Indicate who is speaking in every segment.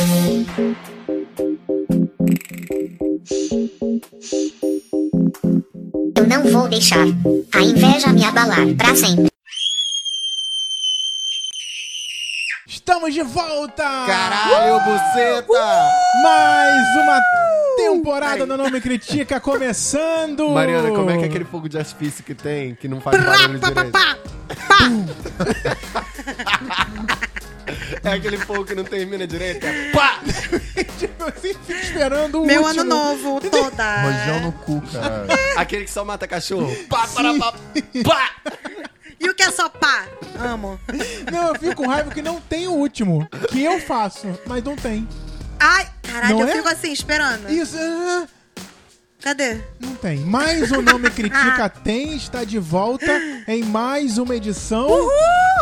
Speaker 1: quem critica.
Speaker 2: Eu não vou deixar a inveja me abalar pra sempre.
Speaker 3: Estamos de volta!
Speaker 4: Caralho, buceta!
Speaker 3: Mais uma temporada do Não Me Critica começando!
Speaker 4: Mariana, como é que é aquele fogo de artifício que tem, que não faz barulho direito? É aquele fogo que não termina direito? é Pá!
Speaker 3: Tipo, eu sempre fico esperando o
Speaker 5: Meu
Speaker 3: último.
Speaker 5: ano novo, toda.
Speaker 6: Rojão no cu, cara.
Speaker 4: Aquele que só mata cachorro? Pá, para, pá, pá!
Speaker 5: E o que é só pá? Amo.
Speaker 3: Não, eu fico com raiva que não tem o último. Que eu faço, mas não tem.
Speaker 5: Ai, caralho,
Speaker 3: Não
Speaker 5: eu
Speaker 3: é?
Speaker 5: fico assim, esperando.
Speaker 3: Isso. ah,
Speaker 5: Cadê?
Speaker 3: Não tem. Mais um Não Me Critica tem, está de volta em mais uma edição.
Speaker 5: Uh,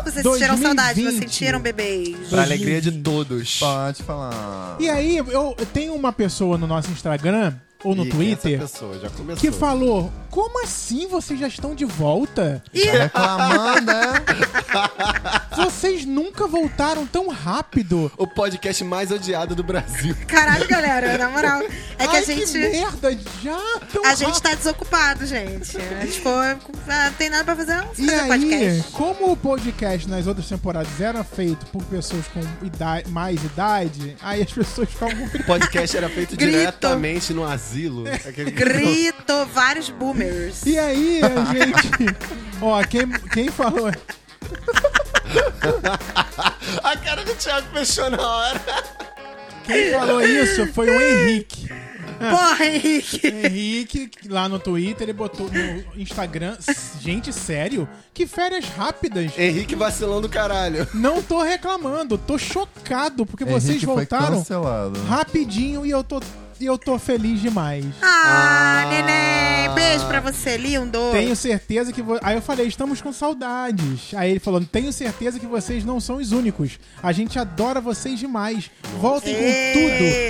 Speaker 5: vocês sentiram
Speaker 3: 2020.
Speaker 5: saudade, vocês sentiram bebês.
Speaker 4: Pra alegria de todos.
Speaker 6: Pode falar.
Speaker 3: E aí, eu tenho uma pessoa no nosso Instagram ou no
Speaker 4: Ih,
Speaker 3: Twitter
Speaker 4: Essa pessoa já começou.
Speaker 3: que falou: Como assim vocês já estão de volta?
Speaker 6: Tá Reclamando, né?
Speaker 3: Vocês nunca voltaram tão rápido.
Speaker 4: O podcast mais odiado do Brasil.
Speaker 5: Caralho, galera, na moral. É que
Speaker 3: Ai,
Speaker 5: a gente.
Speaker 3: Que merda, já tão
Speaker 5: a gente
Speaker 3: rápido.
Speaker 5: tá desocupado, gente. A gente ficou. ah, Não tem nada pra fazer, vamos
Speaker 3: E
Speaker 5: fazer
Speaker 3: aí,
Speaker 5: podcast.
Speaker 3: como o podcast nas outras temporadas era feito por pessoas com idade- mais idade, aí as pessoas ficavam
Speaker 4: O podcast era feito
Speaker 5: Grito.
Speaker 4: diretamente no asilo. Aquele...
Speaker 5: Grito, vários boomers.
Speaker 3: E aí, a gente. Ó, quem, quem falou.
Speaker 4: A cara do Thiago fechou na hora.
Speaker 3: Quem falou isso foi o Henrique.
Speaker 5: Porra, Henrique.
Speaker 3: Henrique, lá no Twitter, ele botou no Instagram. "S- Gente, sério? Que férias rápidas.
Speaker 4: Henrique vacilão do caralho.
Speaker 3: Não tô reclamando, tô chocado, porque vocês
Speaker 6: Henrique Foi
Speaker 3: voltaram
Speaker 6: cancelado.
Speaker 3: rapidinho e eu tô, e eu tô feliz demais.
Speaker 5: Ah, neném. Beijo pra você, lindo.
Speaker 3: Tenho certeza que. Vo... Aí eu falei, estamos com saudades. Aí ele falou, tenho certeza que vocês não são os únicos. A gente adora vocês demais. Voltem com
Speaker 5: Ê!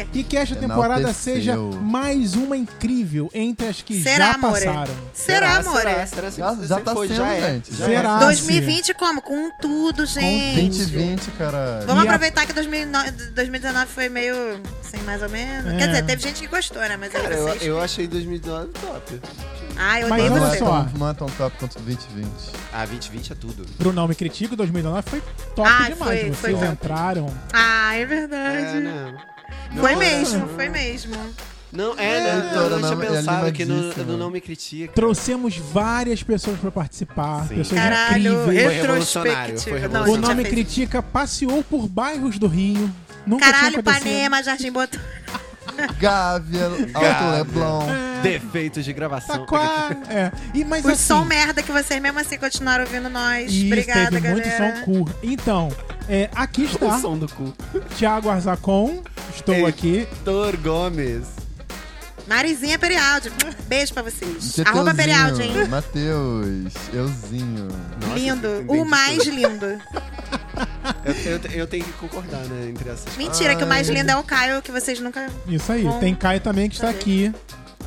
Speaker 3: tudo. E que esta temporada
Speaker 6: Enalteceu.
Speaker 3: seja mais uma incrível entre as que
Speaker 5: Será,
Speaker 3: já
Speaker 5: amore?
Speaker 3: passaram.
Speaker 5: Será, amore?
Speaker 4: será,
Speaker 6: Já, já
Speaker 4: Sempre
Speaker 6: tá
Speaker 4: foi,
Speaker 6: sendo,
Speaker 4: já é.
Speaker 6: gente.
Speaker 4: Já
Speaker 3: Será?
Speaker 6: É.
Speaker 5: 2020 como? Com tudo,
Speaker 6: Com
Speaker 5: gente.
Speaker 6: 2020, caralho.
Speaker 5: Vamos
Speaker 3: E a-
Speaker 5: aproveitar que 2009 2019 foi meio assim, mais ou menos.
Speaker 3: É.
Speaker 5: Quer dizer, teve gente que gostou, né?
Speaker 6: é.
Speaker 5: Mas aí
Speaker 4: Cara, eu,
Speaker 5: vocês...
Speaker 4: eu achei 2019 top.
Speaker 5: Ai, eu
Speaker 3: Mas
Speaker 5: odeio
Speaker 3: olha
Speaker 6: não, é
Speaker 5: você.
Speaker 3: só.
Speaker 6: tão, não é tão top quanto o 2020.
Speaker 4: Ah, 2020 é tudo.
Speaker 3: Brunão me critica, 2009 foi top
Speaker 5: Ah,
Speaker 3: demais. né?
Speaker 5: foi- foi
Speaker 3: vocês
Speaker 5: top.
Speaker 3: entraram.
Speaker 5: Ah, é verdade. Foi mesmo, foi mesmo.
Speaker 4: né? Não, é,
Speaker 6: É,
Speaker 4: né?
Speaker 6: toda
Speaker 4: Eu não
Speaker 6: na-
Speaker 4: tinha
Speaker 6: é
Speaker 4: pensado que no,
Speaker 6: animadíssima.
Speaker 4: no Não Me Critica.
Speaker 3: Trouxemos várias pessoas pra participar,
Speaker 4: Sim.
Speaker 3: pessoas
Speaker 5: Caralho,
Speaker 3: incríveis.
Speaker 4: revolucionário, foi
Speaker 5: retrospectiva. Não, a
Speaker 3: O
Speaker 5: gente já
Speaker 3: nome
Speaker 5: fez isso.
Speaker 3: critica passeou por bairros do Rio. Nunca
Speaker 5: Caralho,
Speaker 3: tinha acontecido.
Speaker 5: Panema, Jardim Botão.
Speaker 6: Gávea, Alto Leblon.
Speaker 4: É. Defeitos de gravação.
Speaker 3: Taquá. É. E mas
Speaker 5: O
Speaker 3: assim,
Speaker 5: som merda que vocês mesmo assim continuaram ouvindo nós.
Speaker 3: Isso,
Speaker 5: Obrigada,
Speaker 3: teve muito
Speaker 5: galera.
Speaker 3: som cool. Então, é, aqui
Speaker 4: O
Speaker 3: está
Speaker 4: som do cu.
Speaker 3: Thiago Arzacon. Estou
Speaker 4: Ei.
Speaker 3: aqui.
Speaker 4: Thor Gomes.
Speaker 5: Marizinha Perialdi. é Beijo pra vocês.
Speaker 6: Geteuzinho,
Speaker 3: tá
Speaker 5: Arroba Perialdi, hein?
Speaker 6: Matheus. Euzinho.
Speaker 5: lindo.
Speaker 4: entendi
Speaker 5: O mais lindo.
Speaker 4: Eu, eu- eu tenho que concordar, né? Entre essas.
Speaker 5: Mentira, que o mais lindo é o Caio, que vocês nunca.
Speaker 3: Isso aí.
Speaker 5: Bom,
Speaker 3: Tem Caio também que está aqui.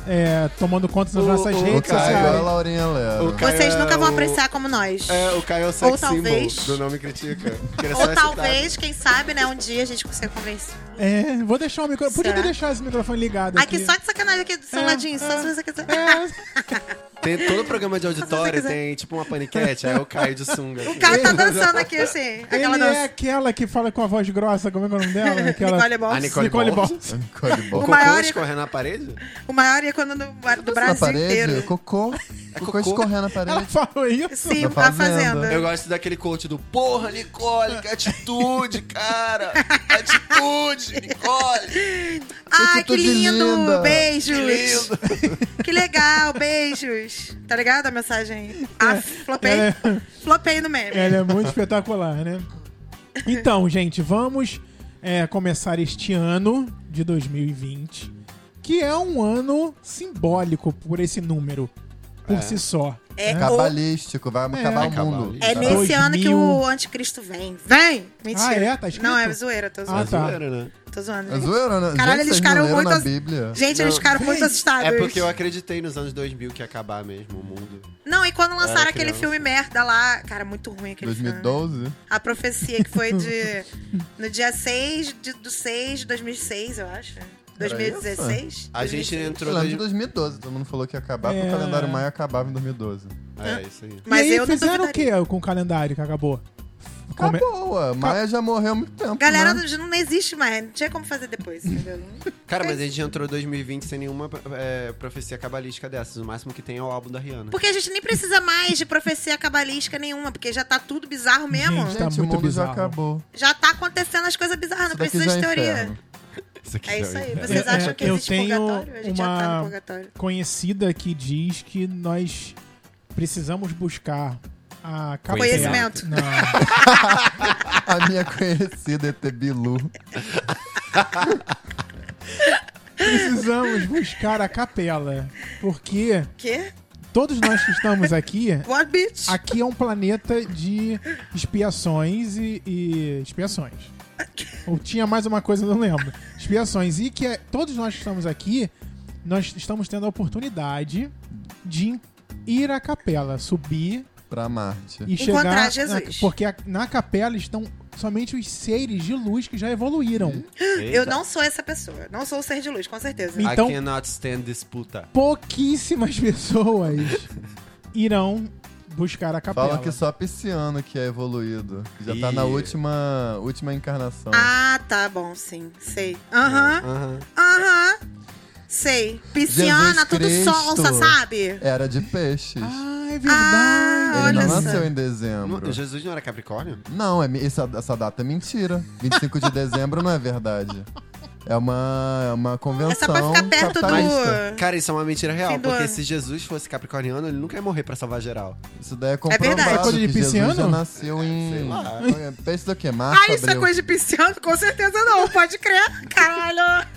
Speaker 3: é, tomando conta das
Speaker 4: O-
Speaker 3: nossas
Speaker 4: o
Speaker 6: O
Speaker 3: redes
Speaker 6: Caio, a
Speaker 3: sociais.
Speaker 6: Laurinha
Speaker 4: O
Speaker 6: Lero.
Speaker 4: Caio
Speaker 5: Vocês nunca vão
Speaker 4: é o-
Speaker 5: apreciar como nós.
Speaker 4: É, o Caio é o sex symbol
Speaker 5: talvez.
Speaker 4: do Não Me Critica. Queria só
Speaker 5: Ou
Speaker 4: citar.
Speaker 5: talvez, quem sabe, né, um dia a gente consiga convencer.
Speaker 3: É, vou deixar o microfone. Podia
Speaker 5: Será?
Speaker 3: deixar esse microfone ligado.
Speaker 5: Aqui só de sacanagem aqui do seu
Speaker 3: É,
Speaker 5: ladinho, só
Speaker 3: é,
Speaker 5: se você quiser.
Speaker 3: É,
Speaker 4: Tem todo programa de auditório,
Speaker 5: quiser.
Speaker 4: tem tipo uma paniquete, aí é o Caio de sunga.
Speaker 5: O cara tá dançando aqui, assim. Aquela
Speaker 3: ele é
Speaker 5: dança.
Speaker 3: aquela que fala com a voz grossa, como é que é o nome dela? Aquela...
Speaker 5: Nicole Boss.
Speaker 4: A Nicole- Boss.
Speaker 3: Boss.
Speaker 6: Nicole
Speaker 4: O
Speaker 6: Boss.
Speaker 4: cocô
Speaker 5: maior-
Speaker 4: escorrendo na parede?
Speaker 5: O maior ícone do, do
Speaker 6: Na
Speaker 5: Brasil
Speaker 6: parede,
Speaker 5: inteiro.
Speaker 6: cocô. Cocô escorrendo na
Speaker 3: Ela
Speaker 6: parede.
Speaker 3: falou isso?
Speaker 5: Sim, tá
Speaker 6: Da
Speaker 5: a
Speaker 6: Fazenda.
Speaker 5: fazenda.
Speaker 4: Eu gosto daquele coach do Porra, Nicole, que atitude, cara! Atitude, Nicole!
Speaker 5: Ai, Ah, que
Speaker 6: tudo de
Speaker 5: lindo!
Speaker 6: linda.
Speaker 5: Beijos!
Speaker 4: lindo.
Speaker 5: Que legal, beijos! Tá ligado a mensagem? Ah, flopei.
Speaker 3: É.
Speaker 5: Flopei no meme.
Speaker 3: Ela é muito espetacular, né? Então, gente, vamos é, começar este ano de 2020, que é um ano simbólico por esse número. por si só.
Speaker 5: É, ou-
Speaker 6: Cabalístico, vai acabar o mundo. Tá?
Speaker 4: cabalístico.
Speaker 5: é nesse
Speaker 3: Dois
Speaker 5: ano que
Speaker 3: mil.
Speaker 5: o anticristo vem. Vem! Mentira.
Speaker 3: Ah, é? Tá escrito?
Speaker 5: Não, é zoeira, tô
Speaker 3: Ah,
Speaker 5: zoando.
Speaker 3: tá.
Speaker 4: Zoeira, né?
Speaker 5: Tô zoando.
Speaker 6: É
Speaker 5: gente.
Speaker 6: zoeira,
Speaker 5: Caralho,
Speaker 6: né? Gente,
Speaker 5: eles
Speaker 6: vocês não
Speaker 5: ficaram
Speaker 6: leram
Speaker 5: muito.
Speaker 6: na
Speaker 5: ass-
Speaker 6: Bíblia.
Speaker 5: Gente,
Speaker 4: Não.
Speaker 5: eles ficaram muito assustados.
Speaker 4: É porque eu acreditei nos anos 2000 que ia acabar mesmo o mundo.
Speaker 5: Não, e quando lançaram
Speaker 4: Era
Speaker 5: aquele
Speaker 4: criança.
Speaker 5: filme merda lá. Cara, muito ruim aquele filme.
Speaker 6: 2012?
Speaker 5: A profecia que foi de. no dia 6 de, do 6 de 2006, eu acho. 2016?
Speaker 4: A gente
Speaker 5: 2016.
Speaker 6: Eu
Speaker 4: entrou...
Speaker 6: lembro de
Speaker 4: dois-
Speaker 6: 2012, todo mundo falou que ia acabar, porque
Speaker 3: É.
Speaker 6: o calendário maia acabava em 2012.
Speaker 4: É, isso aí.
Speaker 5: Mas
Speaker 3: e aí
Speaker 5: eu não
Speaker 3: fizeram o
Speaker 5: duvidaria.
Speaker 3: quê com o calendário que acabou? Come-
Speaker 6: Acabou, ué. Maia já morreu há muito tempo.
Speaker 5: Galera,
Speaker 6: né?
Speaker 5: não não existe mais. Não tinha como fazer depois, entendeu?
Speaker 4: Cara, mas a gente entrou em 2020 sem nenhuma é, profecia cabalística dessas. O máximo que tem é o álbum da Rihanna.
Speaker 5: Porque a gente nem precisa mais de profecia cabalística nenhuma, porque já tá tudo bizarro mesmo.
Speaker 3: Gente.
Speaker 6: Gente,
Speaker 3: tá
Speaker 6: o
Speaker 3: muito
Speaker 6: mundo
Speaker 3: bizarro.
Speaker 6: já acabou.
Speaker 5: Já tá acontecendo as coisas bizarras, não
Speaker 6: Isso daqui
Speaker 5: precisa
Speaker 6: já
Speaker 5: de
Speaker 6: é
Speaker 5: teoria.
Speaker 6: inferno.
Speaker 4: Isso aqui
Speaker 5: É
Speaker 4: já
Speaker 5: isso aí.
Speaker 4: inferno.
Speaker 5: Vocês
Speaker 3: É,
Speaker 5: acham
Speaker 3: é,
Speaker 5: que
Speaker 3: eu
Speaker 5: existe
Speaker 3: tenho
Speaker 5: purgatório? A gente já tá
Speaker 3: uma-
Speaker 5: no purgatório.
Speaker 3: Conhecida que diz que nós precisamos buscar a capa-
Speaker 5: Conhecimento.
Speaker 3: Não.
Speaker 6: A minha conhecida é ET Bilu.
Speaker 3: precisamos buscar a capela, porque
Speaker 5: Quê?
Speaker 3: todos nós que estamos aqui,
Speaker 5: What, bitch?
Speaker 3: aqui é um planeta de expiações e, e expiações. Ou tinha mais uma coisa, não lembro. Expiações e que é- todos nós que estamos aqui, nós estamos tendo a oportunidade de ir à capela, subir
Speaker 6: Pra Marte.
Speaker 3: e chegar.
Speaker 5: Encontrar Jesus.
Speaker 3: na- porque a- na capela estão somente os seres de luz que já evoluíram.
Speaker 5: Eu não sou essa pessoa. Não sou o ser de luz, com certeza.
Speaker 3: Me- Então-
Speaker 4: I cannot stand disputa.
Speaker 3: Pouquíssimas pessoas irão buscar a capela.
Speaker 6: Falam que só pisciano que é evoluído. Que já tá na
Speaker 4: Ih.
Speaker 6: última, última encarnação.
Speaker 5: Ah, tá bom, sim. Sei. Aham,
Speaker 4: Aham.
Speaker 5: aham. Sei. Pisciana,
Speaker 6: Jesus
Speaker 5: tudo
Speaker 6: Cristo.
Speaker 5: sonsa, sabe?
Speaker 6: Era de peixes.
Speaker 3: Ah, é
Speaker 5: Ah,
Speaker 3: verdade.
Speaker 6: Ele
Speaker 5: olha
Speaker 6: não
Speaker 5: só.
Speaker 6: nasceu em dezembro.
Speaker 4: Não, Jesus não era Capricórnio?
Speaker 6: Não, é, mi- essa, essa data é mentira. 25 de dezembro não é verdade. É uma, é uma convenção.
Speaker 5: É só pra ficar perto
Speaker 6: tá capitalista.
Speaker 5: do.
Speaker 4: Cara, isso é uma mentira
Speaker 5: Fim
Speaker 4: real,
Speaker 5: do
Speaker 4: porque
Speaker 5: ano.
Speaker 4: se Jesus fosse capricorniano, ele nunca ia morrer pra salvar geral.
Speaker 6: Isso daí é comprovado.
Speaker 5: verdade. É
Speaker 3: coisa de
Speaker 6: que Jesus
Speaker 3: pisciano?
Speaker 6: já nasceu em.
Speaker 4: Sei lá.
Speaker 6: Peixe do quê? Março,
Speaker 5: Ah, isso é
Speaker 6: abril.
Speaker 5: coisa de pisciano? Com certeza não, pode crer. Caralho.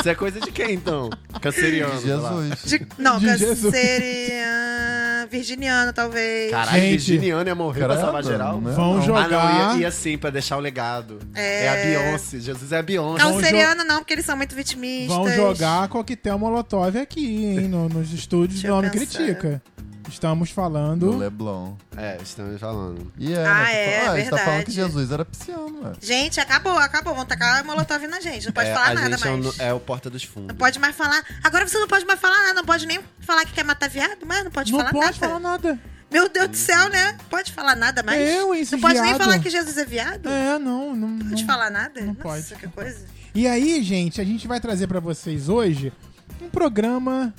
Speaker 4: Isso é coisa de quem, então? Canceriano. sei lá.
Speaker 6: Jesus.
Speaker 5: De- não,
Speaker 3: De Jesus.
Speaker 5: canceriano, virginiano, talvez.
Speaker 4: Caralho,
Speaker 3: Gente.
Speaker 4: virginiano ia morrer pra salvar
Speaker 6: Caramba,
Speaker 4: geral?
Speaker 6: né?
Speaker 3: Vão
Speaker 6: Não.
Speaker 3: jogar.
Speaker 4: Ah, não, ia, ia sim, pra deixar o legado. É, a Beyoncé. Jesus é a Beyoncé.
Speaker 5: Então
Speaker 3: Não,
Speaker 5: Canceriano não, porque eles são muito vitimistas.
Speaker 3: Vão jogar coquetel Molotov aqui, hein? no- nos estúdios
Speaker 5: Deixa
Speaker 3: do
Speaker 5: eu
Speaker 3: Homem
Speaker 5: pensar.
Speaker 3: Critica. Estamos
Speaker 6: Do
Speaker 3: falando.
Speaker 6: Leblon.
Speaker 4: É, estamos falando.
Speaker 6: E é,
Speaker 5: Ah,
Speaker 6: né?
Speaker 5: é,
Speaker 6: Tipo, ah, a gente tá
Speaker 5: verdade.
Speaker 6: falando que Jesus era pisciano, ué.
Speaker 5: Gente, acabou, acabou. Vão tacar molotov na gente. Não pode
Speaker 4: É,
Speaker 5: falar
Speaker 4: a
Speaker 5: nada
Speaker 4: gente é o
Speaker 5: mais.
Speaker 4: nu- É o Porta dos Fundos.
Speaker 5: Não pode mais falar. Agora você não pode mais falar nada. Não pode nem falar que quer matar viado, mas não pode
Speaker 3: não
Speaker 5: falar
Speaker 3: pode
Speaker 5: nada.
Speaker 3: falar nada.
Speaker 5: Meu Deus do céu, né? Pode falar nada mais.
Speaker 3: Eu, esses
Speaker 5: não pode nem
Speaker 3: viado.
Speaker 5: falar que Jesus é viado.
Speaker 3: É, não. não,
Speaker 5: Não pode
Speaker 3: não.
Speaker 5: falar nada?
Speaker 3: Não
Speaker 5: Nossa,
Speaker 3: pode.
Speaker 5: que coisa.
Speaker 3: E aí, gente, a gente vai trazer pra vocês hoje um programa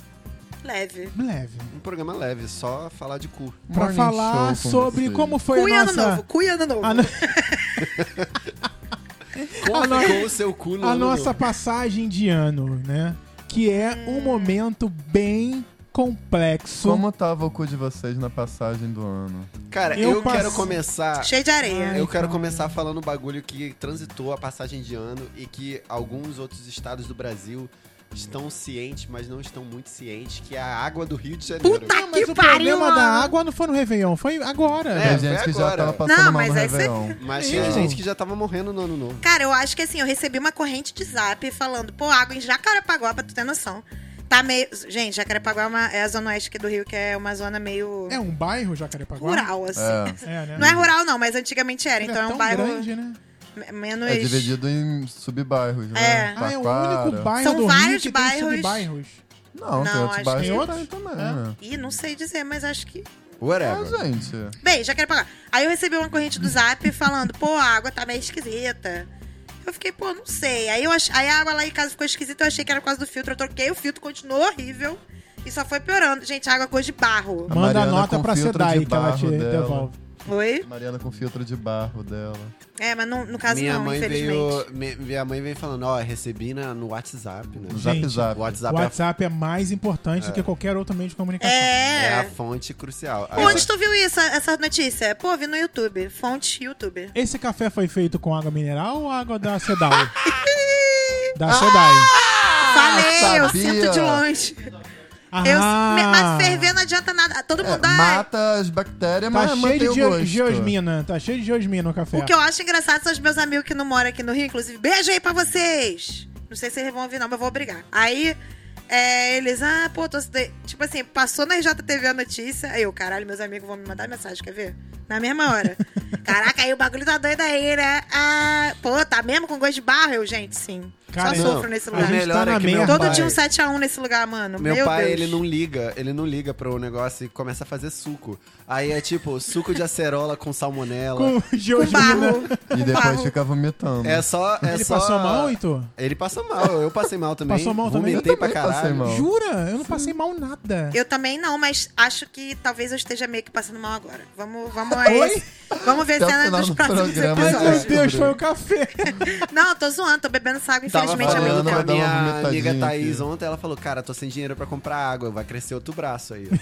Speaker 5: Leve.
Speaker 3: leve.
Speaker 4: Um programa leve, só falar de cu.
Speaker 3: Pra
Speaker 6: Morning
Speaker 3: falar
Speaker 6: show com
Speaker 3: sobre
Speaker 6: vocês.
Speaker 3: como foi
Speaker 5: Cui
Speaker 3: a
Speaker 5: ano
Speaker 3: nossa... Ah,
Speaker 5: novo, cui ano novo.
Speaker 3: A, no-
Speaker 4: Como
Speaker 3: A no-
Speaker 4: ficou o seu cu no
Speaker 3: a
Speaker 4: ano
Speaker 3: nossa
Speaker 4: novo?
Speaker 3: passagem de ano, né? Que é um momento bem complexo.
Speaker 6: Como tava o cu de vocês na passagem do ano?
Speaker 4: Cara,
Speaker 3: Eu
Speaker 4: eu,
Speaker 3: passo-
Speaker 4: quero começar...
Speaker 5: Cheio de areia.
Speaker 4: Eu quero começar falando um bagulho que transitou a passagem de ano e que alguns outros estados do Brasil estão cientes, mas não estão muito cientes, que é a água do Rio de Janeiro.
Speaker 5: Puta
Speaker 3: Não, mas
Speaker 5: que
Speaker 3: o
Speaker 5: pariu,
Speaker 3: problema da
Speaker 5: mano.
Speaker 3: água não foi no Réveillon, foi agora.
Speaker 4: É,
Speaker 6: Tem
Speaker 4: foi
Speaker 6: gente que já
Speaker 4: agora.
Speaker 6: tava passando
Speaker 5: Não,
Speaker 6: mal
Speaker 5: mas
Speaker 6: no
Speaker 5: aí você-
Speaker 6: Réveillon.
Speaker 4: Mas tinha
Speaker 3: Eu.
Speaker 4: gente que já tava morrendo no ano novo.
Speaker 5: Cara, eu acho que assim, eu recebi uma corrente de zap falando, pô, água em Jacarepaguá, pra tu ter noção. Tá meio. Gente, Jacarepaguá é, uma- é a zona oeste aqui do Rio, que é uma zona meio
Speaker 3: É um bairro, Jacarepaguá?
Speaker 5: rural, assim.
Speaker 6: É.
Speaker 3: É, né?
Speaker 5: Não é rural, não, mas antigamente era. Então é,
Speaker 3: tão
Speaker 5: um bairro
Speaker 3: grande, né?
Speaker 5: me- menos.
Speaker 6: É dividido em subbairros, né?
Speaker 5: É.
Speaker 3: Ah, é o
Speaker 6: Taquara.
Speaker 3: único bairro
Speaker 5: São
Speaker 3: do Rio
Speaker 5: vários
Speaker 3: que
Speaker 5: bairros.
Speaker 3: tem subbairros.
Speaker 6: Não,
Speaker 5: Não,
Speaker 6: tem
Speaker 5: acho
Speaker 6: outros bairros
Speaker 5: que-
Speaker 6: que
Speaker 3: Tem
Speaker 6: tem também,
Speaker 3: é.
Speaker 6: né?
Speaker 5: Ih, não sei dizer, mas acho que.
Speaker 6: É,
Speaker 4: Whatever.
Speaker 6: gente.
Speaker 5: Bem, Jacarepaguá. Aí eu recebi uma corrente do zap falando, pô, a água tá meio esquisita. Eu fiquei, pô, não sei. Aí, eu ach... Aí a água lá em casa ficou esquisita, eu achei que era por causa do filtro. Eu troquei o filtro, continuou horrível. E só foi piorando. Gente, a água é cor de barro.
Speaker 6: A
Speaker 3: Manda a
Speaker 6: Mariana
Speaker 3: nota
Speaker 6: com
Speaker 3: pra
Speaker 6: filtro
Speaker 3: SEDAI
Speaker 6: de
Speaker 3: que ela te
Speaker 6: barro dela.
Speaker 3: devolve.
Speaker 5: Oi?
Speaker 6: Mariana com filtro de barro dela.
Speaker 5: É, mas não, no caso
Speaker 4: minha
Speaker 5: não,
Speaker 4: mãe
Speaker 5: infelizmente.
Speaker 4: veio, mi- minha mãe veio falando, ó, recebi na, no WhatsApp, né?
Speaker 6: No
Speaker 3: Gente,
Speaker 6: zap
Speaker 4: O
Speaker 6: zap.
Speaker 3: O
Speaker 4: WhatsApp,
Speaker 3: WhatsApp é mais importante do que qualquer outro meio de comunicação.
Speaker 4: É, a,
Speaker 5: É.
Speaker 4: é a fonte crucial.
Speaker 5: Pô, Onde tu viu isso, essa notícia? Pô, vi no YouTube. Fonte YouTube.
Speaker 3: Esse café foi feito com água mineral ou água da SEDAI? da SEDAI.
Speaker 5: Falei, eu
Speaker 6: sabia.
Speaker 5: sinto de longe. Eu,
Speaker 3: Ah.
Speaker 5: me- mas ferver não adianta nada. Todo mundo
Speaker 6: É,
Speaker 5: dá.
Speaker 6: mata as bactérias,
Speaker 3: Tá
Speaker 6: mas mantém
Speaker 3: cheio de
Speaker 6: o
Speaker 3: geo-
Speaker 6: gosto.
Speaker 3: geosmina, tá cheio de geosmina no café.
Speaker 5: O que é eu acho engraçado são os meus amigos que não moram aqui no Rio, inclusive. Beijo aí pra vocês! Não sei se vocês vão ouvir, não, mas eu vou brigar. Aí, é, eles, ah, pô, tô. Tipo assim, passou na RJTV a notícia. Aí eu, caralho, meus amigos vão me mandar mensagem, quer ver? Na mesma hora. Caraca, aí o bagulho tá doido aí, né? Ah, pô, tá mesmo com gosto de barro? Eu, gente, sim.
Speaker 3: Cara,
Speaker 5: Só
Speaker 3: não,
Speaker 5: sofro nesse
Speaker 3: a
Speaker 5: lugar.
Speaker 3: gente tá
Speaker 4: é
Speaker 3: na merda.
Speaker 5: Todo dia um 7x1 nesse lugar, mano.
Speaker 4: Meu, pai,
Speaker 5: Deus.
Speaker 4: ele não liga, ele não liga pro negócio e começa a fazer suco. Aí é tipo, suco de acerola com salmonela.
Speaker 3: Com
Speaker 4: um
Speaker 5: Com
Speaker 3: geosmina.
Speaker 5: barro.
Speaker 6: E
Speaker 5: com
Speaker 6: depois
Speaker 5: barro.
Speaker 6: fica vomitando.
Speaker 4: É só. É
Speaker 3: Ele
Speaker 4: só-
Speaker 3: passou mal, Heitor?
Speaker 4: Ele passou mal, eu passei mal também.
Speaker 3: Passou mal também?
Speaker 4: Vomitei
Speaker 6: eu também
Speaker 4: pra caralho.
Speaker 6: passei mal.
Speaker 3: Jura? Eu não passei mal nada.
Speaker 5: Eu também não, mas acho que talvez eu esteja meio que passando mal agora. Vamos, vamos a
Speaker 3: Oi?
Speaker 5: esse. Vamos ver
Speaker 6: Até o
Speaker 5: cena
Speaker 6: final
Speaker 5: dos
Speaker 6: do
Speaker 5: próximos
Speaker 6: programa,
Speaker 3: Ai,
Speaker 6: Mas
Speaker 3: meu
Speaker 5: episódios.
Speaker 6: é.
Speaker 3: Deus, foi o café.
Speaker 5: Não, tô zoando, tô bebendo essa água,
Speaker 4: Tava
Speaker 5: infelizmente, há
Speaker 4: falando
Speaker 5: muito
Speaker 4: com a
Speaker 5: tempo.
Speaker 6: dar uma
Speaker 4: minha
Speaker 6: vomitadinha
Speaker 4: amiga Thaís
Speaker 6: aqui.
Speaker 4: ontem, ela falou, cara, tô sem dinheiro pra comprar água, vai crescer outro braço aí.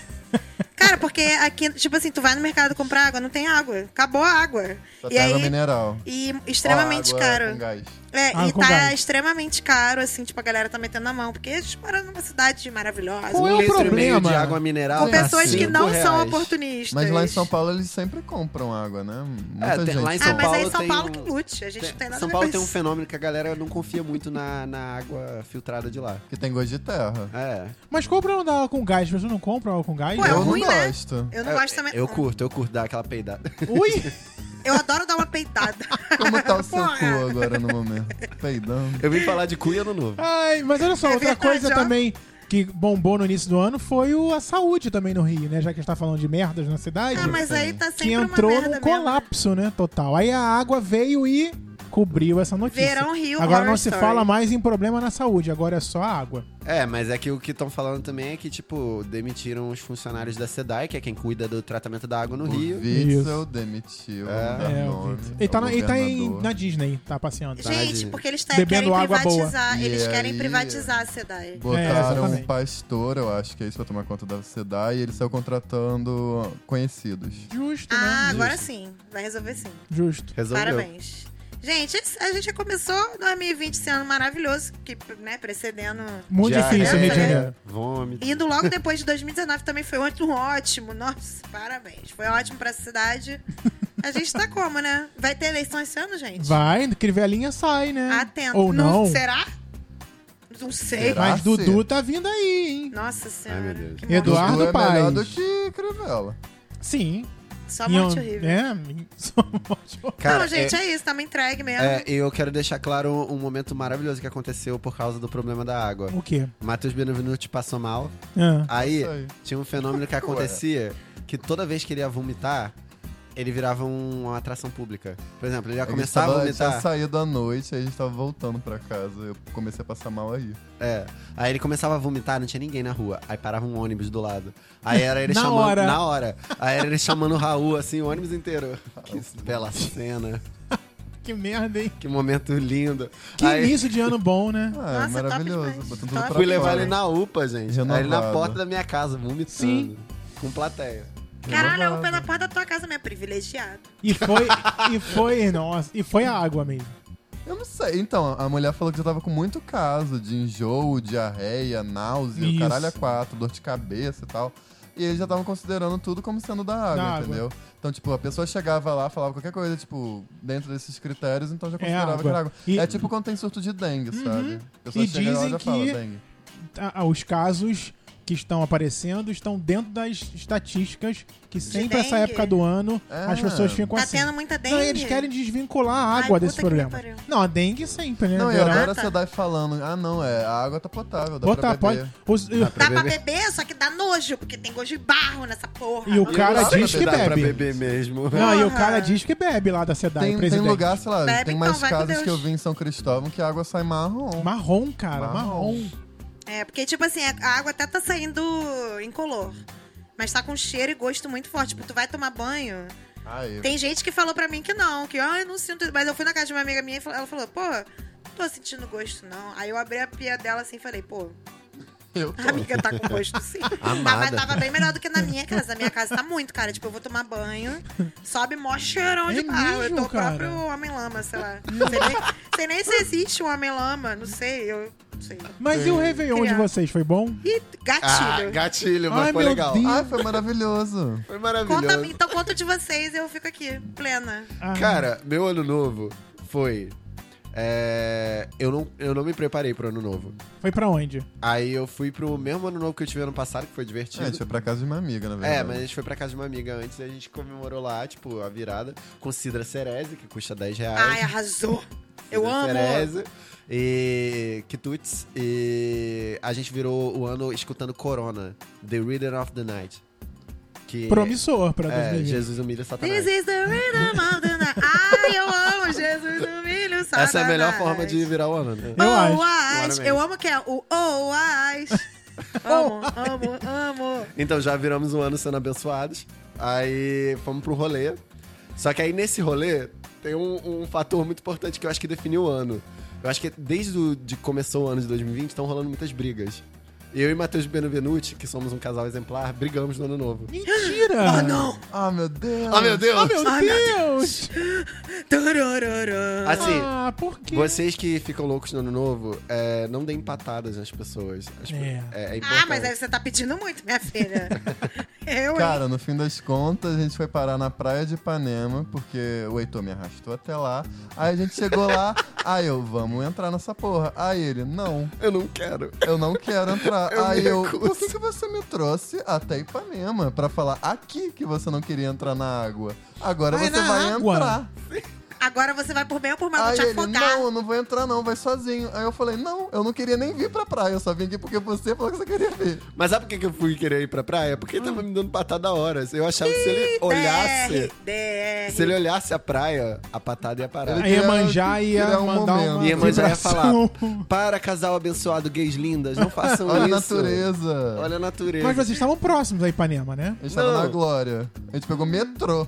Speaker 5: Cara, porque aqui, tipo assim, tu vai no mercado comprar água, não tem água. Acabou a água.
Speaker 6: Só
Speaker 5: e
Speaker 6: tem água
Speaker 5: aí.
Speaker 6: mineral.
Speaker 5: E extremamente
Speaker 6: Ó, água
Speaker 5: caro.
Speaker 6: Com gás.
Speaker 5: É,
Speaker 3: Ah,
Speaker 5: e
Speaker 3: com
Speaker 5: tá
Speaker 3: gás.
Speaker 5: extremamente caro, assim, tipo, a galera tá metendo a mão, porque a gente mora numa cidade maravilhosa.
Speaker 3: Qual é o
Speaker 4: Um litro e meio
Speaker 3: problema?
Speaker 4: de água mineral.
Speaker 5: Com
Speaker 4: tá
Speaker 5: pessoas que
Speaker 4: cinco
Speaker 5: não são
Speaker 4: reais.
Speaker 5: oportunistas.
Speaker 6: Mas lá em São Paulo eles sempre compram água, né? Muita
Speaker 4: É, tem-
Speaker 6: gente.
Speaker 4: lá em
Speaker 5: Ah,
Speaker 4: São
Speaker 5: mas aí
Speaker 4: Paulo
Speaker 5: São
Speaker 4: tem
Speaker 5: Paulo
Speaker 4: um-
Speaker 5: que lute, a gente não tem nada
Speaker 4: São
Speaker 5: a ver
Speaker 4: Paulo
Speaker 5: com
Speaker 4: tem um
Speaker 5: isso.
Speaker 4: fenômeno que a galera não confia muito na, na água filtrada de lá.
Speaker 6: Que tem gosto de terra.
Speaker 4: É.
Speaker 3: Mas qual o problema da água com gás? Vocês não compram água com gás?
Speaker 5: Pô, é
Speaker 6: eu
Speaker 5: ruim,
Speaker 6: não
Speaker 5: né?
Speaker 6: gosto.
Speaker 5: Eu não
Speaker 4: Eu-
Speaker 5: gosto também.
Speaker 4: Eu curto, eu curto dar aquela peidada.
Speaker 3: Ui!
Speaker 5: Eu adoro dar uma peitada.
Speaker 6: Como tá o seu
Speaker 5: Porra.
Speaker 4: é.
Speaker 6: cu agora no momento? Peidando.
Speaker 4: Eu vim falar de cu e ano novo.
Speaker 3: Ai, mas olha só,
Speaker 5: É
Speaker 3: outra
Speaker 5: verdade,
Speaker 3: coisa
Speaker 5: ó.
Speaker 3: também que bombou no início do ano foi o, a saúde também no Rio, né? Já que a gente tá falando de merdas na cidade,
Speaker 5: Ah, mas aí tá sempre
Speaker 3: que
Speaker 5: uma
Speaker 3: entrou
Speaker 5: merda
Speaker 3: num
Speaker 5: mesmo.
Speaker 3: colapso, né? Total. Aí a água veio e cobriu essa notícia.
Speaker 5: Verão Rio
Speaker 3: Agora não
Speaker 5: Horror
Speaker 3: se
Speaker 5: Story.
Speaker 3: fala mais em problema na saúde, agora é só a água.
Speaker 4: É, mas é que o que estão falando também é que, tipo, demitiram os funcionários da SEDAI, que é quem cuida do tratamento da água no
Speaker 6: O
Speaker 4: Rio.
Speaker 6: Witzel demitiu.
Speaker 4: É.
Speaker 6: não dá
Speaker 3: É,
Speaker 6: nome,
Speaker 3: ouvi. ele tá,
Speaker 6: ao
Speaker 3: na, ele tá em-
Speaker 6: governador.
Speaker 3: na Disney, tá passeando.
Speaker 4: Tá.
Speaker 5: Gente,
Speaker 4: de-
Speaker 5: porque eles tá-
Speaker 3: bebendo
Speaker 5: querem
Speaker 3: água boa.
Speaker 5: privatizar.
Speaker 6: E
Speaker 5: Eles querem
Speaker 6: aí-
Speaker 5: privatizar a SEDAI.
Speaker 3: É,
Speaker 6: Botaram
Speaker 3: exatamente.
Speaker 6: um pastor, eu acho que é isso, pra tomar conta da SEDAI, e ele saiu contratando conhecidos.
Speaker 3: Justo,
Speaker 5: Ah,
Speaker 3: né?
Speaker 5: agora sim. Vai resolver sim.
Speaker 3: Justo.
Speaker 4: Resolveu.
Speaker 5: Parabéns. Gente, esse- a gente já começou 2020 esse ano maravilhoso, que, né, precedendo.
Speaker 3: Muito
Speaker 4: Diarreia,
Speaker 3: difícil, Rio de
Speaker 5: né?
Speaker 3: Janeiro.
Speaker 4: é, Vômito.
Speaker 5: Indo logo depois de 2019 também foi muito ótimo. Nossa, parabéns. Foi ótimo pra cidade. A gente tá como, né? Vai ter eleição esse ano, gente?
Speaker 3: Vai, Crivelinha sai, né?
Speaker 5: Atento.
Speaker 3: Ou não.
Speaker 5: Será? Não sei.
Speaker 6: Será?
Speaker 3: Mas Dudu tá vindo aí, hein?
Speaker 5: Nossa senhora.
Speaker 4: Ai, meu Deus.
Speaker 5: que
Speaker 3: Eduardo-
Speaker 5: morte.
Speaker 6: Dudu é melhor
Speaker 3: Paes.
Speaker 6: do que Crivella.
Speaker 3: Sim.
Speaker 5: Só morte
Speaker 3: E,
Speaker 5: horrível.
Speaker 3: É, só morte horrível.
Speaker 5: não, gente, é... isso. Tá me entregue mesmo.
Speaker 4: É, eu quero deixar claro um momento maravilhoso que aconteceu por causa do problema da água.
Speaker 3: O quê?
Speaker 4: Matheus Benevenuti passou mal.
Speaker 3: Ah.
Speaker 4: Aí
Speaker 6: Isso aí.
Speaker 4: tinha um fenômeno que acontecia que toda vez que ele ia vomitar, ele virava um- uma atração pública. Por exemplo, ele ia começar a
Speaker 6: tava, Tinha
Speaker 4: vomitar.
Speaker 6: saído à noite, aí a gente tava voltando pra casa. Eu comecei a passar mal aí.
Speaker 4: É. Aí ele começava a vomitar, não tinha ninguém na rua. Aí parava um ônibus do lado. Aí era ele
Speaker 3: Na
Speaker 4: chamando.
Speaker 3: hora.
Speaker 4: Na hora. Aí era ele chamando o Raul, assim, o ônibus inteiro. Que bela cena.
Speaker 3: Que merda, hein?
Speaker 4: Que momento lindo.
Speaker 3: Que
Speaker 4: Aí-
Speaker 3: início de ano bom, né?
Speaker 6: Ah,
Speaker 5: Nossa, top
Speaker 6: maravilhoso.
Speaker 5: demais.
Speaker 6: Botando tudo
Speaker 5: Top.
Speaker 6: pra
Speaker 4: tá Fui levar
Speaker 6: fora.
Speaker 4: ele na UPA, gente. Aí ele na
Speaker 6: Renovado.
Speaker 4: porta da minha casa, vomitando.
Speaker 3: Sim.
Speaker 4: Com plateia.
Speaker 5: Caralho, é eu
Speaker 6: Renovado.
Speaker 5: vou
Speaker 3: né?
Speaker 5: pela porta da tua casa mesmo. Privilegiado.
Speaker 3: E foi, e foi, nossa, e foi a água mesmo.
Speaker 6: Eu não sei. Então, a mulher falou que já tava com muito caso de enjoo, diarreia, náusea,
Speaker 3: Isso.
Speaker 6: o caralho a quatro, dor de cabeça e tal. E eles já estavam considerando tudo como sendo da água,
Speaker 3: água.
Speaker 6: entendeu? Então, tipo, a pessoa chegava lá, falava qualquer coisa, tipo, dentro desses critérios, então já
Speaker 3: É
Speaker 6: considerava que
Speaker 3: água.
Speaker 6: era água.
Speaker 3: E-
Speaker 6: É tipo quando tem surto de dengue,
Speaker 5: Uhum.
Speaker 6: sabe? A pessoa
Speaker 3: E
Speaker 6: chega lá
Speaker 3: dizem
Speaker 6: e já fala,
Speaker 3: que-
Speaker 6: dengue.
Speaker 3: Ah, ah, Os casos que estão aparecendo estão dentro das estatísticas que sempre essa
Speaker 5: dengue?
Speaker 3: época do ano
Speaker 6: É.
Speaker 3: as pessoas ficam
Speaker 5: Tá
Speaker 3: assim.
Speaker 5: tendo muita dengue.
Speaker 3: Não, eles querem desvincular a
Speaker 5: Ai,
Speaker 3: água
Speaker 5: puta
Speaker 3: desse
Speaker 5: que me
Speaker 3: problema.
Speaker 5: pariu.
Speaker 3: Não, a dengue sempre, né?
Speaker 6: Não, e
Speaker 3: Verão.
Speaker 6: agora
Speaker 5: Ah, tá.
Speaker 6: você dá falando, ah não, é, a água tá potável, dá
Speaker 3: Botar,
Speaker 6: pra
Speaker 3: pode.
Speaker 6: beber.
Speaker 3: os- e-
Speaker 5: Dá pra beber, só que dá nojo, porque tem gosto de barro nessa porra.
Speaker 3: E o
Speaker 5: Não
Speaker 3: cara
Speaker 5: dá.
Speaker 3: diz que
Speaker 4: dá pra
Speaker 3: bebe.
Speaker 4: beber mesmo.
Speaker 3: não, e o
Speaker 5: Porra.
Speaker 3: cara diz que bebe lá da SEDAI,
Speaker 6: Tem, tem
Speaker 3: é presidente.
Speaker 6: lugar, sei lá,
Speaker 5: Bebe
Speaker 6: tem
Speaker 5: então,
Speaker 6: mais
Speaker 5: vai com
Speaker 6: casas
Speaker 5: Deus.
Speaker 6: que eu vi em São Cristóvão que a água sai marrom.
Speaker 3: Marrom, cara, marrom.
Speaker 6: Marrom.
Speaker 5: É, porque, tipo assim, a a água até tá saindo incolor. Mas tá com cheiro e gosto muito forte. Tipo, tu vai tomar banho.
Speaker 6: Ai,
Speaker 5: Tem gente que falou pra mim que não, que ah, eu não sinto. Mas eu fui na casa de uma amiga minha e fal- ela falou, pô, não tô sentindo gosto, não. Aí eu abri a pia dela assim e falei, pô,
Speaker 6: eu tô.
Speaker 5: a amiga tá com gosto sim. Tá, mas
Speaker 4: Amada.
Speaker 5: tava bem melhor do que na minha casa. Na minha casa tá muito, cara. Tipo, eu vou tomar banho, sobe mó cheirão
Speaker 3: É
Speaker 5: de barro. Eu
Speaker 3: mesmo,
Speaker 5: tô o
Speaker 3: cara?
Speaker 5: próprio homem-lama, sei lá. Sei nem, sei nem se existe um homem-lama, não sei. Eu sei.
Speaker 3: Mas e o Réveillon de
Speaker 5: Criar.
Speaker 3: vocês? Foi bom?
Speaker 5: Ih,
Speaker 4: Ah,
Speaker 5: gatilho.
Speaker 4: gatilho, mas
Speaker 3: Ai,
Speaker 4: foi
Speaker 3: meu
Speaker 4: legal.
Speaker 3: Deus.
Speaker 6: Ai, foi maravilhoso.
Speaker 4: Foi
Speaker 5: conta,
Speaker 4: maravilhoso.
Speaker 5: então conta de vocês, eu fico aqui, plena.
Speaker 3: Ah,
Speaker 4: Cara, meu ano novo foi. é, eu, não, eu não me preparei pro ano novo.
Speaker 3: Foi pra onde?
Speaker 4: Aí eu fui pro mesmo ano novo que eu tive ano passado, que foi
Speaker 6: É, a gente
Speaker 4: divertido.
Speaker 6: foi pra casa de uma amiga, na
Speaker 3: né?
Speaker 6: verdade.
Speaker 4: É, mas a gente foi pra casa de uma amiga antes e a gente comemorou lá, tipo, a virada com Cidra Cereze, que custa 10 reais.
Speaker 5: Ai, arrasou. Eu
Speaker 4: Cidra
Speaker 5: amo.
Speaker 4: Cereze, e Kituts. E a gente virou o ano escutando Corona, The Reader of the Night. Que
Speaker 3: Promissor pra
Speaker 4: é,
Speaker 3: 2020.
Speaker 4: Jesus humilha
Speaker 5: This
Speaker 4: Satanás.
Speaker 5: is the rhythm of the night. Ai, eu amo Jesus do milho, satanás.
Speaker 4: Essa é a melhor forma de virar o ano, né?
Speaker 3: Eu acho.
Speaker 5: oh, as.
Speaker 4: Claramente.
Speaker 5: Eu amo que é o Oh, as. Amo, amo, amo.
Speaker 4: Então já viramos um ano sendo abençoados. Aí fomos pro rolê. Só que aí nesse rolê tem um, um fator muito importante que eu acho que definiu o ano. Eu acho que desde o, de que começou o ano de 2020 estão rolando muitas brigas. Eu e Matheus Benevenuti, que somos um casal exemplar, brigamos no ano novo.
Speaker 3: Mentira!
Speaker 5: Oh, não.
Speaker 6: Ah, meu Deus.
Speaker 4: Ah, meu Deus!
Speaker 3: Ah, meu
Speaker 5: Ai, meu
Speaker 3: Deus!
Speaker 5: Tararara.
Speaker 4: Assim,
Speaker 3: Ah, por quê?
Speaker 4: vocês que ficam loucos no ano novo, é, não deem patadas nas pessoas. As pe-
Speaker 3: É.
Speaker 4: é, é importante.
Speaker 5: Ah, mas aí você tá pedindo muito, minha filha. Eu, hein?
Speaker 6: Cara, no fim das contas, a gente foi parar na praia de Ipanema, porque o Heitor me arrastou até lá. Aí a gente chegou lá, aí eu, vamos entrar nessa porra. Aí ele, não,
Speaker 4: Eu não quero.
Speaker 6: eu não quero entrar.
Speaker 4: Eu
Speaker 6: aí
Speaker 4: me
Speaker 6: eu,
Speaker 4: recuso.
Speaker 6: por que, que você me trouxe até Ipanema pra falar aqui que você não queria entrar na água? Agora
Speaker 3: Vai
Speaker 6: você
Speaker 3: na
Speaker 6: vai
Speaker 3: água.
Speaker 6: entrar.
Speaker 5: Agora você vai por bem ou por mal, vou
Speaker 6: Aí
Speaker 5: te
Speaker 6: ele,
Speaker 5: afogar.
Speaker 6: não, eu não vou entrar não, vai sozinho. Aí eu falei, não, eu não queria nem vir pra praia, eu só vim aqui porque você falou que você queria vir.
Speaker 4: Mas sabe por que que eu fui querer ir pra praia? Porque ele tava me dando patada a horas. Eu achava que se ele olhasse.
Speaker 5: DR, DR.
Speaker 4: Se ele olhasse a praia, a patada ia parar.
Speaker 3: A Iemanjá ia
Speaker 6: Criar um
Speaker 3: mandar
Speaker 6: momento.
Speaker 3: uma
Speaker 4: Iemanjá ia
Speaker 3: vibração.
Speaker 4: Para, casal abençoado, gays lindas, não façam
Speaker 6: Olha a
Speaker 4: isso.
Speaker 6: natureza.
Speaker 4: Olha a natureza.
Speaker 3: Mas assim, vocês estavam próximos da Ipanema, né?
Speaker 6: A gente tava
Speaker 4: Não.
Speaker 6: na glória. A gente pegou metrô.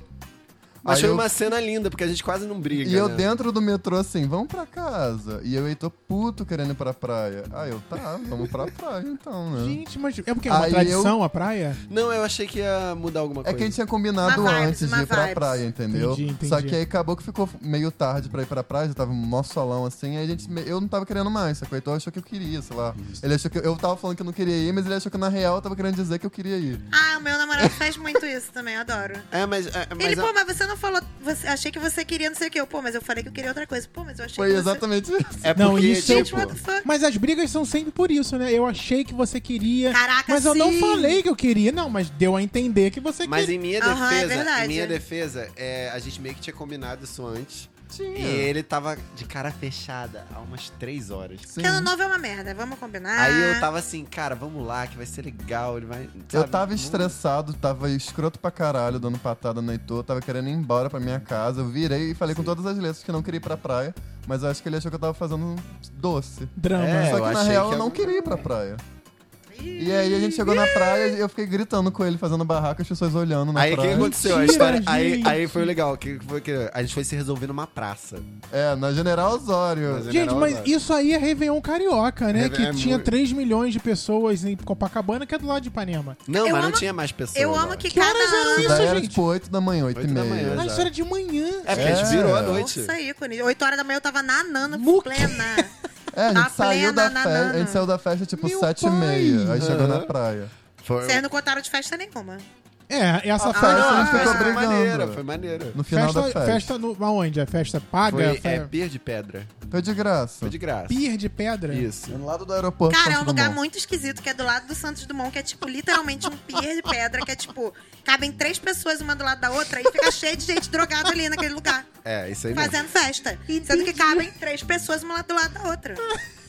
Speaker 4: Mas
Speaker 6: Aí
Speaker 4: foi
Speaker 6: eu-
Speaker 4: uma cena linda, porque a gente quase não briga.
Speaker 6: E eu
Speaker 4: né?
Speaker 6: dentro do metrô assim, vamos pra casa. E eu e Heitor puto querendo ir pra praia. Aí eu, tá, vamos pra praia então, né?
Speaker 3: Gente, mas é porque é uma
Speaker 6: Aí
Speaker 3: tradição a praia?
Speaker 4: Não, eu achei que ia mudar alguma
Speaker 6: É
Speaker 4: coisa.
Speaker 6: que a gente tinha combinado
Speaker 5: Uma vibes,
Speaker 6: antes de
Speaker 5: uma
Speaker 6: ir pra
Speaker 5: vibes.
Speaker 6: praia, entendeu?
Speaker 3: Entendi, entendi.
Speaker 6: Só que aí acabou que ficou meio tarde pra ir pra praia, já tava um mó solão assim, aí a gente, me- eu não tava querendo mais, sacou? Heitor achou que eu queria, sei lá. Ele achou que eu, eu tava falando que eu não queria ir, mas ele achou que na real eu tava querendo dizer que eu queria ir.
Speaker 5: Ah, o meu namorado faz muito isso também, eu adoro.
Speaker 4: É, mas. É, mas
Speaker 5: ele,
Speaker 4: a-
Speaker 5: pô, mas você não falou. Você, achei que você queria não sei o quê. Eu, pô, mas eu falei que eu queria outra coisa. Pô, mas eu achei
Speaker 6: Foi
Speaker 5: que. você- um
Speaker 6: exatamente isso.
Speaker 4: é
Speaker 3: Não,
Speaker 4: porque,
Speaker 3: isso eu-
Speaker 5: Gente, what the
Speaker 4: tipo.
Speaker 5: fuck?
Speaker 3: Mas as brigas são sempre por isso, né? Eu achei que você queria.
Speaker 5: Caraca,
Speaker 3: Mas eu não
Speaker 5: sim.
Speaker 3: falei que eu queria, não, mas deu a entender que você
Speaker 4: Mas
Speaker 3: queria.
Speaker 4: em minha
Speaker 5: Aham, é
Speaker 4: defesa, em
Speaker 5: verdade.
Speaker 4: minha defesa, é, a gente meio que tinha combinado isso antes.
Speaker 6: Tinha.
Speaker 4: E ele tava de cara fechada há umas três horas.
Speaker 5: Porque ano novo é uma merda, vamos combinar.
Speaker 4: Aí eu tava assim, cara, vamos lá, que vai ser legal. Ele vai.
Speaker 6: Eu
Speaker 4: sabe?
Speaker 6: tava
Speaker 4: Vamos-
Speaker 6: estressado, tava escroto pra caralho, dando patada no Heitor, tava querendo ir embora pra minha casa. Eu virei e falei com todas as letras que eu não queria ir pra praia, mas eu acho que ele achou que eu tava fazendo doce.
Speaker 3: Drama.
Speaker 4: É,
Speaker 6: Só
Speaker 4: eu
Speaker 6: que na
Speaker 4: achei
Speaker 6: real
Speaker 4: que
Speaker 6: eu não
Speaker 4: eu-
Speaker 6: queria ir pra praia. E aí a gente chegou na praia e eu fiquei gritando com ele, fazendo barraca, as pessoas olhando na
Speaker 4: Aí o que
Speaker 6: praia.
Speaker 4: aconteceu? A
Speaker 3: Mentira,
Speaker 4: história, aí,
Speaker 3: gente.
Speaker 4: aí foi legal. Que foi que a gente foi se resolver numa praça.
Speaker 6: É, na General
Speaker 4: Mas
Speaker 6: Osório.
Speaker 4: é-
Speaker 3: Gente, mas
Speaker 4: Generosa.
Speaker 3: isso aí é Réveillon Carioca, né?
Speaker 4: Réve-
Speaker 3: que
Speaker 4: é
Speaker 3: tinha
Speaker 4: muito-
Speaker 3: 3 milhões de pessoas em Copacabana, que é do lado de Ipanema.
Speaker 4: Não,
Speaker 5: Eu
Speaker 4: mas não
Speaker 5: amo-
Speaker 4: tinha mais pessoas.
Speaker 5: Eu
Speaker 4: lá.
Speaker 5: amo que,
Speaker 3: Que
Speaker 5: cada
Speaker 3: horas era
Speaker 5: ano.
Speaker 6: Daí
Speaker 3: isso,
Speaker 6: era
Speaker 3: gente?
Speaker 6: tipo 8 da manhã, 8 e
Speaker 4: Oito da
Speaker 6: meia.
Speaker 4: manhã.
Speaker 3: Ah,
Speaker 4: Exato.
Speaker 3: isso era de manhã.
Speaker 4: É porque a gente
Speaker 6: É.
Speaker 4: virou à noite.
Speaker 5: Nossa, ícone. 8 horas da manhã eu tava nanando
Speaker 3: Muque.
Speaker 5: plena.
Speaker 6: É, a
Speaker 5: Na
Speaker 6: gente saiu da
Speaker 5: plena,
Speaker 6: festa. A
Speaker 5: nanana.
Speaker 6: gente saiu da festa tipo
Speaker 3: Meu
Speaker 6: 7 e
Speaker 3: pai.
Speaker 6: meia. Aí chegou na
Speaker 4: Aham.
Speaker 6: praia.
Speaker 4: Foi
Speaker 5: Vocês não contaram de festa nenhuma.
Speaker 3: É, essa
Speaker 6: Ah,
Speaker 3: festa.
Speaker 6: não, a gente ficou
Speaker 4: foi
Speaker 6: brigando.
Speaker 4: maneira, foi maneira.
Speaker 6: No final
Speaker 3: Festa,
Speaker 6: da
Speaker 3: festa.
Speaker 6: festa.
Speaker 3: no, aonde? É festa paga?
Speaker 4: Foi
Speaker 3: Fe-
Speaker 4: é, pier de pedra.
Speaker 6: Foi de graça.
Speaker 4: Foi de graça.
Speaker 3: Pier de pedra?
Speaker 4: Isso.
Speaker 6: Do lado do aeroporto.
Speaker 5: Cara, é um
Speaker 6: Santos
Speaker 5: lugar
Speaker 6: Dumont.
Speaker 5: muito esquisito, que é do lado do Santos Dumont, que é tipo literalmente um pier de pedra, que é tipo, cabem três pessoas uma do lado da outra e fica cheio de gente drogada ali naquele lugar,
Speaker 4: É, isso aí mesmo.
Speaker 5: fazendo festa. Sendo que cabem três pessoas uma do lado da outra.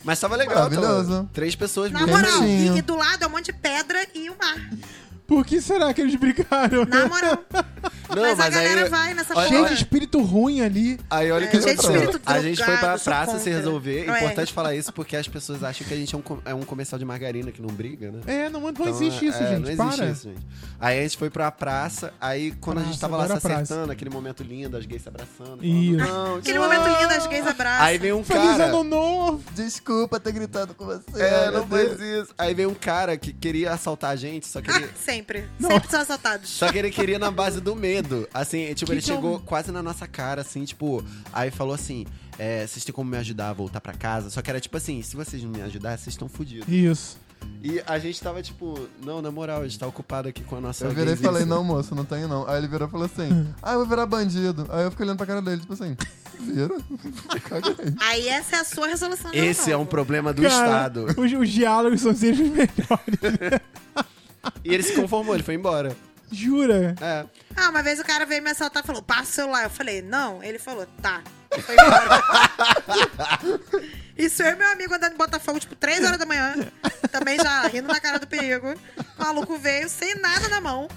Speaker 4: Mas tava legal.
Speaker 6: Maravilhoso.
Speaker 4: tava- Três
Speaker 3: Ah,
Speaker 4: pessoas
Speaker 5: Na
Speaker 4: mesmo.
Speaker 5: moral,
Speaker 6: Quentinho.
Speaker 5: e, e do lado é um monte de pedra e o mar.
Speaker 3: Por que será que eles brigaram?
Speaker 5: Na moral.
Speaker 4: Não,
Speaker 5: mas,
Speaker 4: mas,
Speaker 5: a galera
Speaker 4: aí...
Speaker 5: vai nessa
Speaker 4: Olha-
Speaker 5: porra.
Speaker 3: Cheio de espírito ruim ali.
Speaker 4: Aí olha o
Speaker 5: É,
Speaker 4: que
Speaker 5: gente,
Speaker 4: aconteceu.
Speaker 5: espírito
Speaker 4: A gente foi pra
Speaker 5: drogado, sou
Speaker 4: praça se
Speaker 5: contra.
Speaker 4: resolver.
Speaker 5: É.
Speaker 4: É importante falar isso porque as pessoas acham que a gente é um, com- é um comercial de margarina que não briga, né?
Speaker 3: É, não, não
Speaker 4: Então,
Speaker 3: existe isso,
Speaker 4: é,
Speaker 3: gente.
Speaker 4: Não existe
Speaker 3: para.
Speaker 4: isso, gente. Aí a gente foi pra praça, aí quando a gente
Speaker 3: Praça,
Speaker 4: tava lá se
Speaker 3: adoro a praça.
Speaker 4: acertando, aquele momento lindo, as gays se abraçando.
Speaker 3: Isso.
Speaker 4: falando, "Não,
Speaker 5: Aquele
Speaker 4: não".
Speaker 5: momento lindo, é as gays abraçam.
Speaker 4: Aí vem um
Speaker 3: Feliz
Speaker 4: cara.
Speaker 3: ano novo!
Speaker 6: Desculpa ter gritado com você.
Speaker 4: É,
Speaker 6: meu
Speaker 4: não
Speaker 6: Deus.
Speaker 4: faz isso. Aí vem um cara que queria assaltar a gente, só que ele.
Speaker 5: Ah, sempre. Sempre são assaltados.
Speaker 4: Só que ele queria na base do medo. Assim, tipo,
Speaker 3: Que
Speaker 4: ele
Speaker 3: que é um-
Speaker 4: chegou quase na nossa cara, assim, tipo, aí falou assim: é, vocês têm como me ajudar a voltar pra casa? Só que era tipo assim, se vocês não me ajudarem, vocês estão fodidos.
Speaker 3: Isso.
Speaker 4: E a gente tava tipo, não, na moral, a gente tá ocupado aqui com a nossa
Speaker 6: Eu virei e
Speaker 4: gaysista.
Speaker 6: falei, não, moço, não tenho não. Aí ele virou e falou assim, ah, eu vou virar bandido. Aí eu fiquei olhando pra cara dele, tipo assim, vira? Caguei.
Speaker 5: Aí essa é a sua resolução de ano
Speaker 4: Esse é um
Speaker 5: novo.
Speaker 4: problema do
Speaker 3: Cara,
Speaker 4: Estado.
Speaker 3: Os, os diálogos são sempre os melhores.
Speaker 4: E ele se conformou, ele foi embora.
Speaker 3: Jura?
Speaker 4: É.
Speaker 5: Ah, uma vez o cara veio me assaltar e falou, passa o celular. Eu falei, não. Ele falou, tá. Foi embora. Isso eu e meu amigo andando em Botafogo, tipo, 3 horas da manhã. Também já rindo na cara do perigo. O maluco veio sem nada na mão.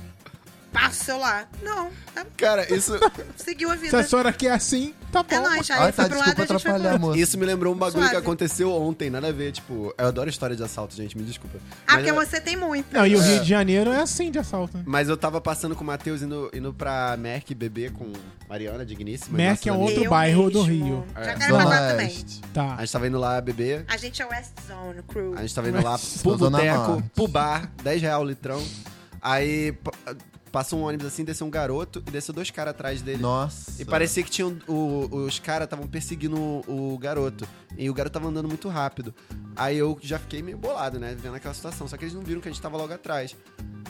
Speaker 5: Passa o celular. Não, tá,
Speaker 4: Cara, isso,
Speaker 5: seguiu a
Speaker 3: Se
Speaker 5: vida.
Speaker 3: a senhora quer assim, tá bom.
Speaker 5: É nóis, aí
Speaker 6: Ai,
Speaker 5: foi
Speaker 6: tá,
Speaker 5: pro lado a
Speaker 6: desculpa
Speaker 5: gente foi pro
Speaker 6: atrapalhar,
Speaker 5: outro.
Speaker 6: moço.
Speaker 4: isso me lembrou um bagulho
Speaker 5: Suave.
Speaker 4: que aconteceu ontem, nada a ver, tipo, eu adoro história de assalto, gente, me desculpa.
Speaker 5: Ah,
Speaker 4: Mas
Speaker 5: porque
Speaker 4: eu-
Speaker 5: você tem muito.
Speaker 3: Não, e o
Speaker 4: É.
Speaker 3: Rio de Janeiro é assim de assalto. né?
Speaker 4: Mas eu tava passando com o Matheus indo, indo pra Merck beber com Mariana Digníssima.
Speaker 3: Merck
Speaker 4: nossa
Speaker 3: é um
Speaker 4: amiga.
Speaker 3: outro
Speaker 5: Eu
Speaker 3: bairro do
Speaker 5: mesmo.
Speaker 3: Rio.
Speaker 5: Já
Speaker 4: É.
Speaker 5: quero
Speaker 6: Zona
Speaker 5: falar também.
Speaker 6: Oeste.
Speaker 3: Tá.
Speaker 4: A gente tava indo lá beber,
Speaker 5: A gente é West Zone Crew.
Speaker 4: a gente tava indo lá
Speaker 3: Mas-
Speaker 4: pro
Speaker 6: Zona
Speaker 4: boteco,
Speaker 6: Norte.
Speaker 4: pro bar, 10 real o litrão. Aí pa- passou um ônibus assim, desceu um garoto e desceu dois caras atrás dele.
Speaker 6: Nossa.
Speaker 4: E parecia que tinham. o- os caras estavam perseguindo o, o garoto. E o garoto tava andando muito rápido. Aí eu já fiquei meio bolado, né? Vendo aquela situação. Só que eles não viram que a gente tava logo atrás.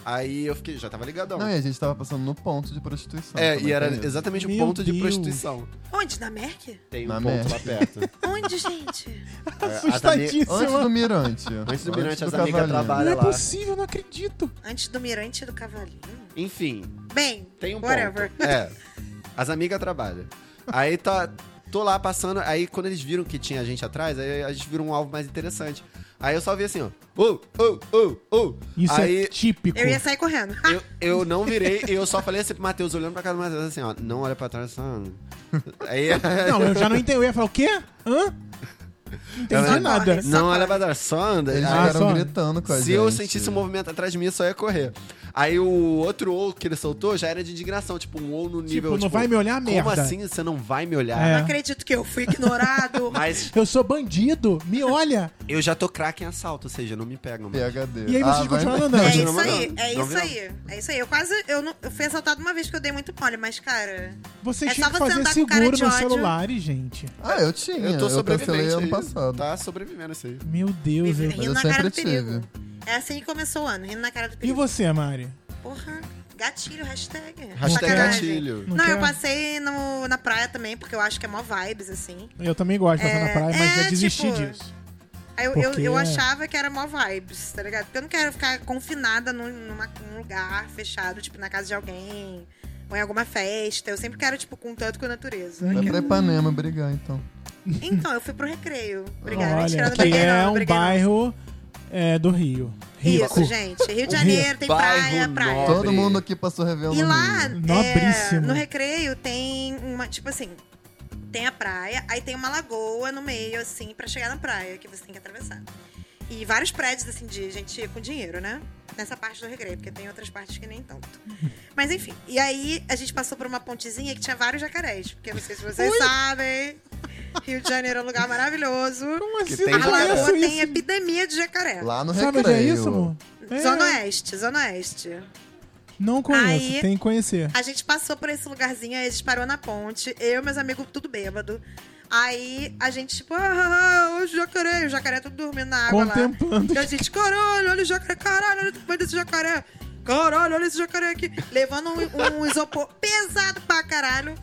Speaker 4: Aí eu fiquei, já tava ligadão.
Speaker 6: Não, e a gente tava passando no ponto de prostituição.
Speaker 4: é,
Speaker 6: também tá
Speaker 4: e era
Speaker 6: tem isso.
Speaker 4: exatamente o
Speaker 3: Meu
Speaker 4: ponto de
Speaker 3: Deus.
Speaker 4: prostituição.
Speaker 5: Onde? Na Merck?
Speaker 4: Tem um
Speaker 6: Na
Speaker 4: ponto
Speaker 6: merda.
Speaker 4: lá perto.
Speaker 5: Onde, gente?
Speaker 3: Tá
Speaker 6: Antes
Speaker 3: Assustadíssima.
Speaker 6: do mirante.
Speaker 4: Antes do Mirante, as amigas
Speaker 6: Cavalinho.
Speaker 4: trabalham.
Speaker 3: Não é
Speaker 4: Olha lá.
Speaker 3: possível, não acredito.
Speaker 5: Antes do Mirante e do Cavalinho.
Speaker 4: Enfim,
Speaker 5: Bem,
Speaker 4: tem um
Speaker 5: whatever.
Speaker 4: ponto. É. As amigas trabalham. Aí tá. Tô lá passando. Aí quando eles viram que tinha gente atrás, aí a gente virou um alvo mais interessante. Aí eu só vi assim, ó. Ô, ô, ô, ô.
Speaker 3: Isso
Speaker 4: Aí
Speaker 3: é típico.
Speaker 5: Eu ia sair correndo.
Speaker 4: Eu, eu não virei e eu só falei assim pro Matheus, olhando pra cara do Matheus, assim, ó, não olha pra trás, só... Aí,
Speaker 3: Não, eu já não entendi. Eu ia falar o quê? Hã? Não entendi
Speaker 4: Ela-
Speaker 3: nada.
Speaker 5: Só
Speaker 4: não
Speaker 5: para.
Speaker 4: olha pra trás, só anda.
Speaker 6: Eles
Speaker 5: Ah,
Speaker 4: Aí,
Speaker 6: ficaram
Speaker 3: só-
Speaker 6: gritando com a gente.
Speaker 4: se eu sentisse um movimento atrás de mim, eu só ia correr. Aí o outro ou que ele soltou já era de indignação, tipo, um ou no nível,
Speaker 3: não vai me olhar,
Speaker 4: Como
Speaker 3: merda."
Speaker 4: assim você não vai me olhar?
Speaker 3: É.
Speaker 5: Não acredito que eu fui ignorado.
Speaker 4: Mas
Speaker 3: Eu sou bandido, me olha.
Speaker 4: eu já tô craque em assalto, ou seja, não me pegam. mano.
Speaker 6: PHD.
Speaker 3: E aí vocês
Speaker 6: Ah, vai-
Speaker 3: continuaram andando.
Speaker 5: É
Speaker 4: Continua
Speaker 5: isso aí,
Speaker 4: mandando.
Speaker 5: é
Speaker 4: Não
Speaker 5: isso
Speaker 4: viu?
Speaker 5: aí, é isso aí. Eu quase, eu, não, eu fui assaltado uma vez que eu dei muito mole, mas cara,
Speaker 3: Você
Speaker 5: É
Speaker 3: tinha
Speaker 5: só
Speaker 3: que
Speaker 5: você
Speaker 3: fazer
Speaker 5: andar com cara
Speaker 3: seguro
Speaker 5: de
Speaker 3: nos
Speaker 5: ódio.
Speaker 3: celulares, gente.
Speaker 6: Ah, eu tinha.
Speaker 4: Eu tô sobrevivendo.
Speaker 6: cancelei ano
Speaker 4: aí.
Speaker 6: passado.
Speaker 4: Tá sobrevivendo isso aí.
Speaker 3: Meu Deus. é eu-
Speaker 5: rindo na
Speaker 6: sempre
Speaker 5: cara do
Speaker 6: tive.
Speaker 5: perigo. É assim que começou o ano, rindo na cara do
Speaker 3: E
Speaker 5: perigo.
Speaker 3: você, Mari?
Speaker 5: Porra, gatilho, hashtag.
Speaker 4: Hashtag
Speaker 5: Sacanagem.
Speaker 4: gatilho.
Speaker 3: Não
Speaker 5: Não, eu
Speaker 3: quer?
Speaker 5: passei no- na praia também, porque eu acho que é mó vibes, assim.
Speaker 3: Eu também gosto de passar
Speaker 5: É,
Speaker 3: na praia, mas
Speaker 5: é,
Speaker 3: já desisti
Speaker 5: tipo,
Speaker 3: disso.
Speaker 5: Aí eu, eu,
Speaker 3: Porque- é.
Speaker 5: eu achava que era mó vibes, tá ligado? Porque eu não quero ficar confinada num, numa- num lugar fechado, tipo, na casa de alguém, ou em alguma festa. Eu sempre quero, tipo, contato com a natureza.
Speaker 6: Vai
Speaker 5: Eu-
Speaker 6: pra Ipanema brigar, então.
Speaker 5: Então, eu fui pro recreio. Obrigada,
Speaker 3: Olha,
Speaker 5: tirando
Speaker 3: que
Speaker 5: briguei
Speaker 3: é
Speaker 5: não,
Speaker 3: um
Speaker 5: briguei não.
Speaker 3: bairro é, do Rio. Rico.
Speaker 5: Isso, gente. Rio de Janeiro, tem
Speaker 4: Bairro
Speaker 5: praia, praia.
Speaker 4: Nobre.
Speaker 6: Todo mundo aqui passou revendo
Speaker 5: E lá,
Speaker 6: Rio.
Speaker 5: é,
Speaker 3: Nobríssimo.
Speaker 5: no recreio, tem uma, tipo assim, tem a praia, aí tem uma lagoa no meio, assim, pra chegar na praia, que você tem que atravessar. E vários prédios, assim, de gente com dinheiro, né? Nessa parte do recreio, porque tem outras partes que nem tanto. Mas enfim, e aí a gente passou por uma pontezinha que tinha vários jacarés, porque não sei se vocês sabem, Rio de Janeiro é um lugar maravilhoso.
Speaker 3: Como assim?
Speaker 4: tem
Speaker 3: Eu
Speaker 5: A
Speaker 4: jacaré.
Speaker 3: conheço
Speaker 5: lagoa tem
Speaker 3: isso.
Speaker 5: epidemia de jacaré.
Speaker 6: Lá no
Speaker 3: Sabe
Speaker 6: recreio.
Speaker 3: onde é isso, amor? É,
Speaker 5: Zona Oeste, Zona Oeste.
Speaker 3: Não conheço,
Speaker 5: Aí-
Speaker 3: tem que conhecer.
Speaker 5: A gente passou por esse lugarzinho, aí a gente parou na ponte. Eu e meus amigos, tudo bêbado. Aí a gente, tipo, ah, ah, ah, o jacaré, o jacaré tudo dormindo na água
Speaker 3: Contemplando.
Speaker 5: lá. E a gente, caralho, olha o jacaré, caralho, olha o tamanho desse jacaré. Caralho, olha esse jacaré aqui. Levando um, um isopor pesado pra caralho,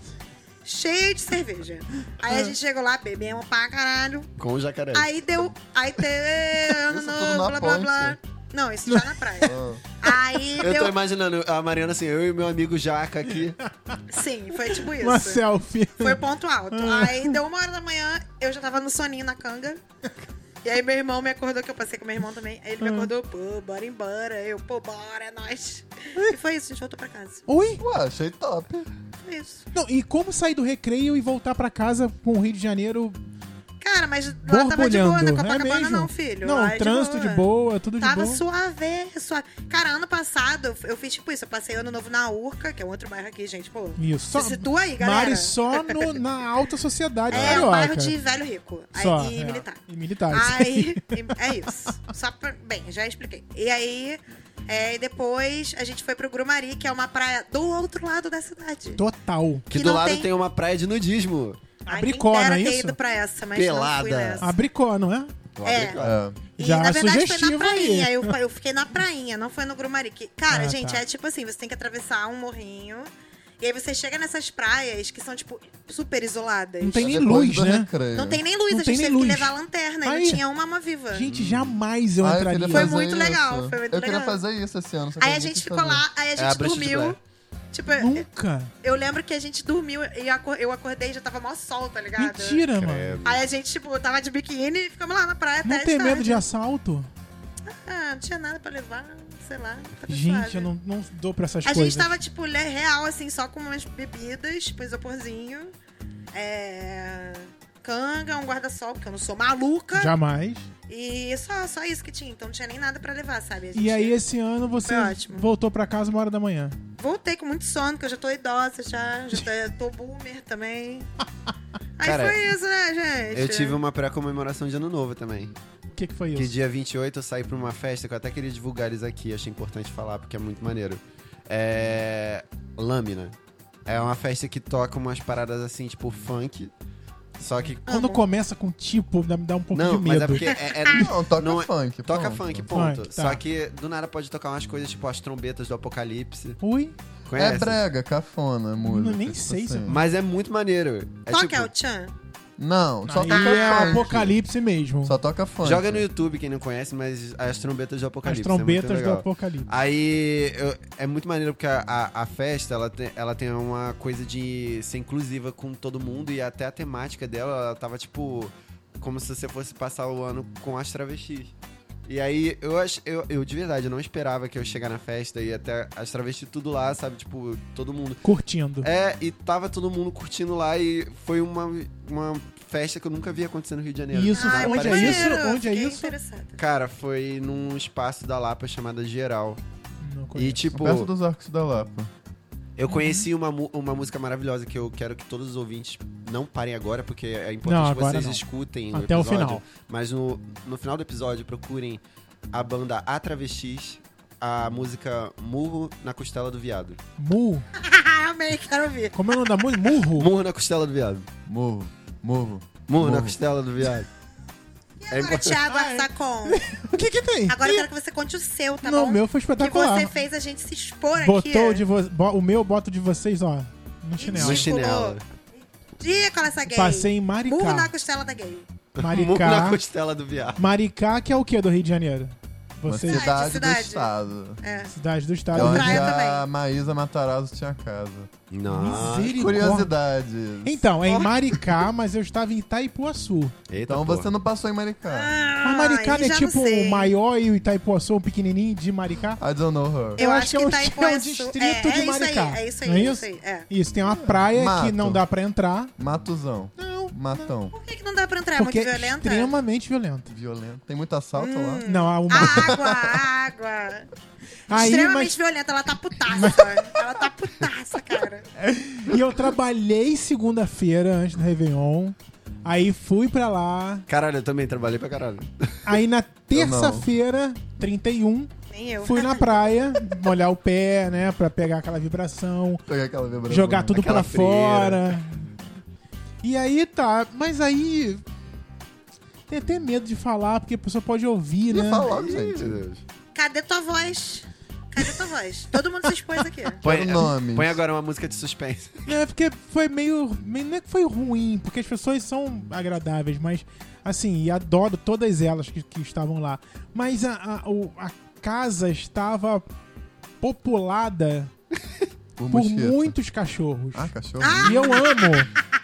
Speaker 5: cheio de cerveja. Aí a
Speaker 3: Ah.
Speaker 5: gente chegou lá, bebemos pra caralho.
Speaker 4: Com o jacaré.
Speaker 3: É.
Speaker 5: Aí deu. Aí teve. Ano
Speaker 6: Isso tudo
Speaker 5: novo,
Speaker 6: na né?
Speaker 5: blá blá blá. Não, isso já na praia.
Speaker 6: Ah.
Speaker 5: Aí
Speaker 4: Eu tô
Speaker 5: deu.
Speaker 4: imaginando a Mariana assim, eu e meu amigo Jaca aqui.
Speaker 5: Sim, foi tipo isso.
Speaker 3: Uma selfie.
Speaker 5: Foi o ponto alto.
Speaker 3: Hum.
Speaker 5: Aí deu uma hora da manhã, eu já tava no soninho na canga. E aí meu irmão me acordou, que eu passei com meu irmão também. Aí ele
Speaker 3: Hum.
Speaker 5: me acordou, pô, bora embora. Eu, pô, bora, é nóis. E foi isso, a gente voltou pra casa.
Speaker 3: Oi?
Speaker 6: Ué, achei top.
Speaker 5: Foi isso.
Speaker 3: Não, e como sair do recreio e voltar pra casa com o Rio de Janeiro
Speaker 5: Cara, mas lá tava de
Speaker 3: borbulhando?
Speaker 5: boa, né?
Speaker 3: é
Speaker 5: Copacabana
Speaker 3: mesmo?
Speaker 5: não, filho.
Speaker 3: Não,
Speaker 5: Lá é
Speaker 3: trânsito de boa, tudo de
Speaker 5: Tava
Speaker 3: boa.
Speaker 5: suave, suave. Cara, ano passado eu- eu fiz tipo isso. Eu passei ano novo na Urca, que é um outro bairro aqui, gente. Pô,
Speaker 3: Isso. Só,
Speaker 5: se situa aí, galera.
Speaker 3: Mari só no- na alta sociedade
Speaker 5: É, um
Speaker 3: carioca.
Speaker 5: bairro de velho rico. Aí,
Speaker 3: Só,
Speaker 5: e
Speaker 3: é.
Speaker 5: militar.
Speaker 3: E militar.
Speaker 5: Aí, é isso. Só pra- bem, já expliquei. E aí, é, e depois a gente foi pro Grumari, que é uma praia do outro lado da cidade.
Speaker 3: Total.
Speaker 4: Que,
Speaker 5: Que
Speaker 4: do
Speaker 5: não
Speaker 4: lado
Speaker 5: tem-
Speaker 4: tem... uma praia de nudismo.
Speaker 5: Ai,
Speaker 3: Abrir
Speaker 5: quem
Speaker 3: cor, não
Speaker 5: dera
Speaker 3: é
Speaker 5: ter
Speaker 3: isso?
Speaker 5: ido pra essa, mas não fui
Speaker 4: Pelada.
Speaker 5: nessa.
Speaker 3: Abricó, não é?
Speaker 5: É.
Speaker 6: É.
Speaker 5: E,
Speaker 3: Já
Speaker 5: na verdade foi na
Speaker 3: sugestivo aí.
Speaker 5: prainha. Eu, eu fiquei na prainha, não foi no Grumari. Que- Cara,
Speaker 3: Ah,
Speaker 5: gente,
Speaker 3: tá.
Speaker 5: é tipo assim, você tem que atravessar um morrinho. E aí você chega nessas praias que são, tipo, super isoladas.
Speaker 3: Não tem nem
Speaker 6: Depois
Speaker 3: luz,
Speaker 6: do
Speaker 3: né?
Speaker 6: recreio.
Speaker 5: Não tem nem luz,
Speaker 3: Não
Speaker 5: a
Speaker 3: tem
Speaker 5: gente
Speaker 3: nem
Speaker 5: teve
Speaker 3: luz.
Speaker 5: que levar a lanterna
Speaker 3: Aí.
Speaker 5: e não tinha uma viva.
Speaker 3: Gente, jamais eu
Speaker 6: Ah, eu queria
Speaker 3: entraria.
Speaker 5: Foi
Speaker 6: fazer
Speaker 5: muito legal, foi muito
Speaker 6: Eu queria
Speaker 5: legal.
Speaker 6: fazer isso esse ano. só que
Speaker 5: aí
Speaker 6: eu
Speaker 5: a
Speaker 6: não
Speaker 5: gente
Speaker 6: quis
Speaker 5: ficou
Speaker 6: fazer.
Speaker 5: lá, aí a
Speaker 4: É,
Speaker 5: gente
Speaker 4: abre o Chico
Speaker 5: dormiu.
Speaker 4: Black.
Speaker 5: Tipo, eu,
Speaker 3: Nunca.
Speaker 5: eu lembro que a gente dormiu e aco- eu acordei e já tava mó sol, tá ligado?
Speaker 3: Mentira, mano.
Speaker 4: Credo.
Speaker 5: Aí a gente, tipo, tava de biquíni e ficamos lá na praia
Speaker 3: Não
Speaker 5: até
Speaker 3: tem
Speaker 5: tarde.
Speaker 3: medo de assalto?
Speaker 5: Ah, não tinha nada pra levar, sei lá. tava
Speaker 3: Gente,
Speaker 5: suave.
Speaker 3: eu não, não dou pra essas
Speaker 5: A
Speaker 3: coisas.
Speaker 5: gente tava, tipo, le- real, assim, só com umas bebidas, tipo, isoporzinho. É... Canga, um guarda-sol, porque eu não sou maluca.
Speaker 3: Jamais.
Speaker 5: E só, só isso que tinha. Então não tinha nem nada pra levar, sabe? A gente-
Speaker 3: E aí, esse ano, você
Speaker 5: Foi ótimo.
Speaker 3: voltou pra casa uma hora da manhã.
Speaker 5: Voltei com muito sono, porque eu já tô idosa, já. Já tô, tô boomer também. Aí
Speaker 4: Cara,
Speaker 5: foi isso, né, gente?
Speaker 4: Eu tive uma pré-comemoração de ano novo também.
Speaker 3: O que, que foi
Speaker 4: Que
Speaker 3: isso?
Speaker 4: dia 28 eu saí pra uma festa que eu até queria divulgar eles aqui, achei importante falar porque é muito maneiro. É. Lâmina. É uma festa que toca umas paradas assim, tipo funk. Só que.
Speaker 3: Quando
Speaker 5: Amo.
Speaker 3: começa com tipo, dá- me dá um pouco
Speaker 4: Não,
Speaker 3: de
Speaker 4: mas
Speaker 3: medo.
Speaker 4: é porque. é- é-
Speaker 6: Não, toca
Speaker 4: Não é-
Speaker 6: funk.
Speaker 4: toca
Speaker 6: pronto.
Speaker 4: funk, ponto.
Speaker 3: Tipo, Funk, tá.
Speaker 4: Só que do nada pode tocar umas coisas tipo as trombetas do apocalipse.
Speaker 3: Ui,
Speaker 4: Conhece?
Speaker 6: É brega, cafona, a música.
Speaker 3: nem
Speaker 6: tipo
Speaker 3: sei se-
Speaker 6: assim.
Speaker 4: Mas é muito maneiro. É
Speaker 5: Toca
Speaker 4: tipo,
Speaker 5: é o Tchan?
Speaker 6: Não, só tá
Speaker 3: aí
Speaker 6: toca
Speaker 3: é
Speaker 6: funk.
Speaker 3: apocalipse mesmo.
Speaker 6: Só toca funk.
Speaker 4: Joga no YouTube quem não conhece, mas as trombetas do
Speaker 3: As
Speaker 4: apocalipse. é muito
Speaker 3: trombetas do
Speaker 4: legal.
Speaker 3: apocalipse.
Speaker 4: Aí eu- é muito maneiro porque a, a- a festa ela tem, ela tem uma coisa de ser inclusiva com todo mundo e até a temática dela ela tava tipo como se você fosse passar o ano com as travestis. E aí eu ach, eu, eu de verdade eu não esperava que eu chegar na festa e até as travestis tudo lá, sabe, tipo, todo mundo.
Speaker 3: Curtindo.
Speaker 4: É, e tava todo mundo curtindo lá e foi uma, uma festa que eu nunca vi acontecer no Rio de Janeiro.
Speaker 3: Isso,
Speaker 4: Nada
Speaker 3: onde é
Speaker 4: parecido.
Speaker 3: isso?
Speaker 5: Ah, maneiro,
Speaker 3: Onde é
Speaker 5: fiquei
Speaker 3: isso?
Speaker 5: interessada.
Speaker 4: Cara, foi num espaço da Lapa chamada Geral.
Speaker 3: Não
Speaker 4: E
Speaker 3: conheço.
Speaker 4: tipo,
Speaker 6: Perto dos arcos da Lapa.
Speaker 3: Uhum.
Speaker 4: Eu conheci uma, mu- uma música maravilhosa que eu quero que todos os ouvintes não parem agora, porque é
Speaker 3: Não,
Speaker 4: importante que
Speaker 3: agora
Speaker 4: vocês
Speaker 3: não.
Speaker 4: escutem
Speaker 3: Até o
Speaker 4: episódio,
Speaker 3: final.
Speaker 4: Mas no, no final do episódio, procurem a banda A Travestis, a música Murro na Costela do Viado.
Speaker 3: Mu.
Speaker 5: Ah, amei, quero ouvir.
Speaker 3: Como é o nome da música? Murro?
Speaker 4: Murro na Costela do Viado.
Speaker 6: Morro, morro.
Speaker 4: Murro, na
Speaker 6: Murro.
Speaker 4: Costela do Viado.
Speaker 5: E
Speaker 4: É
Speaker 5: agora,
Speaker 4: importante.
Speaker 5: Thiago
Speaker 3: Ah, é.
Speaker 5: Arsacon?
Speaker 3: O que que tem?
Speaker 5: Agora eu quero que você conte o seu, tá
Speaker 3: não,
Speaker 5: bom?
Speaker 3: o meu foi
Speaker 5: que
Speaker 3: espetacular.
Speaker 5: você fez a gente se expor aqui. é.
Speaker 3: Botou de vo... bo- o meu boto de vocês, ó, no chinelo.
Speaker 4: No chinelo.
Speaker 5: Dia com essa gay.
Speaker 3: Passei em
Speaker 5: Burro na
Speaker 3: Maricá.
Speaker 5: costela da gay.
Speaker 4: Murro na
Speaker 3: Maricá.
Speaker 4: Costela do Viado.
Speaker 3: Maricá, que é o que do Rio de Janeiro?
Speaker 6: Uma
Speaker 3: Vocês,
Speaker 6: cidade,
Speaker 5: cidade.
Speaker 6: do estado.
Speaker 5: É.
Speaker 3: cidade do
Speaker 6: É
Speaker 3: estado.
Speaker 6: onde
Speaker 5: praia
Speaker 6: a
Speaker 5: também.
Speaker 6: Maísa Matarazzo tinha casa.
Speaker 4: Não.
Speaker 3: Misericórdia.
Speaker 6: Curiosidades.
Speaker 3: Então, é em Maricá, mas eu estava em Itaipuaçu.
Speaker 4: Eita,
Speaker 6: Então
Speaker 4: porra.
Speaker 6: você não passou em Maricá.
Speaker 3: mas Maricá
Speaker 5: Ah, aí
Speaker 3: não é
Speaker 5: já
Speaker 3: tipo
Speaker 5: sei.
Speaker 3: o maior e o Itaipuaçu, o pequenininho de Maricá?
Speaker 6: I don't know her.
Speaker 5: Eu,
Speaker 3: Eu acho
Speaker 5: acho que,
Speaker 3: que
Speaker 5: tá
Speaker 3: é o-
Speaker 5: em
Speaker 3: é o
Speaker 5: Poço.
Speaker 3: distrito
Speaker 5: é,
Speaker 3: de Maricá.
Speaker 5: É isso aí,
Speaker 3: Não
Speaker 5: é
Speaker 3: é
Speaker 5: isso aí. É isso aí, é.
Speaker 3: Isso, tem uma praia que
Speaker 6: Mato.
Speaker 3: não dá pra entrar.
Speaker 6: Matuzão.
Speaker 3: Não,
Speaker 6: Matão.
Speaker 5: Por que, que não dá pra entrar? É
Speaker 3: porque
Speaker 5: muito
Speaker 3: é
Speaker 5: violenta? Hum.
Speaker 3: extremamente violento.
Speaker 6: Violento. Tem muito assalto lá.
Speaker 3: Não, há uma...
Speaker 5: A água, a Ah, água. Ah,
Speaker 3: Aí,
Speaker 5: extremamente
Speaker 3: mas...
Speaker 5: violenta. Ela tá putaça. ela tá putaça, cara.
Speaker 3: E eu trabalhei segunda-feira antes do Réveillon. Aí fui pra lá.
Speaker 4: Caralho, eu também trabalhei pra caralho.
Speaker 3: Aí na
Speaker 6: Eu não.
Speaker 3: terça-feira, 31,
Speaker 5: Nem eu.
Speaker 3: fui na praia molhar o pé, né? Pra pegar aquela vibração.
Speaker 6: Pegar aquela vibração.
Speaker 3: jogar tudo
Speaker 4: Aquela
Speaker 3: pra
Speaker 4: frieira.
Speaker 3: fora. E aí tá, mas aí. Tem até medo de falar, porque a pessoa pode ouvir,
Speaker 6: E
Speaker 3: né?
Speaker 6: falar,
Speaker 4: Ih,
Speaker 6: gente.
Speaker 4: meu Deus.
Speaker 5: Cadê tua voz? Cadê tua voz? Todo mundo se expôs aqui.
Speaker 6: Quero nomes.
Speaker 4: põe agora uma música de suspense.
Speaker 3: É, porque foi meio, meio. Não é que foi ruim, porque as pessoas são agradáveis, mas. Assim, e adoro todas elas que, que estavam lá. Mas a, a, o- a casa estava populada por
Speaker 6: Por mosquito.
Speaker 3: muitos cachorros.
Speaker 6: Ah, cachorro.
Speaker 3: E eu amo.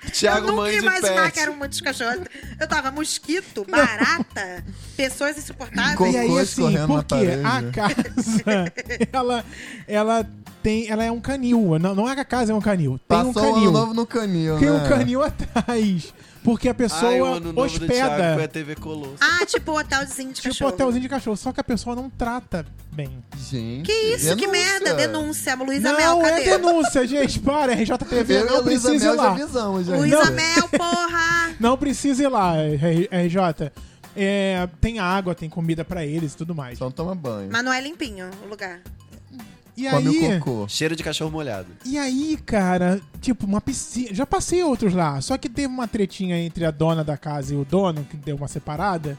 Speaker 5: Eu
Speaker 4: Thiago
Speaker 5: nunca
Speaker 4: Mãe
Speaker 5: ia
Speaker 4: de
Speaker 5: imaginar
Speaker 4: Pet.
Speaker 3: um
Speaker 5: que um eram muitos cachorros. Eu tava mosquito, barata, pessoas insuportáveis.
Speaker 6: Cocô
Speaker 3: e aí, assim,
Speaker 6: escorrendo na
Speaker 3: porque a
Speaker 6: parede. né?
Speaker 3: casa, ela, ela tem, ela é um canil. Não, não é que a casa é um canil. Tem
Speaker 6: Passou
Speaker 3: um
Speaker 6: o ano
Speaker 3: canil.
Speaker 6: novo no canil,
Speaker 3: tem
Speaker 6: né?
Speaker 3: um canil atrás. Porque a
Speaker 4: Ai, o
Speaker 3: pessoa
Speaker 4: ano novo do Thiago foi a
Speaker 3: hospeda.
Speaker 4: TV Colosso.
Speaker 5: Ah, tipo hotelzinho de
Speaker 3: Tipo
Speaker 5: cachorro.
Speaker 3: hotelzinho de cachorro. Só que a pessoa não trata bem.
Speaker 6: Gente.
Speaker 5: Que isso, que
Speaker 6: denúncia.
Speaker 5: merda. Denúncia, Luísa
Speaker 3: não
Speaker 5: Mel,
Speaker 3: é
Speaker 5: cadê?
Speaker 3: denúncia, gente. Para, RJTV
Speaker 6: Eu e a
Speaker 3: não
Speaker 6: Luísa
Speaker 3: precisa ir
Speaker 6: Mel já
Speaker 3: lá.
Speaker 6: avisamos, gente.
Speaker 5: Luísa
Speaker 3: Não.
Speaker 5: Mel, porra!
Speaker 3: Não precisa ir lá, R- RJ. É, tem água, tem comida pra eles e tudo mais.
Speaker 6: Então toma banho.
Speaker 5: Mas não é limpinho o lugar.
Speaker 3: E
Speaker 6: Come
Speaker 3: aí,
Speaker 6: o cocô.
Speaker 4: Cheiro de cachorro molhado.
Speaker 3: E aí, cara, tipo, uma piscina. Já passei outros lá, só que teve uma tretinha entre a dona da casa e o dono, que deu uma separada.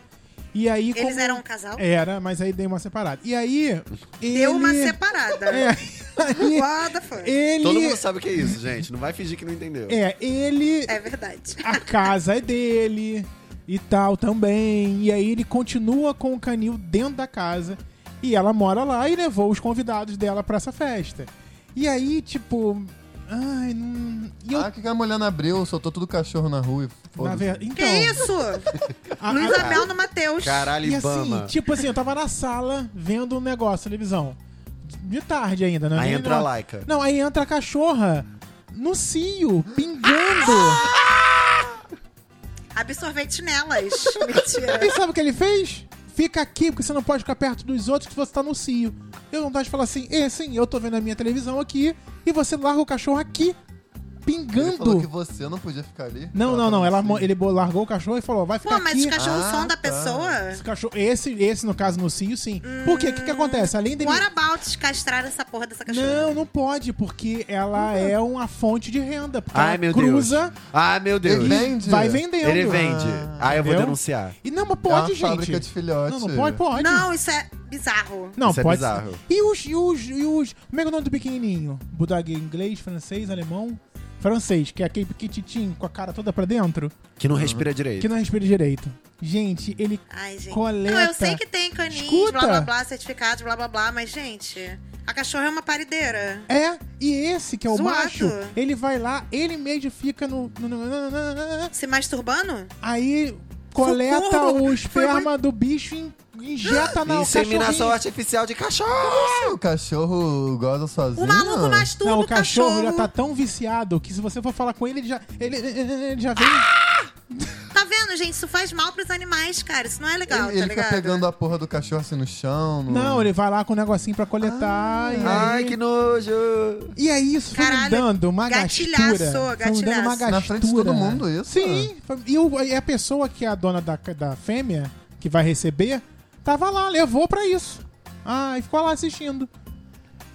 Speaker 3: E aí.
Speaker 5: Eles
Speaker 3: como-
Speaker 5: eram um casal?
Speaker 3: Era, mas aí deu uma separada. E aí.
Speaker 5: Deu uma
Speaker 3: ele-
Speaker 5: separada.
Speaker 3: É, aí
Speaker 5: What the fuck?
Speaker 3: ele.
Speaker 4: Todo mundo sabe o que é isso, gente. Não vai fingir que não entendeu.
Speaker 3: É, ele.
Speaker 5: É verdade.
Speaker 3: A casa é dele e tal também. E aí ele continua com o canil dentro da casa. E ela mora lá e levou os convidados dela pra essa festa. E aí, tipo. Ai, não. E eu
Speaker 6: Ah, o que que a mulher não abriu? Soltou tudo cachorro na rua e
Speaker 3: Na
Speaker 6: foda-se.
Speaker 3: ver... Então, Ah,
Speaker 5: Que isso?
Speaker 3: a- a-
Speaker 5: Luiz Abel no Matheus.
Speaker 4: Caralho,
Speaker 3: e
Speaker 4: Ibama.
Speaker 3: assim, tipo assim, eu tava na sala vendo um negócio, televisão. De tarde ainda, né?
Speaker 4: Aí
Speaker 3: Nem-
Speaker 4: entra a
Speaker 3: não-
Speaker 4: Laika.
Speaker 3: Não, aí entra a cachorra no cio, pingando.
Speaker 5: Absorvente nelas. Mentira.
Speaker 3: E sabe o que ele fez? Fica aqui, porque você não pode ficar perto dos outros que você tá no cio. Eu não gosto de falar assim, é sim, eu tô vendo a minha televisão aqui e você larga o cachorro aqui,
Speaker 6: Ele falou que
Speaker 3: pingando.
Speaker 6: você não podia ficar ali?
Speaker 3: Não, não,
Speaker 6: tava
Speaker 3: não, ela,
Speaker 6: assim.
Speaker 3: mo- ele bo- largou o cachorro e falou, vai ficar
Speaker 5: Pô, mas
Speaker 3: aqui. Ah,
Speaker 5: os cachorros
Speaker 6: Ah,
Speaker 5: som da
Speaker 6: tá.
Speaker 5: pessoa.
Speaker 3: Esse cachorro, esse, esse, no caso, no cio, sim.
Speaker 5: Hum,
Speaker 3: Por quê? O que, que acontece? Além dele...
Speaker 5: What about castrar essa porra dessa cachorra?
Speaker 3: Não, não pode, porque ela é uma fonte de renda. Porque
Speaker 4: Ai,
Speaker 3: ela
Speaker 4: meu
Speaker 3: cruza,
Speaker 4: Deus. Ai, meu Deus.
Speaker 6: Ele vende?
Speaker 3: vai vendendo.
Speaker 4: Ele vende.
Speaker 6: Ah,
Speaker 4: ah, eu vou
Speaker 3: entendeu?
Speaker 4: denunciar.
Speaker 3: E não, mas
Speaker 6: É uma
Speaker 3: pode,
Speaker 6: fábrica
Speaker 3: gente.
Speaker 6: de filhote.
Speaker 3: Não, não pode, pode.
Speaker 5: Não, isso é bizarro.
Speaker 3: Não,
Speaker 4: Isso é
Speaker 3: pode.
Speaker 4: bizarro.
Speaker 3: E os, e os, e os. Como é que é o nome do pequenininho? Budague inglês, francês, alemão? Francês, que é aquele pequititinho com a cara toda pra dentro,
Speaker 4: Que não respira direito.
Speaker 3: Ah. que não respira direito. Gente, ele.
Speaker 5: Ai, gente.
Speaker 3: Coleta.
Speaker 5: Não, eu sei que tem caninhos,
Speaker 3: Escuta.
Speaker 5: blá blá blá, certificados, blá blá blá, mas, gente, a cachorra é uma parideira.
Speaker 3: É, e esse que é o
Speaker 5: Zoado.
Speaker 3: macho, ele vai lá, ele mesmo fica no. no- no- no- no- no- no-
Speaker 5: Se masturbando?
Speaker 3: aí coleta
Speaker 5: Socorro!
Speaker 3: o esperma do bicho e injeta na
Speaker 4: Inseminação
Speaker 3: cachorrinho.
Speaker 4: artificial de cachorro.
Speaker 6: Ah, O cachorro goza sozinho.
Speaker 5: O Um maluco masturba
Speaker 3: Não,
Speaker 5: o
Speaker 3: o cachorro,
Speaker 5: cachorro.
Speaker 3: já tá tão viciado que se você for falar com ele, ele já, ele, ele já vem.
Speaker 4: Ah.
Speaker 5: Tá vendo, gente? Isso faz mal pros animais, cara. Isso não é legal,
Speaker 6: Ele,
Speaker 5: tá
Speaker 6: ele fica
Speaker 5: ligado?
Speaker 6: pegando a porra do cachorro assim no chão. No...
Speaker 3: Não, ele vai lá com um negocinho pra coletar.
Speaker 5: Ah.
Speaker 3: e, aí,
Speaker 4: Ai, que nojo.
Speaker 3: e aí isso foi me
Speaker 5: Caralho,
Speaker 3: dando uma
Speaker 5: gatilhaço,
Speaker 3: gastura. Foi me dando uma gastura.
Speaker 5: gatilhaço.
Speaker 6: Na frente de todo mundo, isso? né?
Speaker 3: Sim. foi- E, o- e a pessoa que é a dona da, da fêmea, que vai receber, tava lá, levou pra isso. Ah, e ficou lá assistindo.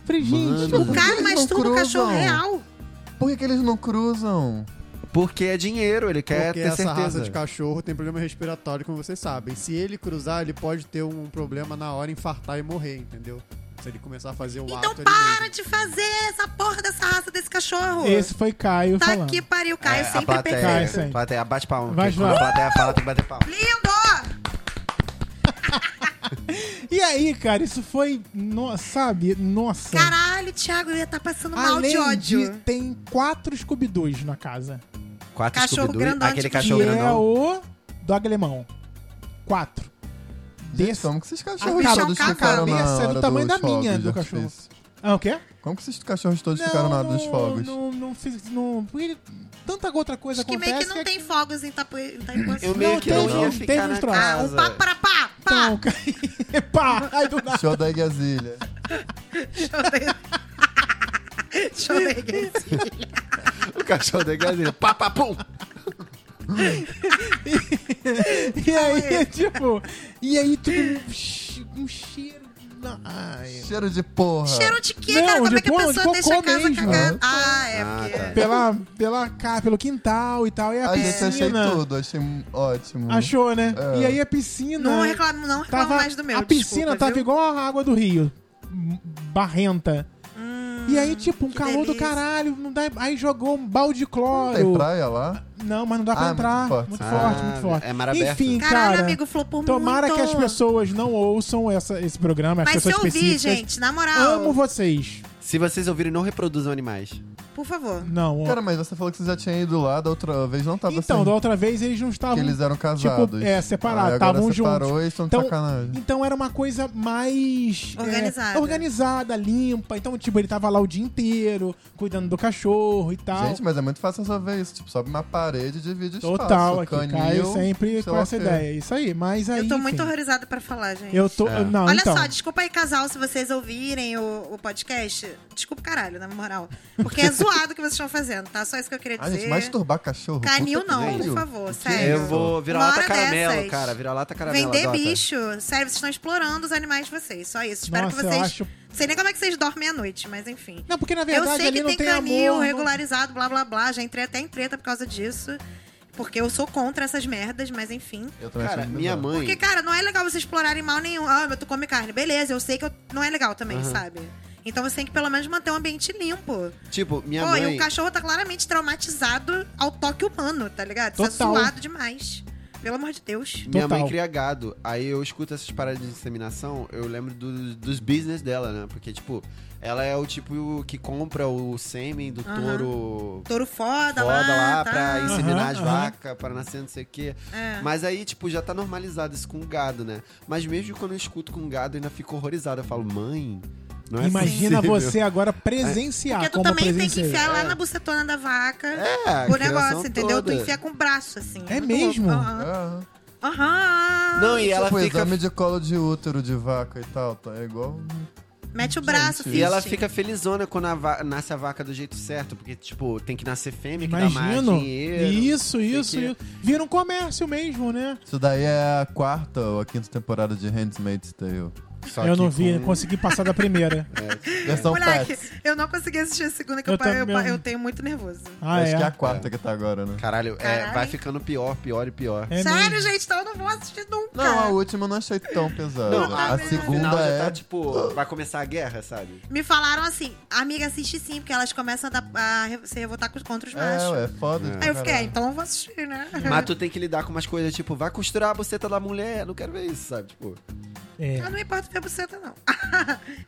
Speaker 3: Falei, gente,
Speaker 6: Mano.
Speaker 5: O cara
Speaker 6: Eles não
Speaker 5: masturba o cachorro
Speaker 6: cruzam.
Speaker 5: real.
Speaker 6: Por que, que eles não cruzam?
Speaker 4: Porque é dinheiro, ele quer
Speaker 1: Porque
Speaker 4: ter
Speaker 1: essa raça
Speaker 4: certeza.
Speaker 1: de cachorro tem problema respiratório, como vocês sabem. Se ele cruzar, ele pode ter um problema na hora, infartar e morrer, entendeu? Se ele começar a fazer o
Speaker 5: Então
Speaker 4: é
Speaker 1: ato... ele
Speaker 5: para
Speaker 1: mesmo.
Speaker 5: de fazer essa porra dessa raça desse cachorro.
Speaker 3: esse foi Caio
Speaker 5: tá
Speaker 3: falando.
Speaker 5: aqui, pariu. Caio
Speaker 4: É, a
Speaker 5: sempre é
Speaker 4: plateia,
Speaker 5: perfeito.
Speaker 3: Cai, sempre.
Speaker 4: plateia, bate palma.
Speaker 3: Vai,
Speaker 4: porque quando
Speaker 3: João.
Speaker 4: a plateia fala, tem que bater palma.
Speaker 5: Lindo!
Speaker 3: E aí, cara, isso foi. No, sabe? Nossa.
Speaker 5: Caralho, Thiago, eu ia estar passando mal
Speaker 3: Além
Speaker 5: de ódio.
Speaker 3: de- tem quatro scooby doos na casa.
Speaker 4: Quatro
Speaker 5: Cachorro
Speaker 4: Scooby-Doo,
Speaker 5: grandão,
Speaker 4: aquele
Speaker 5: tipo,
Speaker 4: cachorro
Speaker 3: que é
Speaker 4: grandão.
Speaker 3: o dog alemão. Quatro.
Speaker 6: Gente,
Speaker 3: Desse-
Speaker 6: como que esses
Speaker 3: A
Speaker 6: cachorros
Speaker 3: cara-
Speaker 6: todos
Speaker 5: a
Speaker 6: ficaram na
Speaker 3: cabeça é do
Speaker 6: hora
Speaker 3: tamanho
Speaker 6: dos
Speaker 3: da minha,
Speaker 6: fogos de
Speaker 3: do cachorro.
Speaker 6: artifício?
Speaker 3: Ah, o quê?
Speaker 6: Como que esses cachorros todos ficaram na hora dos fogos?
Speaker 3: Não, não fiz. Não, porque tanta outra coisa
Speaker 5: Acho que
Speaker 3: acontece.
Speaker 5: meio que não
Speaker 3: é
Speaker 5: tem fogos em Itapu- em Itaipuã.
Speaker 4: Eu
Speaker 5: Não,
Speaker 4: meio que não
Speaker 3: tem-
Speaker 4: ia
Speaker 3: tem
Speaker 4: ficar na
Speaker 3: uns troços.
Speaker 5: Ah,
Speaker 4: casa.
Speaker 5: o pá para pá, pá.
Speaker 3: Então, cara, pá, ai do nada.
Speaker 6: Show da Igazilha.
Speaker 5: Chorei. Chorei.
Speaker 4: O cachorro da galinha. Pá, pá, pum.
Speaker 3: E aí, tipo. E aí, tipo, um che- um cheiro. Ai.
Speaker 6: Cheiro de porra.
Speaker 5: Cheiro de quê,
Speaker 3: Não,
Speaker 5: cara? Como
Speaker 3: de
Speaker 5: é que a
Speaker 3: pão, de
Speaker 5: pessoa deixa
Speaker 3: cocô
Speaker 5: a casa
Speaker 3: mesmo.
Speaker 5: cagada? Ah, é porque...
Speaker 3: Pela, pela cá, pelo quintal e tal. E a
Speaker 6: A gente achei
Speaker 3: piscina.
Speaker 6: tudo, achei ótimo.
Speaker 3: Achou, né?
Speaker 6: É.
Speaker 3: E aí a piscina.
Speaker 5: Não reclamo, não reclamo
Speaker 3: Né? tava,
Speaker 5: mais do meu,
Speaker 3: A piscina
Speaker 5: desculpa,
Speaker 3: tava
Speaker 5: viu?
Speaker 3: igual a água do rio. m- Barrenta. e aí, tipo, um
Speaker 5: Hum, que
Speaker 3: calor do
Speaker 5: delícia.
Speaker 3: caralho. Não dá, aí jogou um balde de cloro.
Speaker 6: Não tem praia lá?
Speaker 3: Não, mas não dá pra
Speaker 6: Ah,
Speaker 3: entrar.
Speaker 6: muito forte.
Speaker 3: Muito
Speaker 4: Ah,
Speaker 3: forte, muito forte.
Speaker 4: é mar aberto.
Speaker 3: Enfim,
Speaker 5: Caralho,
Speaker 3: cara.
Speaker 5: amigo, flopou
Speaker 3: tomara
Speaker 5: muito.
Speaker 3: que as pessoas não ouçam essa, esse programa, as
Speaker 5: Mas se
Speaker 3: pessoas
Speaker 5: eu ouvir,
Speaker 3: específicas.
Speaker 5: gente, na moral,
Speaker 3: Amo vocês.
Speaker 4: Se vocês ouvirem, não reproduzam animais.
Speaker 5: por favor.
Speaker 3: Não.
Speaker 6: Cara, mas você falou que você já tinha ido lá da outra vez, não tava
Speaker 3: então,
Speaker 6: assim.
Speaker 3: da outra vez eles não
Speaker 6: Que
Speaker 3: estavam.
Speaker 6: eles eram casados.
Speaker 3: Tipo, é, separados,
Speaker 6: Aí agora
Speaker 3: estavam
Speaker 6: separou
Speaker 3: juntos.
Speaker 6: e estão de
Speaker 3: Então,
Speaker 6: sacanagem.
Speaker 3: então era uma coisa mais. é,
Speaker 5: Organizada.
Speaker 3: organizada, limpa. Então, tipo, ele tava lá o dia inteiro, cuidando do cachorro e tal.
Speaker 6: Gente, mas é muito fácil resolver isso. Tipo, sobe uma parede e divide espaço.
Speaker 3: Total, aqui.
Speaker 6: canil,
Speaker 3: Caio sempre
Speaker 6: sei
Speaker 3: com
Speaker 6: lá
Speaker 3: essa
Speaker 6: o quê.
Speaker 3: ideia. Isso aí. Mas aí.
Speaker 5: eu tô muito
Speaker 3: enfim,
Speaker 5: horrorizada pra falar, gente.
Speaker 3: Eu tô.
Speaker 4: É.
Speaker 3: Não,
Speaker 5: Olha
Speaker 3: então.
Speaker 5: só, desculpa aí, casal, se vocês ouvirem o, o podcast. Desculpa, caralho, na moral. Porque é zoado o que vocês estão fazendo, tá? Só isso que eu queria
Speaker 6: Ah,
Speaker 5: dizer.
Speaker 6: gente, masturbar cachorro.
Speaker 5: Canil
Speaker 6: puta que
Speaker 5: não,
Speaker 6: pariu.
Speaker 5: por favor, sério.
Speaker 4: Eu vou virar
Speaker 5: É Uma
Speaker 4: lata
Speaker 5: hora
Speaker 4: caramelo,
Speaker 5: dessas.
Speaker 4: cara. Virar lata caramelo.
Speaker 5: Vender
Speaker 4: adota.
Speaker 5: bicho. Sério, vocês estão explorando os animais de vocês. Só isso. Espero
Speaker 3: Nossa,
Speaker 5: que
Speaker 3: eu
Speaker 5: vocês
Speaker 3: acho
Speaker 5: Sei nem como é que vocês dormem à noite, mas enfim.
Speaker 3: Não, porque na verdade
Speaker 5: eu sei
Speaker 3: ali
Speaker 5: que
Speaker 3: não
Speaker 5: tem
Speaker 3: tem
Speaker 5: canil
Speaker 3: amor. não-
Speaker 5: regularizado, blá blá blá. Já entrei até em treta por causa disso. Porque eu sou contra essas merdas, mas enfim.
Speaker 6: Eu também
Speaker 4: Cara,
Speaker 6: acho muito
Speaker 4: minha
Speaker 6: bizarro.
Speaker 4: mãe.
Speaker 5: Porque, cara, não é legal vocês explorarem mal nenhum. Ah, mas tu come carne. Beleza, eu sei que eu- não é legal também, sabe? Então você tem que pelo menos manter o ambiente limpo.
Speaker 4: Tipo, minha
Speaker 5: Pô, e
Speaker 4: mãe.
Speaker 5: o cachorro tá claramente traumatizado ao toque humano, tá ligado? Tá
Speaker 3: Total.
Speaker 5: zoado demais. Pelo amor de Deus.
Speaker 4: Minha mãe
Speaker 3: Total.
Speaker 4: cria gado. Aí eu escuto essas paradas de inseminação, eu lembro do- dos business dela, né? Porque, tipo, ela é o tipo que compra o sêmen do
Speaker 5: Aham.
Speaker 4: touro
Speaker 5: Touro foda,
Speaker 4: foda lá,
Speaker 5: tá.
Speaker 4: pra inseminar as
Speaker 3: Aham, aham.
Speaker 4: vacas, pra nascer não sei o quê.
Speaker 5: É.
Speaker 4: Mas aí, tipo, já tá normalizado isso com gado, né? Mas mesmo quando eu escuto com gado, eu ainda fico horrorizado. Eu falo, mãe, não é
Speaker 3: Imagina
Speaker 4: possível.
Speaker 3: você agora presenciar
Speaker 5: Porque tu
Speaker 3: Ah, como
Speaker 5: também tem que
Speaker 3: presenciei.
Speaker 5: enfiar lá
Speaker 4: É.
Speaker 5: na bucetona da vaca
Speaker 4: É, a
Speaker 5: o
Speaker 4: criação
Speaker 5: negócio, entendeu?
Speaker 4: toda.
Speaker 5: Tu enfia com o braço, assim.
Speaker 3: É
Speaker 5: Muito
Speaker 3: mesmo?
Speaker 5: louco. Aham.
Speaker 6: Aham.
Speaker 5: Aham.
Speaker 4: Não, e ela
Speaker 6: É. tipo,
Speaker 4: fica
Speaker 6: exame de colo de útero de vaca e tal, tá? É igual.
Speaker 5: Mete o braço,
Speaker 6: Gente.
Speaker 5: filho.
Speaker 4: E ela fica felizona quando a va- nasce a vaca do jeito certo, porque, tipo, tem que nascer fêmea, que dá
Speaker 3: Imagino.
Speaker 4: mais dinheiro.
Speaker 3: Isso, isso,
Speaker 4: que-
Speaker 3: isso. Vira um comércio mesmo, né?
Speaker 6: Isso daí é a quarta ou a quinta temporada de Handmaid's Tale.
Speaker 4: Só
Speaker 3: eu
Speaker 4: que
Speaker 3: não vi,
Speaker 4: Tá com-
Speaker 3: consegui passar da primeira.
Speaker 6: Versão
Speaker 5: Moleque,
Speaker 6: pets.
Speaker 5: eu não consegui assistir a segunda, que
Speaker 3: Eu
Speaker 5: eu, pa- eu,
Speaker 3: também.
Speaker 5: pa- eu tenho muito nervoso.
Speaker 3: Ah,
Speaker 6: Acho
Speaker 3: é.
Speaker 6: que é a quarta que tá agora, né?
Speaker 4: Caralho, é,
Speaker 5: Caralho.
Speaker 4: vai ficando pior, pior e pior.
Speaker 3: É
Speaker 5: Sério,
Speaker 3: mesmo.
Speaker 5: gente, então eu não vou assistir nunca.
Speaker 6: Não, a última eu não achei tão pesada.
Speaker 4: Não,
Speaker 5: tá
Speaker 6: a
Speaker 5: vendo?
Speaker 4: No final
Speaker 6: segunda
Speaker 4: já
Speaker 6: é.
Speaker 4: tá, tipo, vai começar a guerra, sabe?
Speaker 5: Me falaram assim, amiga, assiste sim, porque elas começam a, dar- a re- se revoltar com- contra os
Speaker 6: É,
Speaker 5: machos.
Speaker 6: ué, foda.
Speaker 5: Aí eu fiquei, ah, então eu vou assistir, né?
Speaker 4: é Mas tu tem que lidar com umas coisas, tipo, vai costurar a buceta da mulher, não quero ver isso, sabe? Tipo,
Speaker 3: É.
Speaker 5: Eu não importo ver buceta, não.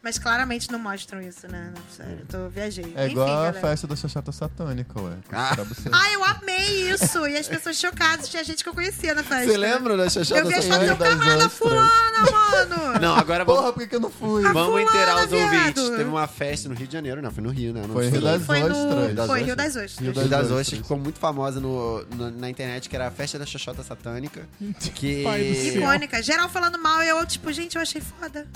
Speaker 5: Mas claramente não mostram isso, né? Não, sério, eu tô viajei.
Speaker 6: É igual a
Speaker 5: então, galera.
Speaker 6: festa da Xoxota Satânica, ué.
Speaker 4: Ah.
Speaker 6: Pra você.
Speaker 5: Ah, eu amei isso! E as pessoas chocadas, tinha gente que eu conhecia na festa.
Speaker 4: você lembra da Xoxota?
Speaker 5: Eu vi as
Speaker 6: Essa
Speaker 5: fotos do
Speaker 6: daí é das
Speaker 5: caralho da
Speaker 6: ostras.
Speaker 5: fulana, Ah, mano!
Speaker 4: Não, agora
Speaker 6: Porra,
Speaker 4: vamos,
Speaker 6: por que, que eu não fui?
Speaker 5: Ah,
Speaker 4: vamos inteirar os
Speaker 5: fulana,
Speaker 4: ouvintes.
Speaker 5: viado.
Speaker 4: Teve uma festa no Rio de Janeiro, não, foi no Rio, né? Não
Speaker 6: Foi em
Speaker 4: sei.
Speaker 6: Rio das
Speaker 5: foi
Speaker 6: Ostras.
Speaker 5: no... Foi Rio
Speaker 4: Das
Speaker 5: das Ostras.
Speaker 6: Rio
Speaker 4: Rio das
Speaker 6: das
Speaker 4: Ostras,
Speaker 6: Ostras.
Speaker 4: que ficou muito famosa no, no- na internet, que era a festa da Xoxota satânica. Que,
Speaker 3: É. Pai do céu.
Speaker 5: Icônica. Geral falando mal, eu, tipo, gente, eu achei foda.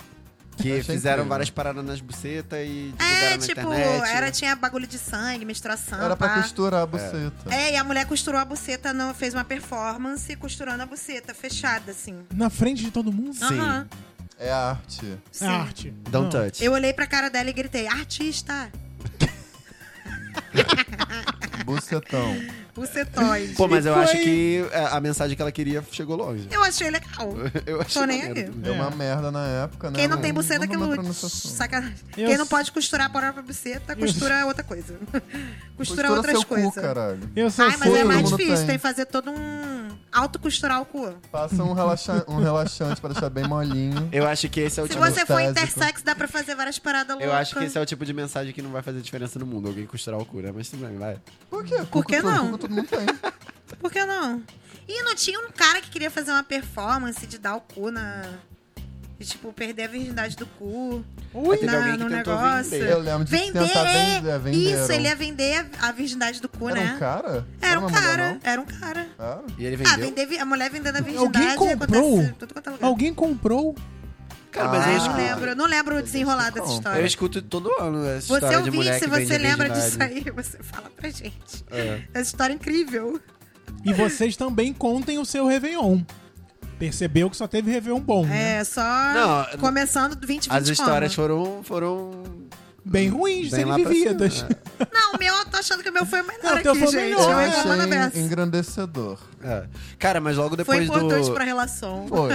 Speaker 4: que
Speaker 6: Achei
Speaker 4: fizeram
Speaker 6: incrível.
Speaker 4: várias paradas nas bucetas e divulgaram
Speaker 5: É,
Speaker 4: na
Speaker 5: tipo,
Speaker 4: internet. né?
Speaker 5: era, tinha bagulho de sangue, menstruação.
Speaker 6: Era pra
Speaker 5: pá.
Speaker 6: costurar a buceta.
Speaker 5: É, e a mulher costurou a buceta, no, fez uma performance costurando a buceta, fechada, assim.
Speaker 3: Na frente de todo mundo.
Speaker 4: Sim.
Speaker 5: Aham,
Speaker 6: É a arte.
Speaker 5: sim.
Speaker 3: É arte.
Speaker 4: Don't
Speaker 3: Não.
Speaker 4: touch.
Speaker 5: Eu olhei pra cara dela e gritei, artista,
Speaker 6: Bucetão.
Speaker 5: bucetoide.
Speaker 4: Pô, mas eu
Speaker 3: E foi-
Speaker 4: acho que é, a mensagem que ela queria chegou longe.
Speaker 5: Eu achei legal.
Speaker 4: Eu achei
Speaker 5: nem
Speaker 4: maneiro.
Speaker 5: aí.
Speaker 6: Deu uma merda na época, né?
Speaker 5: É. Quem não tem buceta é que
Speaker 6: não vou entrar
Speaker 5: lute.
Speaker 6: nesse assunto.
Speaker 5: Sacanagem.
Speaker 3: Eu
Speaker 5: Quem não
Speaker 3: s-
Speaker 5: pode costurar a própria buceta, costura outra coisa. costura,
Speaker 6: Costura
Speaker 5: outras
Speaker 6: seu
Speaker 5: coisas.
Speaker 6: cu, caralho.
Speaker 3: Eu só
Speaker 5: Ai, mas
Speaker 3: fui.
Speaker 5: é mais
Speaker 6: Todo mundo
Speaker 5: difícil, tem.
Speaker 6: tem.
Speaker 5: que fazer todo um autocosturar o cu.
Speaker 6: Passa um, relaxa- um relaxante pra deixar bem molinho.
Speaker 4: Eu acho que esse é o
Speaker 5: Se
Speaker 4: tipo.
Speaker 5: você for
Speaker 6: Anestésico.
Speaker 5: intersex, dá pra fazer várias paradas loucas.
Speaker 4: Eu acho que esse é o tipo de mensagem que não vai fazer diferença no mundo. Alguém costurar o cu, né? Mas tudo bem, vai.
Speaker 6: Por quê?
Speaker 5: Por que
Speaker 6: Cuco,
Speaker 5: não?
Speaker 6: cuco, todo mundo tem.
Speaker 5: Por que não? E não tinha um cara que queria fazer uma performance de dar o cu na. De, tipo, perder a virgindade do cu.
Speaker 4: Mas teve
Speaker 5: na-
Speaker 4: alguém que
Speaker 5: no
Speaker 4: tentou
Speaker 5: negócio.
Speaker 4: vender.
Speaker 6: Eu lembro de
Speaker 5: Vender!
Speaker 6: tentar vender. é, venderam.
Speaker 5: Isso, ele ia vender a, a virgindade do cu,
Speaker 6: Era
Speaker 5: né?
Speaker 6: um cara?
Speaker 5: Era um
Speaker 6: uma mulher,
Speaker 5: cara.
Speaker 6: não?
Speaker 5: Era um cara.
Speaker 6: Era?
Speaker 4: E ele
Speaker 5: Ah,
Speaker 4: vendeu.
Speaker 5: vender, vi- a mulher vendendo a virgindade
Speaker 3: Alguém comprou?
Speaker 5: acontece em tudo quanto é lugar.
Speaker 3: Alguém comprou?
Speaker 4: Cara,
Speaker 5: Ah,
Speaker 4: mas eu
Speaker 5: eu não
Speaker 4: escuto.
Speaker 5: lembro, eu não lembro o desenrolar dessa
Speaker 6: Como?
Speaker 5: história.
Speaker 4: Eu escuto todo ano essa
Speaker 5: Você
Speaker 4: história de
Speaker 5: ouvinte,
Speaker 4: mulher
Speaker 5: se
Speaker 4: que vende
Speaker 5: você lembra
Speaker 4: virgindade.
Speaker 5: disso aí, você fala pra gente.
Speaker 4: É.
Speaker 5: Essa história é incrível.
Speaker 3: E vocês também contem o seu Réveillon. Percebeu que só teve Réveillon bom, né?
Speaker 4: Uhum.
Speaker 5: É, só
Speaker 4: Não,
Speaker 5: começando 20, 20
Speaker 4: As histórias
Speaker 5: como.
Speaker 4: foram, foram
Speaker 3: Bem ruins,
Speaker 4: Bem
Speaker 3: serem
Speaker 4: lá pra
Speaker 3: vividas.
Speaker 4: cima, né?
Speaker 5: Não, o meu, eu tô achando que o meu foi o
Speaker 3: Não,
Speaker 5: melhor
Speaker 3: o
Speaker 5: aqui,
Speaker 3: teu foi o
Speaker 5: gente.
Speaker 3: melhor.
Speaker 5: Eu reclamo da
Speaker 6: achei
Speaker 5: peça.
Speaker 6: engrandecedor.
Speaker 4: É. Cara, mas logo
Speaker 5: Foi
Speaker 4: depois
Speaker 5: importante
Speaker 4: do.
Speaker 5: pra relação.
Speaker 6: Foi.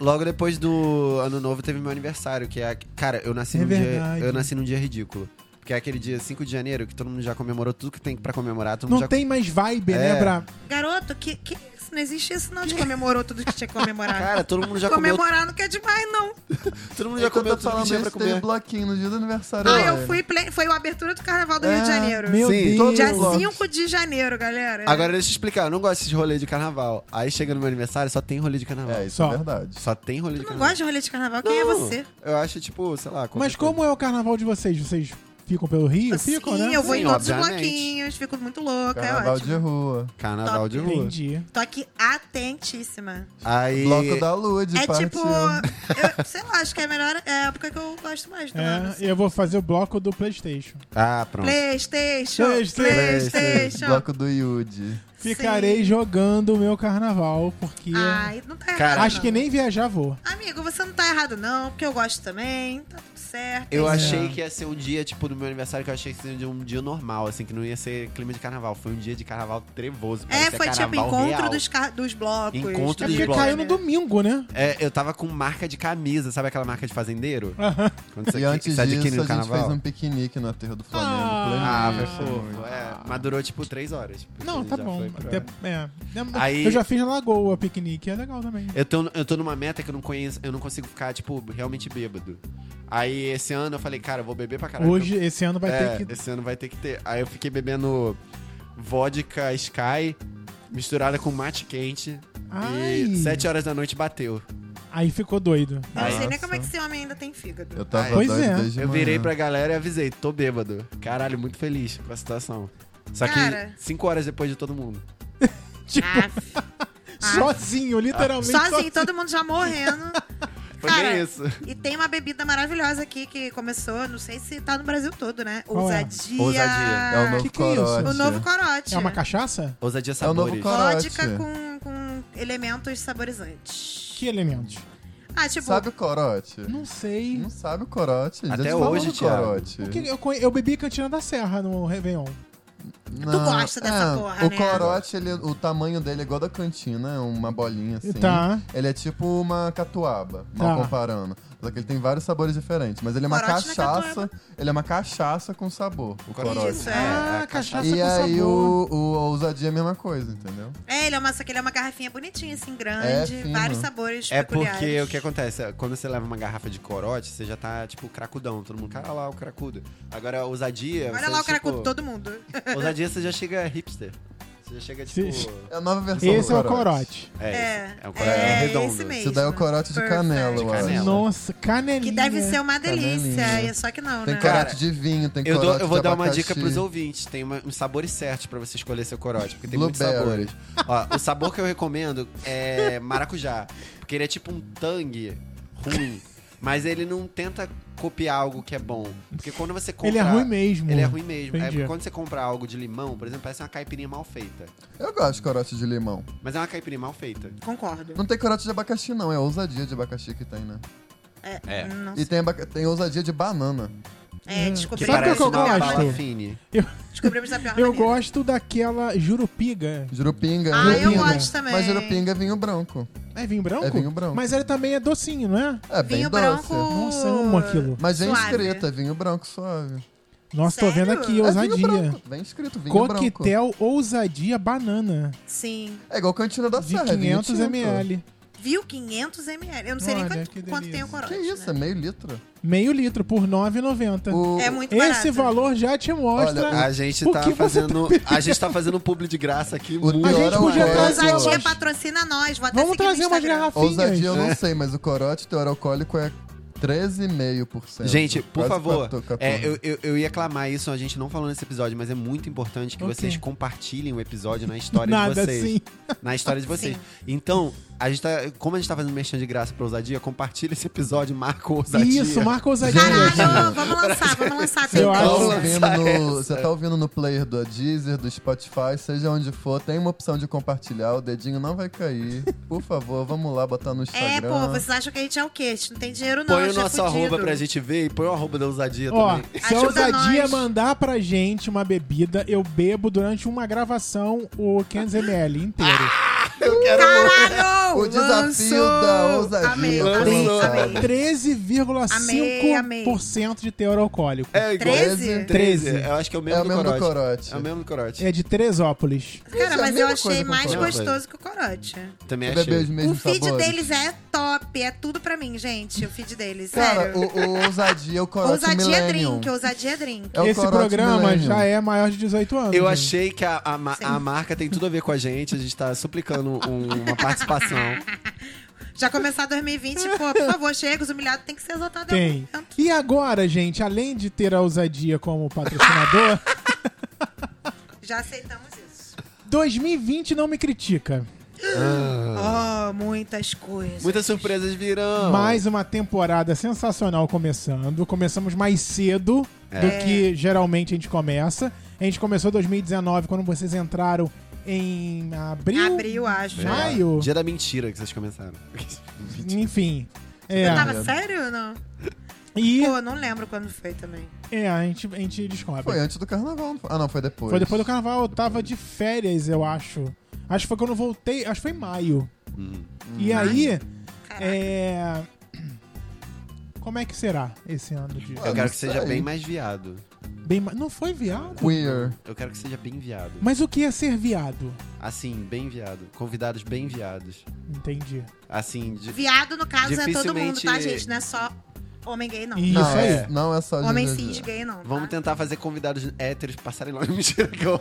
Speaker 4: Logo depois do ano novo teve meu aniversário, que é. a- Cara, eu nasci
Speaker 3: É
Speaker 4: num dia.
Speaker 3: verdade.
Speaker 4: Eu nasci num dia ridículo. Porque é aquele dia 5 de janeiro que todo mundo já comemorou tudo que tem pra comemorar. Todo mundo
Speaker 3: Não
Speaker 4: já
Speaker 3: tem mais vibe,
Speaker 4: É.
Speaker 3: né, pra...
Speaker 5: Garoto, que, que isso? Não existe isso não de comemorou tudo que tinha que comemorar.
Speaker 4: Cara, todo mundo já comeu.
Speaker 5: Comemorar não quer demais, não.
Speaker 4: Todo mundo já
Speaker 6: É Eu tô
Speaker 4: comeu tudo que
Speaker 6: falando
Speaker 4: tinha pra
Speaker 6: isso, teve
Speaker 4: comer.
Speaker 6: bloquinho no dia do aniversário.
Speaker 5: Ah,
Speaker 4: é.
Speaker 6: dele.
Speaker 5: eu fui... ple- Foi a abertura do Carnaval
Speaker 4: Ah,
Speaker 5: do Rio de
Speaker 6: É,
Speaker 5: Janeiro.
Speaker 3: Meu
Speaker 4: Sim,
Speaker 3: Deus.
Speaker 6: todo
Speaker 5: Dia
Speaker 6: Logo.
Speaker 5: 5 de janeiro, galera.
Speaker 4: Agora deixa eu explicar, eu não gosto de rolê de carnaval. Aí chega no meu aniversário, só tem rolê de carnaval.
Speaker 6: É, isso
Speaker 3: Só.
Speaker 6: é verdade.
Speaker 4: Só tem rolê
Speaker 5: Tu
Speaker 4: de
Speaker 5: não
Speaker 4: carnaval.
Speaker 5: gosta de rolê de carnaval? Quem é
Speaker 4: Não,
Speaker 5: você?
Speaker 4: Eu acho, tipo, sei lá.
Speaker 3: Mas
Speaker 4: qualquer
Speaker 3: como é o carnaval de vocês? Vocês ficam pelo Rio?
Speaker 5: Sim,
Speaker 3: Ficam, né?
Speaker 5: Assim, eu vou
Speaker 4: Sim,
Speaker 5: em todos os
Speaker 4: obviamente.
Speaker 5: bloquinhos, fico muito louca,
Speaker 3: Tá
Speaker 5: é
Speaker 6: Carnaval
Speaker 5: ótimo.
Speaker 6: de rua.
Speaker 4: coisa. Carnaval de rua.
Speaker 3: Entendi.
Speaker 5: Tô aqui atentíssima.
Speaker 4: Aí.
Speaker 6: Bloco da Lud,
Speaker 5: é
Speaker 6: partiu.
Speaker 5: tipo, eu, sei lá, acho que é a melhor é a época que eu gosto mais do ano. assim.
Speaker 3: É, eu vou fazer o bloco do Playstation.
Speaker 4: Ah, pronto.
Speaker 5: Playstation,
Speaker 3: Playstation.
Speaker 5: Playstation.
Speaker 6: Bloco do Yudi.
Speaker 3: Ficarei
Speaker 5: Sim.
Speaker 3: jogando o meu carnaval, porque
Speaker 5: Ai, não tá errado.
Speaker 4: Cara,
Speaker 3: acho
Speaker 5: não.
Speaker 3: que nem viajar vou. É
Speaker 5: Amigo, você não tá errado, não, porque eu gosto também. Tá tudo certo.
Speaker 4: Eu
Speaker 5: é isso.
Speaker 4: achei que ia ser um dia, tipo, do meu aniversário, que eu achei que seria um dia normal, assim, que não ia ser clima de carnaval. Foi um dia de carnaval trevoso.
Speaker 5: É,
Speaker 4: parecia
Speaker 5: foi tipo
Speaker 4: carnaval
Speaker 5: encontro
Speaker 4: real.
Speaker 5: dos, car- dos blocos.
Speaker 4: Encontro
Speaker 3: É
Speaker 4: dos
Speaker 3: porque
Speaker 4: blocos.
Speaker 3: caiu no domingo, né?
Speaker 4: É, eu tava com marca de camisa, sabe aquela marca de fazendeiro?
Speaker 3: Aham.
Speaker 4: Quando você,
Speaker 6: E antes
Speaker 4: você é
Speaker 6: disso, a
Speaker 4: adquire no
Speaker 6: gente
Speaker 4: carnaval.
Speaker 6: fez um piquenique no aterro do Flamengo.
Speaker 3: Ah,
Speaker 4: Ah, foi
Speaker 6: pleníssimo.
Speaker 4: fofo. É, mas durou tipo três horas. porque
Speaker 3: Não, tá
Speaker 4: já
Speaker 3: bom.
Speaker 4: foi pra-
Speaker 3: Até- é. Eu-
Speaker 4: Aí-
Speaker 3: Eu já fiz na Lagoa piquenique, é legal também.
Speaker 4: Eu tô, eu tô numa meta que eu não conheço, eu não consigo ficar, tipo, realmente bêbado. Aí esse ano eu falei, cara, eu vou beber pra caralho.
Speaker 3: Hoje, esse ano vai
Speaker 4: é,
Speaker 3: ter que.
Speaker 4: Esse ano vai ter que ter. Aí eu fiquei bebendo vodka Sky misturada com mate quente.
Speaker 3: Ai.
Speaker 4: E sete horas da noite bateu.
Speaker 3: Aí ficou doido.
Speaker 5: Eu não sei nem
Speaker 6: Nossa.
Speaker 5: como é que esse homem ainda tem fígado.
Speaker 6: Eu tava
Speaker 3: Pois
Speaker 6: doido
Speaker 3: é.
Speaker 6: desde
Speaker 4: Eu
Speaker 6: manhã.
Speaker 4: virei pra galera e avisei, tô bêbado. Caralho, muito feliz com a situação. Só que
Speaker 5: Cara.
Speaker 4: cinco horas depois de todo mundo.
Speaker 3: Tipo,
Speaker 5: Aff.
Speaker 3: sozinho, literalmente.
Speaker 5: Ah. Sozinho, todo mundo já morrendo.
Speaker 4: Foi
Speaker 5: Cara, é
Speaker 4: bem isso.
Speaker 5: E tem uma bebida maravilhosa aqui que começou, não sei se tá no Brasil todo, né?
Speaker 3: Qual é?
Speaker 5: Ousadia.
Speaker 4: Ousadia.
Speaker 6: É o novo
Speaker 3: Que que é isso?
Speaker 6: corote.
Speaker 5: O novo corote.
Speaker 3: É uma cachaça?
Speaker 4: Ousadia
Speaker 6: É o novo
Speaker 4: sabores.
Speaker 6: cor-
Speaker 5: Vodka
Speaker 6: Corote.
Speaker 5: com, com elementos saborizantes.
Speaker 3: Que elementos?
Speaker 5: Ah, tipo,
Speaker 6: Sabe o corote?
Speaker 3: Não sei.
Speaker 6: Não sabe o corote.
Speaker 4: Até
Speaker 6: Já te
Speaker 4: hoje,
Speaker 6: falou do
Speaker 4: Thiago.
Speaker 6: corote.
Speaker 3: O que- eu, conhe- eu bebi Cantina da Serra no Réveillon.
Speaker 6: Não, é,
Speaker 5: gosta dessa porra,
Speaker 6: O
Speaker 5: né?
Speaker 6: corote, ele, o tamanho dele é igual da cantina, é uma bolinha assim.
Speaker 3: Tá.
Speaker 6: Ele é tipo uma catuaba, mal
Speaker 3: Tá.
Speaker 6: comparando. Só que ele tem vários sabores diferentes. Mas ele é uma
Speaker 5: Corote na
Speaker 6: cachaça. Ele é uma cachaça com sabor, o corote.
Speaker 5: Isso, é.
Speaker 3: Ah,
Speaker 4: a
Speaker 3: cachaça
Speaker 6: E
Speaker 3: com
Speaker 6: aí
Speaker 3: sabor.
Speaker 6: o, o, a ousadia é a mesma coisa, entendeu?
Speaker 5: é, ele é uma, só que ele é uma garrafinha bonitinha, assim, grande,
Speaker 6: É fino.
Speaker 5: vários sabores
Speaker 4: É
Speaker 5: peculiares.
Speaker 4: porque o que acontece? Quando você leva uma garrafa de corote, você já tá, tipo, cracudão. Todo mundo, cara lá, o cracudo. Agora, a ousadia.
Speaker 5: Olha
Speaker 4: você,
Speaker 5: lá o cara
Speaker 4: tipo,
Speaker 5: com todo mundo.
Speaker 4: Ousadia, você já chega hipster. Você já chega, tipo.
Speaker 3: Sim.
Speaker 6: É a nova versão
Speaker 3: Esse é
Speaker 6: do
Speaker 3: o corote.
Speaker 6: corote.
Speaker 4: É,
Speaker 5: É,
Speaker 4: esse. é um
Speaker 5: é,
Speaker 4: corote redondo.
Speaker 5: esse mesmo.
Speaker 6: Se dá é o corote de
Speaker 5: Perfeito.
Speaker 6: canela,
Speaker 4: De
Speaker 6: eu acho.
Speaker 4: canela.
Speaker 3: Nossa, canelinha.
Speaker 5: Que deve ser um uma delícia,
Speaker 6: Canelinha.
Speaker 5: e- só que não,
Speaker 6: Tem
Speaker 5: né?
Speaker 6: corote de vinho, tem
Speaker 4: Eu,
Speaker 6: corote
Speaker 4: dou- eu vou
Speaker 6: de
Speaker 4: dar uma
Speaker 6: abacaxi.
Speaker 4: dica pros ouvintes. Tem uma- uns sabores certos pra você escolher seu corote, porque tem
Speaker 6: Blueberry.
Speaker 4: muitos sabores. Ó, o sabor que eu recomendo é maracujá, porque ele é tipo um tangue ruim, mas ele não tenta copiar algo que é bom, porque quando você compra
Speaker 3: Ele é ruim mesmo.
Speaker 4: Ele é ruim mesmo.
Speaker 3: Entendi.
Speaker 4: É, quando você compra algo de limão, por exemplo, parece uma caipirinha mal feita.
Speaker 6: Eu gosto de corote de limão.
Speaker 4: Mas é uma caipirinha mal feita.
Speaker 5: Concordo.
Speaker 6: Não tem corote de abacaxi, não. É ousadia de abacaxi que tem, né?
Speaker 4: É.
Speaker 5: Não
Speaker 6: E tem, abaca- tem ousadia de banana.
Speaker 5: É,
Speaker 4: Que
Speaker 3: Hum. Sabe
Speaker 5: descobrimos,
Speaker 3: o
Speaker 4: parece
Speaker 3: que eu
Speaker 5: da pior
Speaker 4: uma
Speaker 3: gosto?
Speaker 4: bala
Speaker 5: maneira.
Speaker 4: fine.
Speaker 5: descobrimos da pior
Speaker 3: Eu
Speaker 5: maneira.
Speaker 3: gosto daquela jurupiga.
Speaker 6: Jurupinga.
Speaker 5: Ah, eu
Speaker 6: jurupinga.
Speaker 5: gosto também.
Speaker 6: Mas jurupinga é vinho branco.
Speaker 3: É vinho branco?
Speaker 6: É vinho branco.
Speaker 3: Mas ele também é docinho, não é?
Speaker 6: É bem
Speaker 5: Vinho
Speaker 6: doce.
Speaker 5: branco.
Speaker 3: Nossa, eu
Speaker 5: Ah,
Speaker 3: amo aquilo.
Speaker 6: Mas vem
Speaker 5: Suave.
Speaker 6: escrito, é vinho branco suave.
Speaker 3: Nossa, tô
Speaker 5: Sério?
Speaker 3: vendo aqui,
Speaker 6: É vinho
Speaker 3: ousadia.
Speaker 6: branco. Vem escrito, vinho branco.
Speaker 3: Coquetel ousadia banana.
Speaker 5: Sim.
Speaker 6: É igual cantina da
Speaker 3: De
Speaker 6: Serra, é vinho
Speaker 3: 500
Speaker 6: tinto.
Speaker 3: ml.
Speaker 5: Viu 500 ml? Eu não sei
Speaker 3: Olha,
Speaker 5: nem
Speaker 3: que
Speaker 5: quanto, quanto tem
Speaker 3: delícia.
Speaker 5: o corote.
Speaker 6: Que isso, é
Speaker 5: né?
Speaker 6: meio litro.
Speaker 3: Meio litro por R$ 9,90.
Speaker 6: O-
Speaker 5: É muito barato.
Speaker 3: Esse valor já te mostra.
Speaker 6: Olha,
Speaker 4: A gente
Speaker 3: Hum, Por
Speaker 4: tá
Speaker 3: que você tá
Speaker 4: fazendo. a gente tá fazendo publi de graça aqui.
Speaker 6: O
Speaker 4: muito
Speaker 6: pior
Speaker 3: gente
Speaker 6: é o
Speaker 3: podia
Speaker 6: alcoólico.
Speaker 3: trazer
Speaker 5: Ousadia
Speaker 3: Nossa.
Speaker 5: patrocina nós. Vou até
Speaker 3: Vamos
Speaker 5: seguir no
Speaker 3: trazer umas
Speaker 5: Tá Instagram.
Speaker 3: garrafinhas.
Speaker 6: Ousadia eu
Speaker 4: É.
Speaker 6: não sei, mas o corote, teor alcoólico, é 13,5%.
Speaker 4: Gente, por
Speaker 6: Quase
Speaker 4: favor,
Speaker 6: 14.
Speaker 4: é, eu, eu, eu ia clamar isso, a gente não falou nesse episódio, mas é muito importante que
Speaker 3: Ok.
Speaker 4: vocês compartilhem o episódio na história de
Speaker 3: Nada
Speaker 4: vocês.
Speaker 3: assim.
Speaker 4: Na história de vocês. Então, a gente tá, como a gente tá fazendo merchan de graça pra ousadia, compartilha esse episódio, marca o ousadia.
Speaker 3: Isso, marca ousadia.
Speaker 5: Caralho, vamos lançar, vamos lançar. Tem
Speaker 3: é Eu
Speaker 6: Tá
Speaker 3: acho-
Speaker 5: coisa.
Speaker 6: ouvindo no- você tá ouvindo no player do Deezer, do Spotify, seja onde for, tem uma opção de compartilhar, o dedinho não vai cair. Por favor, vamos lá botar no Instagram.
Speaker 5: É, pô, vocês acham que a gente é o quê? A gente não tem dinheiro não, a
Speaker 4: Põe o
Speaker 5: gente é
Speaker 4: nosso
Speaker 5: fudido.
Speaker 4: arroba pra gente ver e põe o arroba da ousadia
Speaker 3: Ó,
Speaker 4: também.
Speaker 3: se a
Speaker 5: Ajuda
Speaker 3: ousadia
Speaker 5: nós.
Speaker 3: mandar pra gente uma bebida, eu bebo durante uma gravação o 500ml inteiro.
Speaker 4: Eu quero
Speaker 5: Caralho!
Speaker 6: um O desafio
Speaker 5: lançou!
Speaker 6: da ousadia
Speaker 5: Amei,
Speaker 6: foi
Speaker 5: amei,
Speaker 6: lançado.
Speaker 5: amei. Amei, amei.
Speaker 3: 13,5% de teor alcoólico. É,
Speaker 4: É igual.
Speaker 5: 13?
Speaker 4: 13. Eu acho que é o mesmo,
Speaker 6: É o mesmo do
Speaker 4: corote.
Speaker 6: corote.
Speaker 4: É o mesmo do corote.
Speaker 3: de Teresópolis.
Speaker 5: Cara,
Speaker 6: Isso é a
Speaker 5: mas eu
Speaker 6: mesma
Speaker 5: achei
Speaker 6: coisa com
Speaker 5: mais
Speaker 4: corote.
Speaker 5: gostoso que o corote.
Speaker 4: Também
Speaker 6: Você
Speaker 4: achei.
Speaker 6: bebeu os
Speaker 5: O
Speaker 6: mesmos
Speaker 5: feed
Speaker 6: sabores.
Speaker 5: deles é top, é tudo pra mim, gente. O feed deles,
Speaker 6: Cara,
Speaker 5: sério.
Speaker 6: o, o ousadia, o corote
Speaker 5: ousadia é
Speaker 6: Millennium.
Speaker 5: drink, ousadia é drink.
Speaker 6: É o
Speaker 3: Esse
Speaker 6: corote
Speaker 3: programa
Speaker 6: Millennium.
Speaker 3: já é maior de 18 anos.
Speaker 4: Eu
Speaker 3: gente.
Speaker 4: achei que a, a, ma-
Speaker 5: Sim.
Speaker 4: a marca tem tudo a ver com a gente. A gente tá suplicando um- uma participação.
Speaker 5: Já começar 2020, pô, por favor, chega, os humilhados tem que ser exaltados em algum
Speaker 3: Tem.
Speaker 5: momento.
Speaker 3: E agora, gente, além de ter a ousadia como patrocinador,
Speaker 5: Já aceitamos isso.
Speaker 3: 2020 não me critica.
Speaker 4: Ah.
Speaker 5: Oh, muitas coisas.
Speaker 4: Muitas surpresas virão.
Speaker 3: Mais uma temporada sensacional começando. Começamos mais cedo do que geralmente a gente começa. A gente começou 2019 quando vocês entraram em abril.
Speaker 5: Abril, acho.
Speaker 3: Maio?
Speaker 4: Dia da mentira que vocês começaram.
Speaker 3: Enfim.
Speaker 5: Eu
Speaker 3: É.
Speaker 5: tava sério ou não?
Speaker 3: E
Speaker 5: Pô, não lembro quando foi também.
Speaker 3: é, a gente, a gente descobre.
Speaker 6: Foi antes do carnaval. não foi? Ah, não, foi depois.
Speaker 3: Foi depois do carnaval, eu tava de férias, eu acho. Acho que foi quando eu voltei, acho que foi em maio. E aí,
Speaker 5: Caraca.
Speaker 3: é. Como é que será esse ano de.
Speaker 6: Ah,
Speaker 4: Eu quero
Speaker 6: não
Speaker 4: que seja
Speaker 6: sei.
Speaker 4: bem mais viado.
Speaker 3: Bem, ma- não foi viado?
Speaker 6: Queer.
Speaker 4: Eu quero que seja bem viado.
Speaker 3: Mas o que é ser viado?
Speaker 4: Assim, bem viado. Convidados bem viados.
Speaker 3: Entendi.
Speaker 4: Assim, de...
Speaker 5: Viado, no caso, é todo mundo, tá,
Speaker 4: Dificilmente-
Speaker 5: gente? Não é só homem gay, não.
Speaker 3: E-
Speaker 6: não,
Speaker 3: Isso aí.
Speaker 6: É, não é só de
Speaker 5: Homem
Speaker 6: GG.
Speaker 5: cis gay, não.
Speaker 4: vamos
Speaker 5: tá?
Speaker 4: tentar fazer convidados héteros passarem lá no mentira que eu-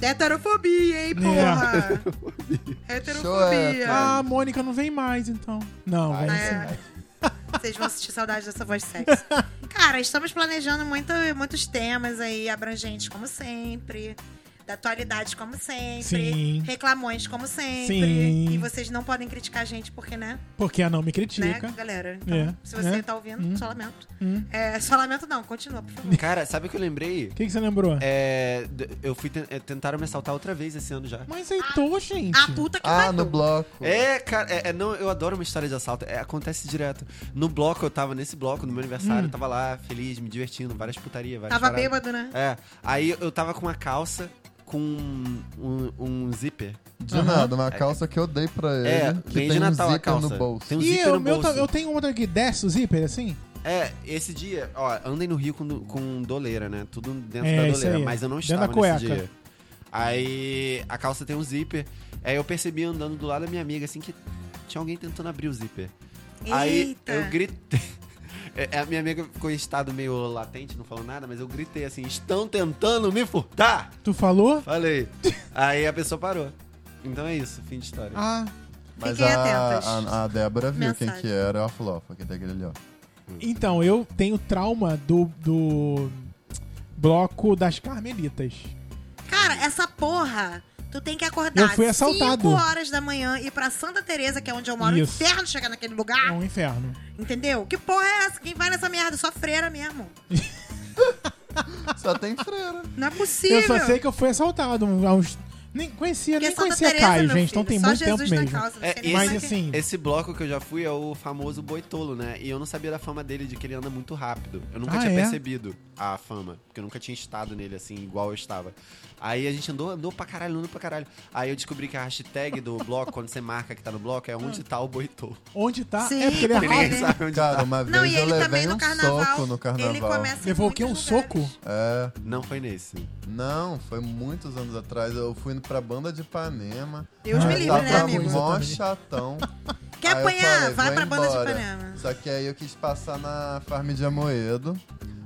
Speaker 5: Heterofobia, hein, porra?
Speaker 4: é,
Speaker 5: Heterofobia.
Speaker 3: Ah, a Mônica não vem mais, então. Não, vai
Speaker 5: é.
Speaker 3: sim.
Speaker 5: Vocês vão sentir saudade dessa voz sexy. Cara, estamos planejando muito, muitos temas aí, abrangentes, como sempre. Da atualidade, como sempre.
Speaker 3: Sim.
Speaker 5: Reclamões, como sempre.
Speaker 3: Sim.
Speaker 5: E vocês não podem criticar a gente, porque, né?
Speaker 3: Porque a não me
Speaker 5: Né,
Speaker 3: critica.
Speaker 5: galera? Então,
Speaker 3: É,
Speaker 5: se você
Speaker 3: né?
Speaker 5: tá ouvindo, só lamento.
Speaker 3: Hum.
Speaker 5: É, só lamento não, continua, por favor.
Speaker 4: Cara, sabe o que eu lembrei?
Speaker 3: O que, que você lembrou?
Speaker 4: É, d- eu fui ten- é, tentaram me assaltar outra vez esse ano já.
Speaker 3: Mas aceitou, gente.
Speaker 5: A puta que
Speaker 6: Ah,
Speaker 5: pariu.
Speaker 6: no bloco.
Speaker 4: É, cara, é, é, não, eu adoro uma história de assalto. É, acontece direto. No bloco, eu tava nesse bloco, no meu aniversário, eu tava lá, feliz, me divertindo, várias putarias, várias
Speaker 5: Tava
Speaker 4: paradas.
Speaker 5: bêbado, né?
Speaker 4: É. Aí eu tava com uma calça com um, um zíper.
Speaker 6: De
Speaker 3: Aham.
Speaker 6: nada, uma calça que eu dei pra ele.
Speaker 4: É,
Speaker 6: que
Speaker 4: vem
Speaker 6: tem
Speaker 4: de
Speaker 6: um
Speaker 4: Natal a
Speaker 6: zíper
Speaker 4: calça.
Speaker 6: no bolso.
Speaker 4: Tem um
Speaker 3: E
Speaker 4: zíper
Speaker 3: eu,
Speaker 4: no
Speaker 3: meu,
Speaker 4: bolso.
Speaker 3: tá- eu tenho outra que desce o zíper, assim?
Speaker 4: É, esse dia, ó, andem no Rio com, com doleira, né? Tudo dentro
Speaker 3: É,
Speaker 4: da
Speaker 3: isso
Speaker 4: doleira,
Speaker 3: aí.
Speaker 4: mas eu não
Speaker 3: Dentro
Speaker 4: estava
Speaker 3: da cueca.
Speaker 4: nesse dia. Aí a calça tem um zíper. Aí eu percebi andando do lado da minha amiga, assim, que tinha alguém tentando abrir o zíper. Aí
Speaker 5: Eita.
Speaker 4: eu gritei. É, A minha amiga ficou em estado meio latente, não falou nada, mas eu gritei assim: estão tentando me furtar!
Speaker 3: Tu falou?
Speaker 4: Falei. Aí a pessoa parou. Então é isso, fim de história.
Speaker 3: Ah,
Speaker 6: Mas
Speaker 5: Fiquem
Speaker 6: a,
Speaker 5: atentas.
Speaker 6: a, a Débora viu
Speaker 5: Mensagem.
Speaker 6: quem que era, ela falou, ó, foi aquele daquele ali, ó.
Speaker 3: Então, eu tenho trauma do, do bloco das Carmelitas.
Speaker 5: Cara, essa porra, tu tem que acordar
Speaker 3: Eu fui assaltado.
Speaker 5: 5 horas da manhã e ir pra Santa Teresa, que é onde eu moro,
Speaker 3: Isso.
Speaker 5: inferno chegar naquele
Speaker 3: É
Speaker 5: lugar.
Speaker 3: um inferno.
Speaker 5: Entendeu? Que porra é essa? Quem vai nessa merda? Só freira mesmo.
Speaker 6: Só tem freira.
Speaker 5: Não é possível.
Speaker 3: Eu só sei que eu fui assaltado há uns... Nem conhecia,
Speaker 5: Porque é
Speaker 3: nem
Speaker 5: Santa
Speaker 3: conhecia
Speaker 5: Teresa,
Speaker 3: Caio,
Speaker 5: meu
Speaker 3: gente.
Speaker 5: filho,
Speaker 3: Então tem
Speaker 5: só
Speaker 3: muito
Speaker 5: Jesus
Speaker 3: tempo
Speaker 5: na
Speaker 3: mesmo.
Speaker 5: causa, não
Speaker 4: É,
Speaker 5: sei nem
Speaker 3: Mas
Speaker 5: como que-
Speaker 3: assim,
Speaker 4: Esse bloco que eu já fui é o famoso boitolo, né? E eu não sabia da fama dele, de que ele anda muito rápido. Eu nunca
Speaker 3: Ah,
Speaker 4: tinha
Speaker 3: é?
Speaker 4: percebido a fama, porque eu nunca tinha estado nele assim, igual eu estava. Aí a gente andou, andou pra caralho, andou pra caralho. Aí eu descobri que a hashtag do bloco, quando você marca que tá no bloco, é onde tá o boitolo.
Speaker 3: onde Ah. tá?
Speaker 5: Sim,
Speaker 3: é porque ele é
Speaker 5: porque
Speaker 3: rápido.
Speaker 4: Ninguém sabe onde
Speaker 6: Cara,
Speaker 4: tá.
Speaker 6: uma vez
Speaker 5: é. Não, e
Speaker 6: eu
Speaker 5: ele também
Speaker 6: levei
Speaker 5: no
Speaker 6: um
Speaker 5: carnaval.
Speaker 6: soco no carnaval.
Speaker 5: Ele começa em
Speaker 3: Levou o quê? Um
Speaker 5: muitos
Speaker 3: soco?
Speaker 5: lugares.
Speaker 6: É,
Speaker 4: Não foi nesse.
Speaker 6: não, foi muitos anos atrás. Eu fui indo pra banda de Ipanema.
Speaker 5: Deus
Speaker 3: Ah,
Speaker 5: me
Speaker 6: Aí
Speaker 5: livre,
Speaker 6: tava
Speaker 5: né, amigo?
Speaker 3: ruim.
Speaker 6: Tá mó
Speaker 3: Exatamente.
Speaker 6: chatão.
Speaker 5: Quer
Speaker 6: Aí eu
Speaker 5: apanhar?
Speaker 6: falei,
Speaker 5: Vai
Speaker 6: "Vou
Speaker 5: pra banda de
Speaker 6: embora."
Speaker 5: Ipanema.
Speaker 6: Só que aí eu quis passar na Farm de Amoedo,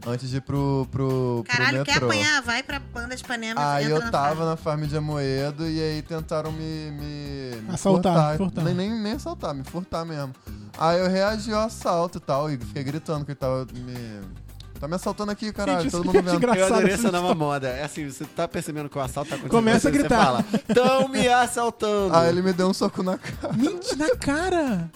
Speaker 6: antes de ir pro, pro,
Speaker 5: Caralho,
Speaker 6: pro
Speaker 5: quer
Speaker 6: metrô.
Speaker 5: apanhar? Vai pra banda de Ipanema.
Speaker 6: Aí
Speaker 5: entra
Speaker 6: eu tava
Speaker 5: na...
Speaker 6: na farm de Amoedo e aí tentaram me. me, me
Speaker 3: Assaltar,
Speaker 6: furtar.
Speaker 3: furtar.
Speaker 6: Nem, nem, nem assaltar, me furtar mesmo. Aí eu reagi ao assalto e tal, e fiquei gritando que ele tava me. Tá me assaltando aqui, caralho,
Speaker 3: Gente, isso
Speaker 6: todo
Speaker 3: que
Speaker 6: mundo
Speaker 3: eu acho
Speaker 6: vendo.
Speaker 3: engraçado.
Speaker 4: Eu adorei
Speaker 3: essa
Speaker 4: essa nova
Speaker 3: história.
Speaker 4: moda. É assim, você tá percebendo que o assalto tá acontecendo.
Speaker 3: Começa a
Speaker 4: você
Speaker 3: gritar.
Speaker 4: fala, Tão me assaltando.
Speaker 6: Aí ele me deu um soco na cara.
Speaker 3: Mente na cara.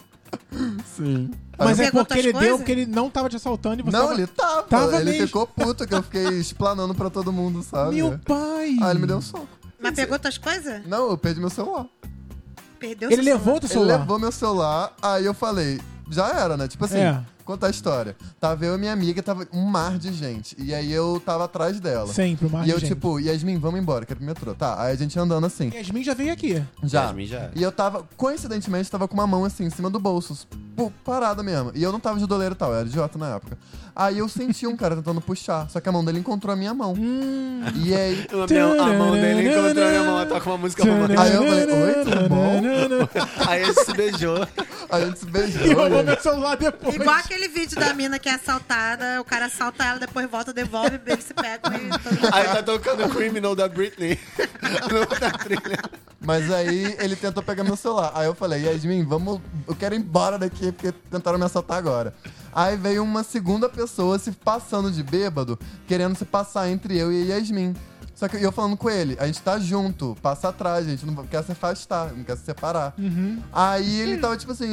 Speaker 6: Sim.
Speaker 3: Mas é
Speaker 5: Pegou
Speaker 3: porque ele
Speaker 5: outras
Speaker 3: deu,
Speaker 5: coisas?
Speaker 3: porque ele não tava te assaltando e você
Speaker 6: Não,
Speaker 3: tava...
Speaker 6: ele tava.
Speaker 3: Tava
Speaker 6: ele
Speaker 3: mesmo.
Speaker 6: ficou puto que eu fiquei explanando pra todo mundo, sabe?
Speaker 3: Meu pai!
Speaker 6: Aí tá, é." ele me deu um soco.
Speaker 5: Mas pegou tuas coisas?
Speaker 6: Não, eu perdi meu celular.
Speaker 5: Perdeu
Speaker 3: Ele
Speaker 5: seu
Speaker 3: levou teu
Speaker 6: Ele
Speaker 3: celular.
Speaker 6: levou meu celular, aí eu falei, já era, né? Tipo assim,
Speaker 3: É.
Speaker 6: contar a história. Tava eu e minha amiga, tava um mar de gente. E aí eu tava atrás dela.
Speaker 3: Sempre, o
Speaker 6: E
Speaker 3: Marcos.
Speaker 6: eu, tipo, Yasmin, vamos embora, quero ir pro metrô. Tá, aí a gente andando assim.
Speaker 3: Yasmin já veio aqui.
Speaker 6: Já.
Speaker 4: Yasmin já.
Speaker 6: E eu tava, coincidentemente, tava com uma mão assim em cima do bolso. pô, Parada mesmo. E eu não tava de doleiro e tal, eu era idiota na época. Aí eu senti um cara tentando puxar, só que a mão dele encontrou a minha mão.
Speaker 3: Hum.
Speaker 6: E aí.
Speaker 4: A, minha- a mão dele encontrou a minha mão, ela toca uma música romântica.
Speaker 6: Aí eu falei, "Oi, tudo
Speaker 3: bom?
Speaker 4: Aí ele se beijou.
Speaker 6: A gente se beijou.
Speaker 3: E roubou
Speaker 6: né?
Speaker 3: meu celular depois.
Speaker 5: Igual aquele vídeo da mina que é assaltada, o cara assalta ela, depois volta, devolve, eles se pegam e todo mundo-
Speaker 4: Aí tá tocando Criminal da Britney. Não tá trilha.
Speaker 6: Mas aí ele tentou pegar meu celular. Aí eu falei, Yasmin, vamos. Eu quero ir embora daqui, porque tentaram me assaltar agora. Aí veio uma segunda pessoa se passando de bêbado, querendo se passar entre eu e Yasmin. Só que eu falando com ele, a gente tá junto, passa atrás, a gente não quer se afastar, não quer se separar.
Speaker 3: Uhum.
Speaker 6: Aí ele tava tipo assim.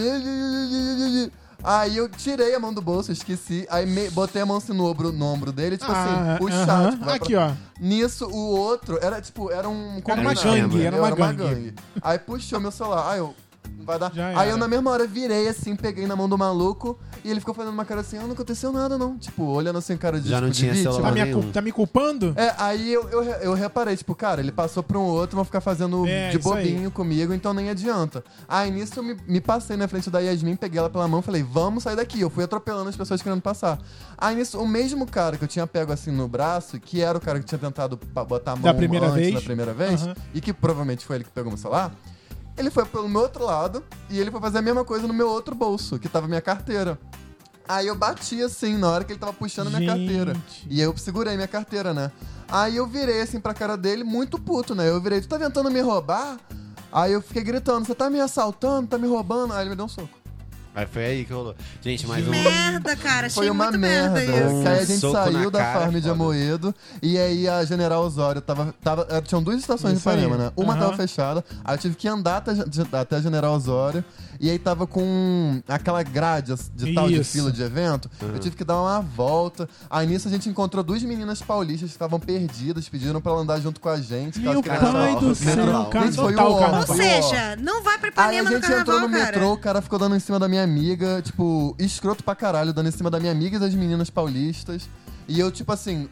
Speaker 6: Aí eu tirei a mão do bolso, esqueci. Aí me- botei a mão assim no ombro, no ombro dele, tipo
Speaker 3: Ah,
Speaker 6: assim, puxar.
Speaker 3: aham.
Speaker 6: tipo, vai pra-
Speaker 3: Aqui, ó.
Speaker 6: Nisso, o outro, era tipo, era um
Speaker 3: Era uma
Speaker 6: combinado,
Speaker 3: gangue,
Speaker 6: entendeu?
Speaker 3: era uma gangue.
Speaker 6: Aí puxou meu celular. Aí eu. vai dar.
Speaker 3: Já
Speaker 6: Aí
Speaker 3: era.
Speaker 6: eu na mesma hora virei assim, peguei na mão do maluco e ele ficou fazendo uma cara assim, ah, não aconteceu nada não. Tipo, olhando assim, cara de
Speaker 4: Já
Speaker 6: tipo,
Speaker 4: não
Speaker 6: de
Speaker 4: tinha
Speaker 6: vítima.
Speaker 3: Tá
Speaker 4: celular.
Speaker 3: me,
Speaker 4: nenhum.
Speaker 3: acu- tá me culpando?
Speaker 6: É, aí eu, eu, eu reparei, tipo, cara, ele passou pra um outro, vão ficar fazendo
Speaker 3: É,
Speaker 6: de
Speaker 3: isso aí.
Speaker 6: bobinho comigo, então nem adianta. Aí nisso eu me, me passei na frente da Yasmin, peguei ela pela mão e falei, vamos sair daqui. Eu fui atropelando as pessoas querendo passar. Aí nisso, o mesmo cara que eu tinha pego assim no braço, que era o cara que tinha tentado pa- botar a mão
Speaker 3: Da primeira
Speaker 6: antes
Speaker 3: vez.
Speaker 6: da primeira vez,
Speaker 3: Aham.
Speaker 6: e que provavelmente foi ele que pegou meu celular. Ele foi pelo meu outro lado e ele foi fazer a mesma coisa no meu outro bolso, que tava minha carteira. Aí eu bati assim na hora que ele tava puxando minha
Speaker 3: Gente.
Speaker 6: carteira. E eu segurei minha carteira, né? Aí eu virei assim pra cara dele, muito puto, né? Eu virei, tu tá tentando me roubar? Aí eu fiquei gritando, você tá me assaltando, tá me roubando? Aí ele me deu um soco.
Speaker 4: Aí foi aí que rolou. Gente, mais um.
Speaker 5: Merda, cara. Achei
Speaker 6: Foi uma
Speaker 5: muito
Speaker 6: merda.
Speaker 5: isso.
Speaker 6: isso. Aí a gente
Speaker 4: Soco na
Speaker 6: saiu da
Speaker 4: cara,
Speaker 6: farm de
Speaker 4: foda.
Speaker 6: Amoedo e aí a General Osório tava. tava eh, tinham duas estações
Speaker 3: Isso
Speaker 6: de Ipanema,
Speaker 3: aí.
Speaker 6: né? Uma
Speaker 3: Aham.
Speaker 6: tava fechada, aí eu tive que andar até, a- até a General Osório. E aí tava com aquela grade de tal de
Speaker 3: Isso.
Speaker 6: fila de evento.
Speaker 4: Uhum.
Speaker 6: Eu tive que dar uma volta. Aí nisso a gente encontrou duas meninas paulistas que estavam perdidas, pediram pra ela andar junto com a gente.
Speaker 3: Meu
Speaker 6: caso queira
Speaker 3: pai
Speaker 6: andar.
Speaker 3: do
Speaker 4: Central.
Speaker 3: céu, cara, é
Speaker 6: Gente, foi
Speaker 3: total
Speaker 6: o-
Speaker 5: Ou
Speaker 3: carnaval.
Speaker 5: seja, não vai pra
Speaker 6: Aí a
Speaker 5: Ipanema no
Speaker 6: gente entrou no
Speaker 5: carnaval, cara.
Speaker 6: metrô, o cara ficou dando em cima da minha amiga, tipo, escroto pra caralho, dando em cima da minha amiga e das meninas paulistas. E eu, tipo assim,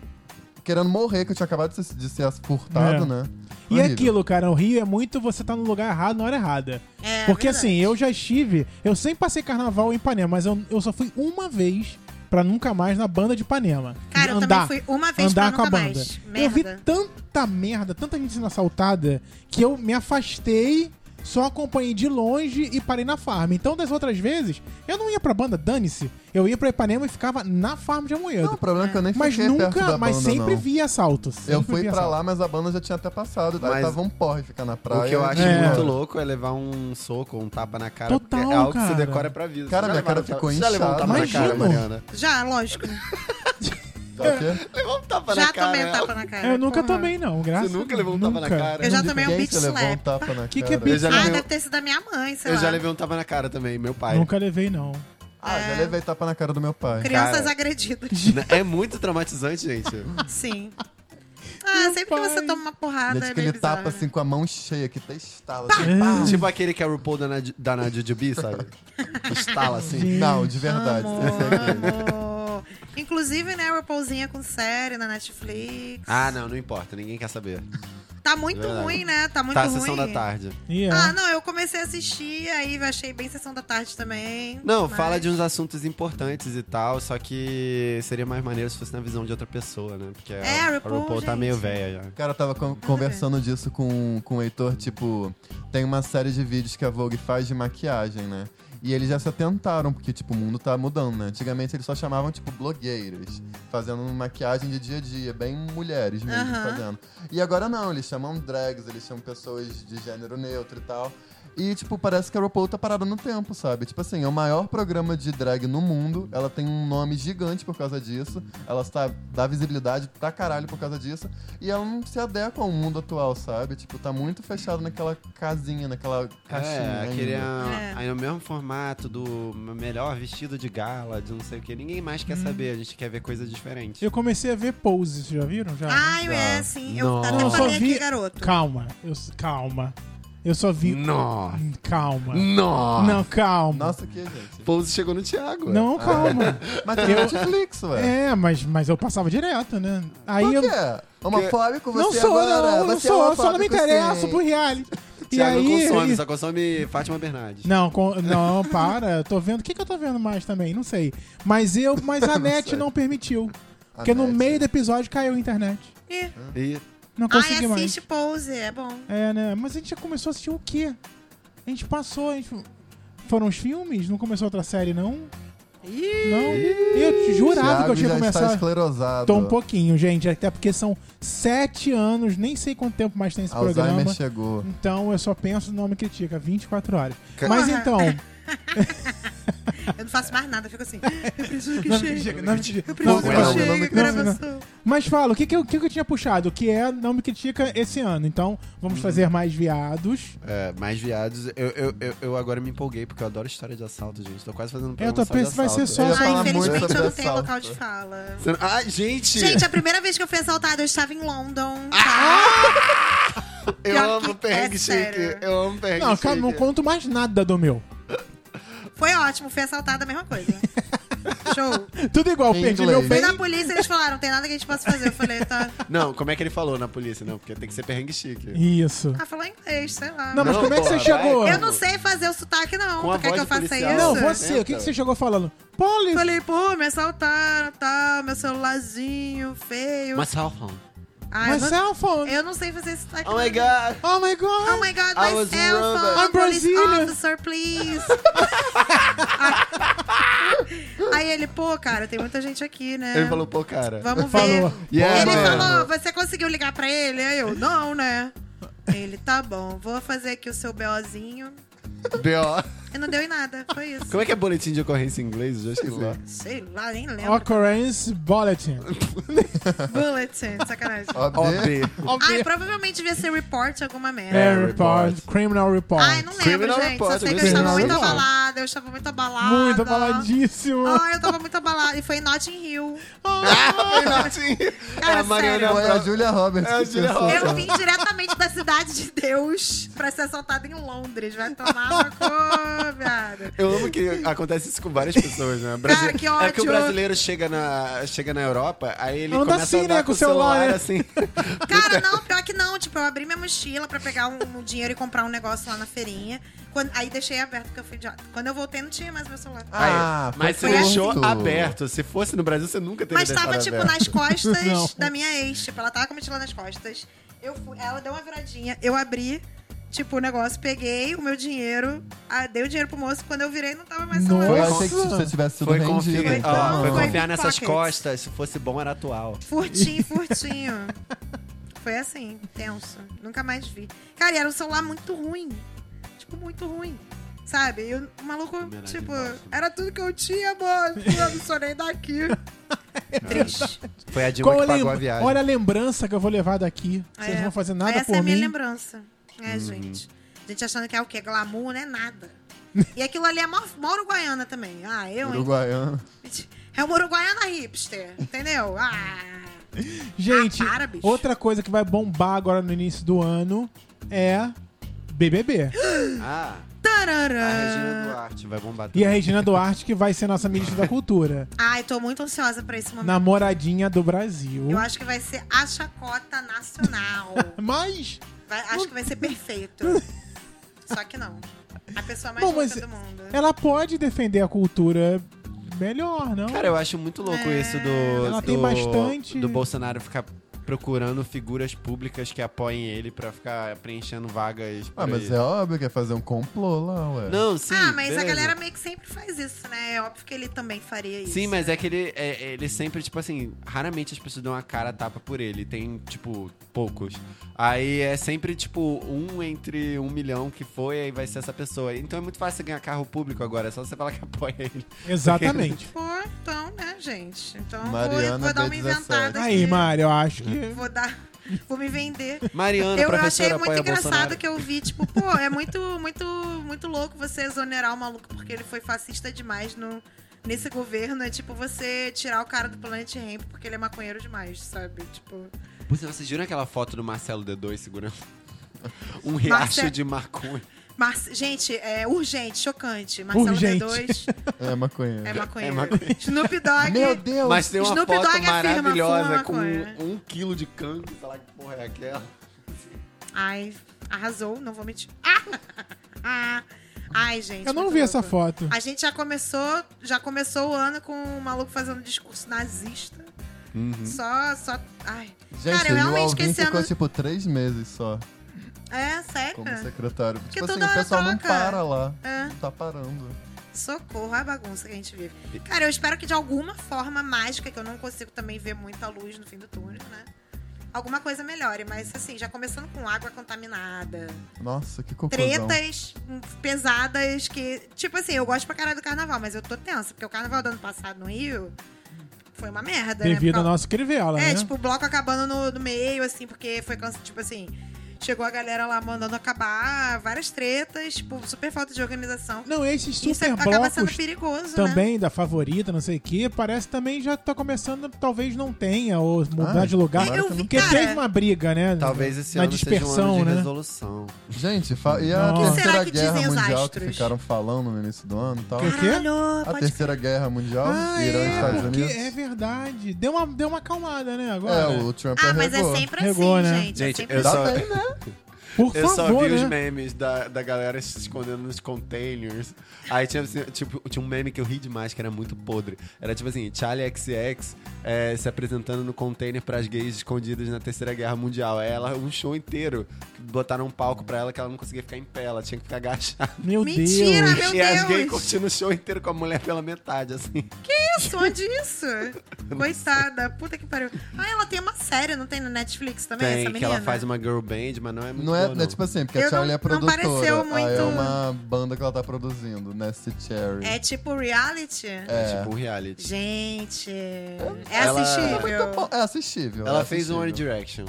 Speaker 6: querendo morrer, que eu tinha acabado de ser, de ser furtado,
Speaker 3: É.
Speaker 6: né?
Speaker 3: E
Speaker 6: Horrível.
Speaker 3: aquilo, cara, o Rio é muito você tá no lugar errado na hora errada.
Speaker 5: É,
Speaker 3: Porque
Speaker 5: verdade.
Speaker 3: assim, eu já estive. Eu sempre passei carnaval em Ipanema, mas eu, eu só fui uma vez pra nunca mais na banda de Ipanema.
Speaker 5: Cara, eu
Speaker 3: andar,
Speaker 5: também fui uma vez
Speaker 3: andar
Speaker 5: pra
Speaker 3: com a
Speaker 5: nunca
Speaker 3: banda.
Speaker 5: mais.
Speaker 3: Eu vi
Speaker 5: Merda.
Speaker 3: tanta merda, tanta gente sendo assaltada, que eu me afastei, só acompanhei de longe e parei na farm. Então, das outras vezes, eu não ia pra banda, dane-se. Eu ia pra Ipanema e ficava na farm de
Speaker 6: Não, o
Speaker 3: Amoedo.
Speaker 6: problema é que eu nem fiquei
Speaker 3: Mas
Speaker 6: perto da
Speaker 3: nunca,
Speaker 6: banda,
Speaker 3: mas sempre
Speaker 6: não.
Speaker 3: vi assalto.
Speaker 6: Eu
Speaker 3: sempre
Speaker 6: fui
Speaker 3: vi
Speaker 6: pra
Speaker 3: assalto.
Speaker 6: lá, mas a banda já tinha até passado. Aí
Speaker 4: Mas-
Speaker 6: tava um porre ficar na praia.
Speaker 4: o que eu acho
Speaker 3: É.
Speaker 4: muito louco é levar um soco ou um tapa na cara, porque
Speaker 3: Total,
Speaker 4: é algo que
Speaker 3: cara.
Speaker 4: você decora pra vida.
Speaker 6: Cara,
Speaker 4: Você já
Speaker 6: minha
Speaker 4: levaram
Speaker 6: cara
Speaker 4: um tapa-
Speaker 6: ficou
Speaker 4: Você já levou um
Speaker 6: inchada.
Speaker 4: tapa na cara,
Speaker 3: Imagino.
Speaker 4: Mariana?
Speaker 5: Já, lógico.
Speaker 6: Tá ok?
Speaker 4: Levou um tapa
Speaker 5: já
Speaker 4: na cara.
Speaker 5: tomei um
Speaker 4: ela.
Speaker 5: tapa na cara.
Speaker 3: Eu nunca
Speaker 5: porra.
Speaker 3: tomei, não, graças
Speaker 4: Você nunca
Speaker 3: a Deus,
Speaker 4: levou um tapa na
Speaker 3: nunca.
Speaker 4: cara?
Speaker 5: Eu já
Speaker 6: De
Speaker 5: tomei um
Speaker 6: quem
Speaker 5: beat
Speaker 6: você levou um
Speaker 5: slap.
Speaker 6: tapa
Speaker 3: Que
Speaker 6: na
Speaker 3: que é
Speaker 6: cara?
Speaker 4: Eu já
Speaker 5: Ah,
Speaker 4: levei,
Speaker 5: deve ter sido da minha mãe, sei
Speaker 4: eu
Speaker 5: lá.
Speaker 4: já levei um tapa na cara também, meu pai.
Speaker 3: Nunca levei, não.
Speaker 6: Ah,
Speaker 5: É.
Speaker 6: já levei tapa na cara do meu pai.
Speaker 5: Crianças
Speaker 4: Cara.
Speaker 5: agredidas.
Speaker 4: É muito traumatizante, gente.
Speaker 5: Sim. Ah, sempre que você
Speaker 3: pai.
Speaker 5: toma uma porrada,
Speaker 6: Gente,
Speaker 5: é
Speaker 6: que
Speaker 5: meio
Speaker 6: ele
Speaker 5: bizarro.
Speaker 6: tapa assim com a mão cheia, que até estala. assim, pá.
Speaker 4: tipo aquele que é o RuPaul da, Nad- da Nadia Jubi, sabe? Que Estala assim.
Speaker 6: Não, de verdade.
Speaker 5: Amo, amo. Inclusive, né, RuPaulzinha com série na Netflix.
Speaker 4: Ah, não, não importa, ninguém quer saber.
Speaker 5: Tá muito
Speaker 4: Verdade.
Speaker 5: ruim, né? Tá muito
Speaker 4: tá, a
Speaker 5: ruim.
Speaker 4: sessão da tarde.
Speaker 3: E é.
Speaker 5: Ah, não, eu comecei a assistir, aí eu achei bem Sessão da Tarde também.
Speaker 4: Não,
Speaker 5: mas-
Speaker 4: fala de uns assuntos importantes e tal, só que seria mais maneiro se fosse na visão de outra pessoa, né? Porque
Speaker 5: É,
Speaker 4: a,
Speaker 5: a
Speaker 4: a
Speaker 5: RuPaul,
Speaker 4: RuPaul tá
Speaker 5: gente.
Speaker 4: meio velha já.
Speaker 6: Cara, eu tava con- conversando disso com, com o Heitor, tipo, tem uma série de vídeos que a Vogue faz de maquiagem, né? E eles já se atentaram, porque, tipo, o mundo tá mudando, né? Antigamente eles só chamavam, tipo, blogueiras, fazendo maquiagem de dia a dia, bem mulheres mesmo
Speaker 5: Aham.
Speaker 6: fazendo. E agora não, eles chamam drags, eles chamam pessoas de gênero neutro e tal. E, tipo, parece que a RuPaul tá parada no tempo, sabe? Tipo assim, é o maior programa de drag no mundo. Ela tem um nome gigante por causa disso. Ela tá, dá visibilidade pra caralho por causa disso. E ela não se adequa ao mundo atual, sabe? Tipo, tá muito fechado naquela casinha, naquela caixinha.
Speaker 4: É,
Speaker 6: ainda.
Speaker 4: queria
Speaker 5: É.
Speaker 4: aí no mesmo formato do melhor vestido de gala, de não sei o que. Ninguém mais
Speaker 5: Hum.
Speaker 4: quer saber, a gente quer ver coisa diferente.
Speaker 3: Eu comecei a ver Pose, vocês já viram? Já, né?
Speaker 5: Ai, é, sim. Eu
Speaker 4: Ah, Nossa.
Speaker 5: até
Speaker 3: Eu só
Speaker 5: falei
Speaker 3: vi-
Speaker 5: aqui, garoto.
Speaker 3: Calma, eu, calma. Eu só vi.
Speaker 4: Nossa!
Speaker 3: Hum, Calma.
Speaker 4: Nossa!
Speaker 3: Não, calma.
Speaker 6: Nossa, que gente.
Speaker 4: Pose chegou no Thiago. ué.
Speaker 3: Não, calma.
Speaker 6: Mas tem
Speaker 3: Eu-
Speaker 6: Netflix, ué.
Speaker 3: é, mas, mas eu passava direto, né? Aí
Speaker 6: Por
Speaker 3: eu.
Speaker 6: quê? Homofóbico você
Speaker 3: Não sou,
Speaker 6: agora?
Speaker 3: não, não
Speaker 6: você é
Speaker 3: sou, eu só não me
Speaker 6: homofóbico,
Speaker 3: interesso
Speaker 6: sim.
Speaker 3: pro reality. E
Speaker 4: Thiago não
Speaker 3: aí.
Speaker 4: consome, só consome Fátima Bernardes.
Speaker 3: Não, com- não, para. Eu tô vendo. O que, que eu tô vendo mais também? Não sei. Mas eu, mas a net não permitiu. Porque no
Speaker 6: net.
Speaker 3: meio do episódio caiu a internet.
Speaker 5: Ih.
Speaker 4: E
Speaker 3: Não consegui
Speaker 5: Ai,
Speaker 3: mais.
Speaker 5: Ah, assiste Pose, é bom.
Speaker 3: É, né? Mas a gente já começou a assistir o quê? A gente passou, a gente... Foram os filmes? Não começou outra série, não? Não. Eu te jurava que eu
Speaker 6: Thiago
Speaker 3: tinha
Speaker 6: já Está
Speaker 3: começado.
Speaker 6: esclerosado.
Speaker 3: Tô um pouquinho, gente. Até porque são sete anos, nem sei quanto tempo mais tem esse
Speaker 6: Alzheimer
Speaker 3: programa.
Speaker 6: chegou.
Speaker 3: Então eu só penso no nome critica, 24 horas. Mas
Speaker 5: Porra.
Speaker 3: então.
Speaker 5: Eu não faço mais nada, eu fico assim. Eu preciso que
Speaker 3: Nome
Speaker 5: chegue.
Speaker 3: critica, nome critica.
Speaker 5: Eu preciso
Speaker 6: Não, não,
Speaker 5: que chegue,
Speaker 6: não,
Speaker 5: eu quero
Speaker 3: não, não.
Speaker 5: avançar.
Speaker 3: Mas fala, o que, que, eu, o que que eu tinha puxado? Que é Não Me Critica esse ano. Então,
Speaker 6: Hum.
Speaker 3: vamos fazer mais viados.
Speaker 4: é, mais viados. Eu, eu, eu, eu agora me empolguei, porque eu adoro história de assalto, gente. Tô quase fazendo um
Speaker 3: Eu tô
Speaker 4: programa só de
Speaker 3: pensando, vai ser
Speaker 4: assalto.
Speaker 3: só-
Speaker 6: Eu ia
Speaker 5: Ah,
Speaker 6: falar muito
Speaker 5: infelizmente
Speaker 6: sobre
Speaker 5: eu não tenho
Speaker 6: assalto.
Speaker 5: local de fala.
Speaker 4: Você- Ai, gente!
Speaker 5: Gente, a primeira vez que eu fui assaltada, eu estava em London. tá?
Speaker 4: Eu
Speaker 5: Pior que
Speaker 4: amo perrengue chique.
Speaker 5: é sério.
Speaker 4: Eu amo
Speaker 6: É
Speaker 4: perrengue
Speaker 3: Não,
Speaker 4: chique.
Speaker 3: cara, não conto mais nada do meu.
Speaker 5: Foi ótimo, fui assaltada, a mesma coisa. Show.
Speaker 3: Tudo igual,
Speaker 6: Em
Speaker 3: perdi
Speaker 6: inglês.
Speaker 3: meu
Speaker 5: Fui
Speaker 3: bem.
Speaker 5: na polícia, eles falaram, não tem nada que a gente possa fazer. Eu falei, tá.
Speaker 4: Não, como é que ele falou na polícia? Não, porque tem que ser perrengue chique.
Speaker 3: Isso.
Speaker 5: Ah, falou inglês, sei lá.
Speaker 3: Não, mas
Speaker 4: Não,
Speaker 3: como é que você
Speaker 4: porra,
Speaker 3: chegou?
Speaker 4: vai.
Speaker 5: Eu não sei fazer o sotaque, não.
Speaker 4: Com a
Speaker 5: tu quer que
Speaker 4: voz
Speaker 5: eu
Speaker 4: de
Speaker 5: faça
Speaker 4: policial.
Speaker 5: isso?
Speaker 3: Não,
Speaker 4: Nossa.
Speaker 3: você, o que, que você chegou falando? Polly,
Speaker 5: Eu Falei, pô, me assaltaram, tal, meu celularzinho feio.
Speaker 4: Mas tá Halfon.
Speaker 5: Ai,
Speaker 3: my
Speaker 5: eu não-
Speaker 4: é
Speaker 3: cell
Speaker 4: um-
Speaker 3: phone.
Speaker 5: Eu não sei fazer esse sotaque.
Speaker 4: Oh my
Speaker 5: não.
Speaker 4: god.
Speaker 3: Oh my
Speaker 5: Oh
Speaker 3: god.
Speaker 5: my god,
Speaker 4: I
Speaker 5: my
Speaker 4: was
Speaker 5: cell
Speaker 4: wrong.
Speaker 5: phone.
Speaker 3: I'm
Speaker 5: police
Speaker 3: Brazilian.
Speaker 5: officer, please. Aí ele, pô, cara, tem muita gente aqui, né?
Speaker 4: Ele falou, Tá pô, cara.
Speaker 5: Vamos
Speaker 3: Falou.
Speaker 5: ver.
Speaker 4: Yeah,
Speaker 5: ele
Speaker 4: mano.
Speaker 5: falou, assim. você conseguiu ligar pra ele? Aí eu, não, né? Ele, tá bom, vou fazer aqui o seu BOzinho.
Speaker 4: B.O.
Speaker 5: E não deu em nada, foi isso.
Speaker 4: Como é que é boletim de ocorrência em inglês? Eu já esqueci.
Speaker 5: Sei lá, nem lembro.
Speaker 3: Occurrence Bulletin.
Speaker 5: Bulletin, sacanagem.
Speaker 6: OB.
Speaker 4: OB.
Speaker 5: Ai, provavelmente devia ser report alguma merda.
Speaker 3: É, report. Criminal report.
Speaker 5: Ai, não lembro,
Speaker 4: Criminal
Speaker 5: gente.
Speaker 4: report,
Speaker 5: Só sei que eu
Speaker 4: Criminal
Speaker 5: estava muito
Speaker 4: report.
Speaker 5: abalada, eu estava muito abalada.
Speaker 3: Muito abaladíssimo. Ah.
Speaker 5: Ai, Ah, eu tava muito abalada. E foi em Notting Hill.
Speaker 4: é
Speaker 5: Cara,
Speaker 4: a É, Mariana um
Speaker 5: sério.
Speaker 6: Foi a É Julia Roberts.
Speaker 4: É a
Speaker 6: que
Speaker 4: Julia
Speaker 6: pensou
Speaker 4: Roberts.
Speaker 5: Eu
Speaker 6: só.
Speaker 5: vim diretamente da Cidade de Deus pra ser assaltada em Londres. Vai tomar no cu, viado.
Speaker 4: Eu amo que acontece isso com várias pessoas, né? Brasi-
Speaker 5: que
Speaker 4: É que o
Speaker 5: ódio.
Speaker 4: brasileiro chega na, chega na Europa, aí ele
Speaker 3: Anda
Speaker 4: começa
Speaker 3: assim,
Speaker 4: a andar
Speaker 3: né,
Speaker 4: com
Speaker 3: com
Speaker 4: o celular,
Speaker 3: celular,
Speaker 4: assim.
Speaker 5: Cara, não, pior que não. Tipo, eu abri minha mochila pra pegar um, um dinheiro e comprar um negócio lá na feirinha. Quando- aí deixei aberto porque eu fui idiota. Quando eu voltei, não tinha mais meu celular.
Speaker 6: Ah,
Speaker 4: Aí, mas você
Speaker 6: foi
Speaker 4: deixou
Speaker 6: curto.
Speaker 4: aberto. Se fosse no Brasil, você nunca teria
Speaker 5: Mas tava,
Speaker 4: deixado
Speaker 5: tipo,
Speaker 4: aberto.
Speaker 5: nas
Speaker 3: Não.
Speaker 5: costas da minha ex. Tipo, ela tava com a mochila nas costas. Eu fui, ela deu uma viradinha, eu abri, tipo, o negócio, peguei o meu dinheiro, ah, dei o dinheiro pro moço. Quando eu virei, não tava mais celular.
Speaker 6: Eu
Speaker 3: Nossa.
Speaker 6: achei que você tivesse sido
Speaker 4: Foi
Speaker 6: rendido.
Speaker 4: confiar,
Speaker 5: então,
Speaker 4: ó, foi
Speaker 5: mano.
Speaker 4: confiar nessas
Speaker 5: Pockets.
Speaker 4: costas. Se fosse bom, era atual.
Speaker 5: Furtinho, furtinho. Foi assim, tenso. Nunca mais vi. Cara, e era um celular muito ruim. Tipo, muito ruim. Sabe? E o maluco,
Speaker 4: Homenagem
Speaker 5: tipo,
Speaker 4: básica.
Speaker 5: era tudo que eu tinha, mano. Eu não sou nem daqui. Triste.
Speaker 4: Foi a Dilma
Speaker 3: Qual
Speaker 4: que
Speaker 3: a
Speaker 4: pagou
Speaker 3: lembra-
Speaker 4: a viagem.
Speaker 3: Olha a lembrança que eu vou levar daqui. Vocês
Speaker 5: É.
Speaker 3: não vão fazer nada
Speaker 5: Essa
Speaker 3: por
Speaker 5: é a minha
Speaker 3: mim. Uhum.
Speaker 5: lembrança. É, gente. A gente achando que é o quê? Glamour, né? Nada. E aquilo ali é mó, mó uruguaiana também. Ah, eu, hein?
Speaker 6: Uruguaiano.
Speaker 5: É uma uruguaiana hipster, entendeu? Ah,
Speaker 3: Gente,
Speaker 5: Ah, para, bicho.
Speaker 3: outra coisa que vai bombar agora no início do ano é BBB.
Speaker 4: Ah, a Ah, Regina
Speaker 5: tarará.
Speaker 4: Duarte vai bombar
Speaker 3: E a
Speaker 4: também.
Speaker 3: Regina Duarte, que vai ser nossa ministra da Cultura.
Speaker 5: Ai, tô muito ansiosa pra esse momento.
Speaker 3: Namoradinha do Brasil.
Speaker 5: Eu acho que vai ser a chacota nacional.
Speaker 3: Mas,
Speaker 5: Vai- acho que vai ser perfeito. Só que não. A pessoa mais
Speaker 3: Bom,
Speaker 5: louca
Speaker 3: mas
Speaker 5: do mundo.
Speaker 3: ela pode defender a cultura melhor, não?
Speaker 4: Cara, eu acho muito louco isso do.
Speaker 3: É, Ela
Speaker 4: do,
Speaker 3: tem bastante-
Speaker 4: Do Bolsonaro ficar procurando figuras públicas que apoiem ele pra ficar preenchendo vagas. por
Speaker 6: Ah, mas
Speaker 4: aí.
Speaker 6: é óbvio que ia fazer um complô lá, ué.
Speaker 4: Não, sim.
Speaker 5: ah, mas a
Speaker 4: beleza.
Speaker 5: galera meio que sempre faz isso, né? É óbvio que ele também faria isso.
Speaker 4: Sim, mas é que ele, é- ele sempre, tipo assim, raramente as pessoas dão uma cara a tapa por ele. Tem, tipo, poucos. Aí é sempre, tipo, um entre um milhão que foi, aí vai ser essa pessoa. Então é muito fácil você ganhar carro público agora, é só você falar que apoia ele.
Speaker 3: Exatamente.
Speaker 5: Pô, então, né, gente? Então vou-
Speaker 6: Mariana
Speaker 5: vou, dar uma
Speaker 6: B17.
Speaker 5: inventada
Speaker 3: Aí,
Speaker 5: aqui.
Speaker 3: Mário, eu acho que.
Speaker 5: Vou dar. Vou me vender.
Speaker 4: Mariana,
Speaker 5: Eu, eu achei
Speaker 4: professora,
Speaker 5: muito
Speaker 4: apoia
Speaker 5: engraçado
Speaker 4: Bolsonaro.
Speaker 5: que eu vi, tipo, pô, é muito, muito, muito louco você exonerar o maluco porque ele foi fascista demais no, nesse governo. É tipo você tirar o cara do Planet Ramp porque ele é maconheiro demais, sabe? Tipo.
Speaker 4: Putz, Vocês viram aquela foto do Marcelo D2 segurando um riacho de maconha?
Speaker 5: Marce- Gente, é urgente, chocante. Marcelo
Speaker 3: Urgente.
Speaker 5: D2
Speaker 6: É maconheiro.
Speaker 5: é maconheiro.
Speaker 4: É maconheiro.
Speaker 5: Snoop Dogg.
Speaker 6: Meu Deus!
Speaker 4: Mas tem uma
Speaker 5: Snoop
Speaker 4: foto
Speaker 5: Dogg afirma, fuma
Speaker 4: maravilhosa com
Speaker 5: maconha.
Speaker 4: um quilo de canto. Falar que porra é aquela.
Speaker 5: Ai, arrasou, não vou mentir. Ah! Ai, gente.
Speaker 3: Eu não
Speaker 5: muito
Speaker 3: vi essa
Speaker 5: louco.
Speaker 3: foto.
Speaker 5: A gente já começou, já começou o ano com o maluco fazendo discurso nazista. Só, só. Ai.
Speaker 6: Gente,
Speaker 5: Cara, eu
Speaker 6: e o
Speaker 5: realmente
Speaker 6: Alvin
Speaker 5: esqueci
Speaker 6: ficou,
Speaker 5: ano.
Speaker 6: tipo, três meses só
Speaker 5: É, sério?
Speaker 6: como secretário. tipo assim,
Speaker 5: toda
Speaker 6: o
Speaker 5: hora
Speaker 6: pessoal não
Speaker 5: troca.
Speaker 6: para lá.
Speaker 5: É.
Speaker 6: Não tá parando.
Speaker 5: Socorro, a bagunça que a gente vive. Cara, eu espero que de alguma forma mágica, que eu não consigo também ver muita luz no fim do túnel, né? Alguma coisa melhore, mas assim, já começando com água contaminada,
Speaker 6: Nossa, que confusão.
Speaker 5: tretas hum, pesadas que. Tipo assim, eu gosto pra caralho do carnaval, mas eu tô tensa, porque o carnaval do ano passado no Rio foi uma merda, né? Por
Speaker 3: Devido ao
Speaker 5: causa-
Speaker 3: nosso Crivella, né?
Speaker 5: É, tipo, o bloco acabando no, no meio, assim, porque foi cansa- tipo assim. Chegou a galera lá mandando acabar várias tretas, tipo, super falta de organização.
Speaker 3: Não, esses
Speaker 5: Isso
Speaker 3: super
Speaker 5: acaba sendo
Speaker 3: blocos
Speaker 5: perigoso, né?
Speaker 3: também da favorita, não sei o que, parece também já tá começando, talvez não tenha, ou mudar
Speaker 6: Ah,
Speaker 3: de lugar.
Speaker 5: eu vi,
Speaker 3: Porque
Speaker 5: cara.
Speaker 3: teve uma briga, né?
Speaker 4: Talvez esse
Speaker 3: na
Speaker 4: ano seja um
Speaker 3: dispersão,
Speaker 4: ano de
Speaker 3: né?
Speaker 4: resolução.
Speaker 6: Gente, fa- e a
Speaker 3: Nossa. O que
Speaker 5: será
Speaker 6: Terceira
Speaker 5: que
Speaker 6: Guerra
Speaker 5: dizem os
Speaker 6: Mundial que
Speaker 5: astros?
Speaker 6: ficaram falando no início do ano e tal?
Speaker 3: Que- O quê?
Speaker 5: Caralho,
Speaker 6: A
Speaker 5: pode
Speaker 6: Terceira Guerra Mundial,
Speaker 3: Ah,
Speaker 6: Irã e
Speaker 3: é,
Speaker 6: Estados
Speaker 3: porque
Speaker 6: Unidos.
Speaker 3: é verdade. Deu uma, deu uma acalmada, né? Agora.
Speaker 6: É, o Trump
Speaker 5: Ah, mas é
Speaker 6: arregou.
Speaker 5: sempre
Speaker 3: Regou,
Speaker 5: assim,
Speaker 3: né?
Speaker 5: gente. é
Speaker 4: Gente,
Speaker 5: sempre
Speaker 4: eu
Speaker 6: Tá
Speaker 4: só,
Speaker 6: bem, né?
Speaker 3: Por
Speaker 4: eu só
Speaker 3: favor,
Speaker 4: vi os
Speaker 3: né?
Speaker 4: memes da, da galera se escondendo nos containers. Aí tinha, assim, tipo, tinha um meme que eu ri demais, que era muito podre. Era tipo assim, Charlie XX é, se apresentando no container pras gays escondidas na Terceira Guerra Mundial. Aí Ela, um show inteiro, botaram um palco pra ela que ela não conseguia ficar em pé, ela tinha que ficar agachada.
Speaker 3: Meu
Speaker 5: Mentira,
Speaker 3: Deus.
Speaker 5: Ah, Meu
Speaker 4: e as
Speaker 5: Deus!
Speaker 4: gays curtindo o show inteiro com a mulher pela metade, assim.
Speaker 5: Isso, onde isso? Coitada, puta que pariu. Ah, ela tem uma série, não tem no Netflix também, essa
Speaker 4: Tem,
Speaker 5: menina?
Speaker 4: que ela faz uma girl band, mas não é muito
Speaker 6: Não é,
Speaker 4: boa,
Speaker 6: é tipo assim, porque
Speaker 5: Eu
Speaker 6: a Charlie
Speaker 5: não-
Speaker 6: é
Speaker 5: não
Speaker 6: produtora.
Speaker 5: pareceu
Speaker 6: Aí é
Speaker 5: muito-
Speaker 6: uma banda que ela tá produzindo, Nessie Cherry.
Speaker 5: É tipo reality?
Speaker 4: É tipo um reality.
Speaker 5: Gente, é
Speaker 4: Ela-
Speaker 6: É muito
Speaker 5: assistível.
Speaker 6: bom. É assistível.
Speaker 4: Ela
Speaker 6: é
Speaker 4: fez um
Speaker 6: assistível.
Speaker 4: One Direction.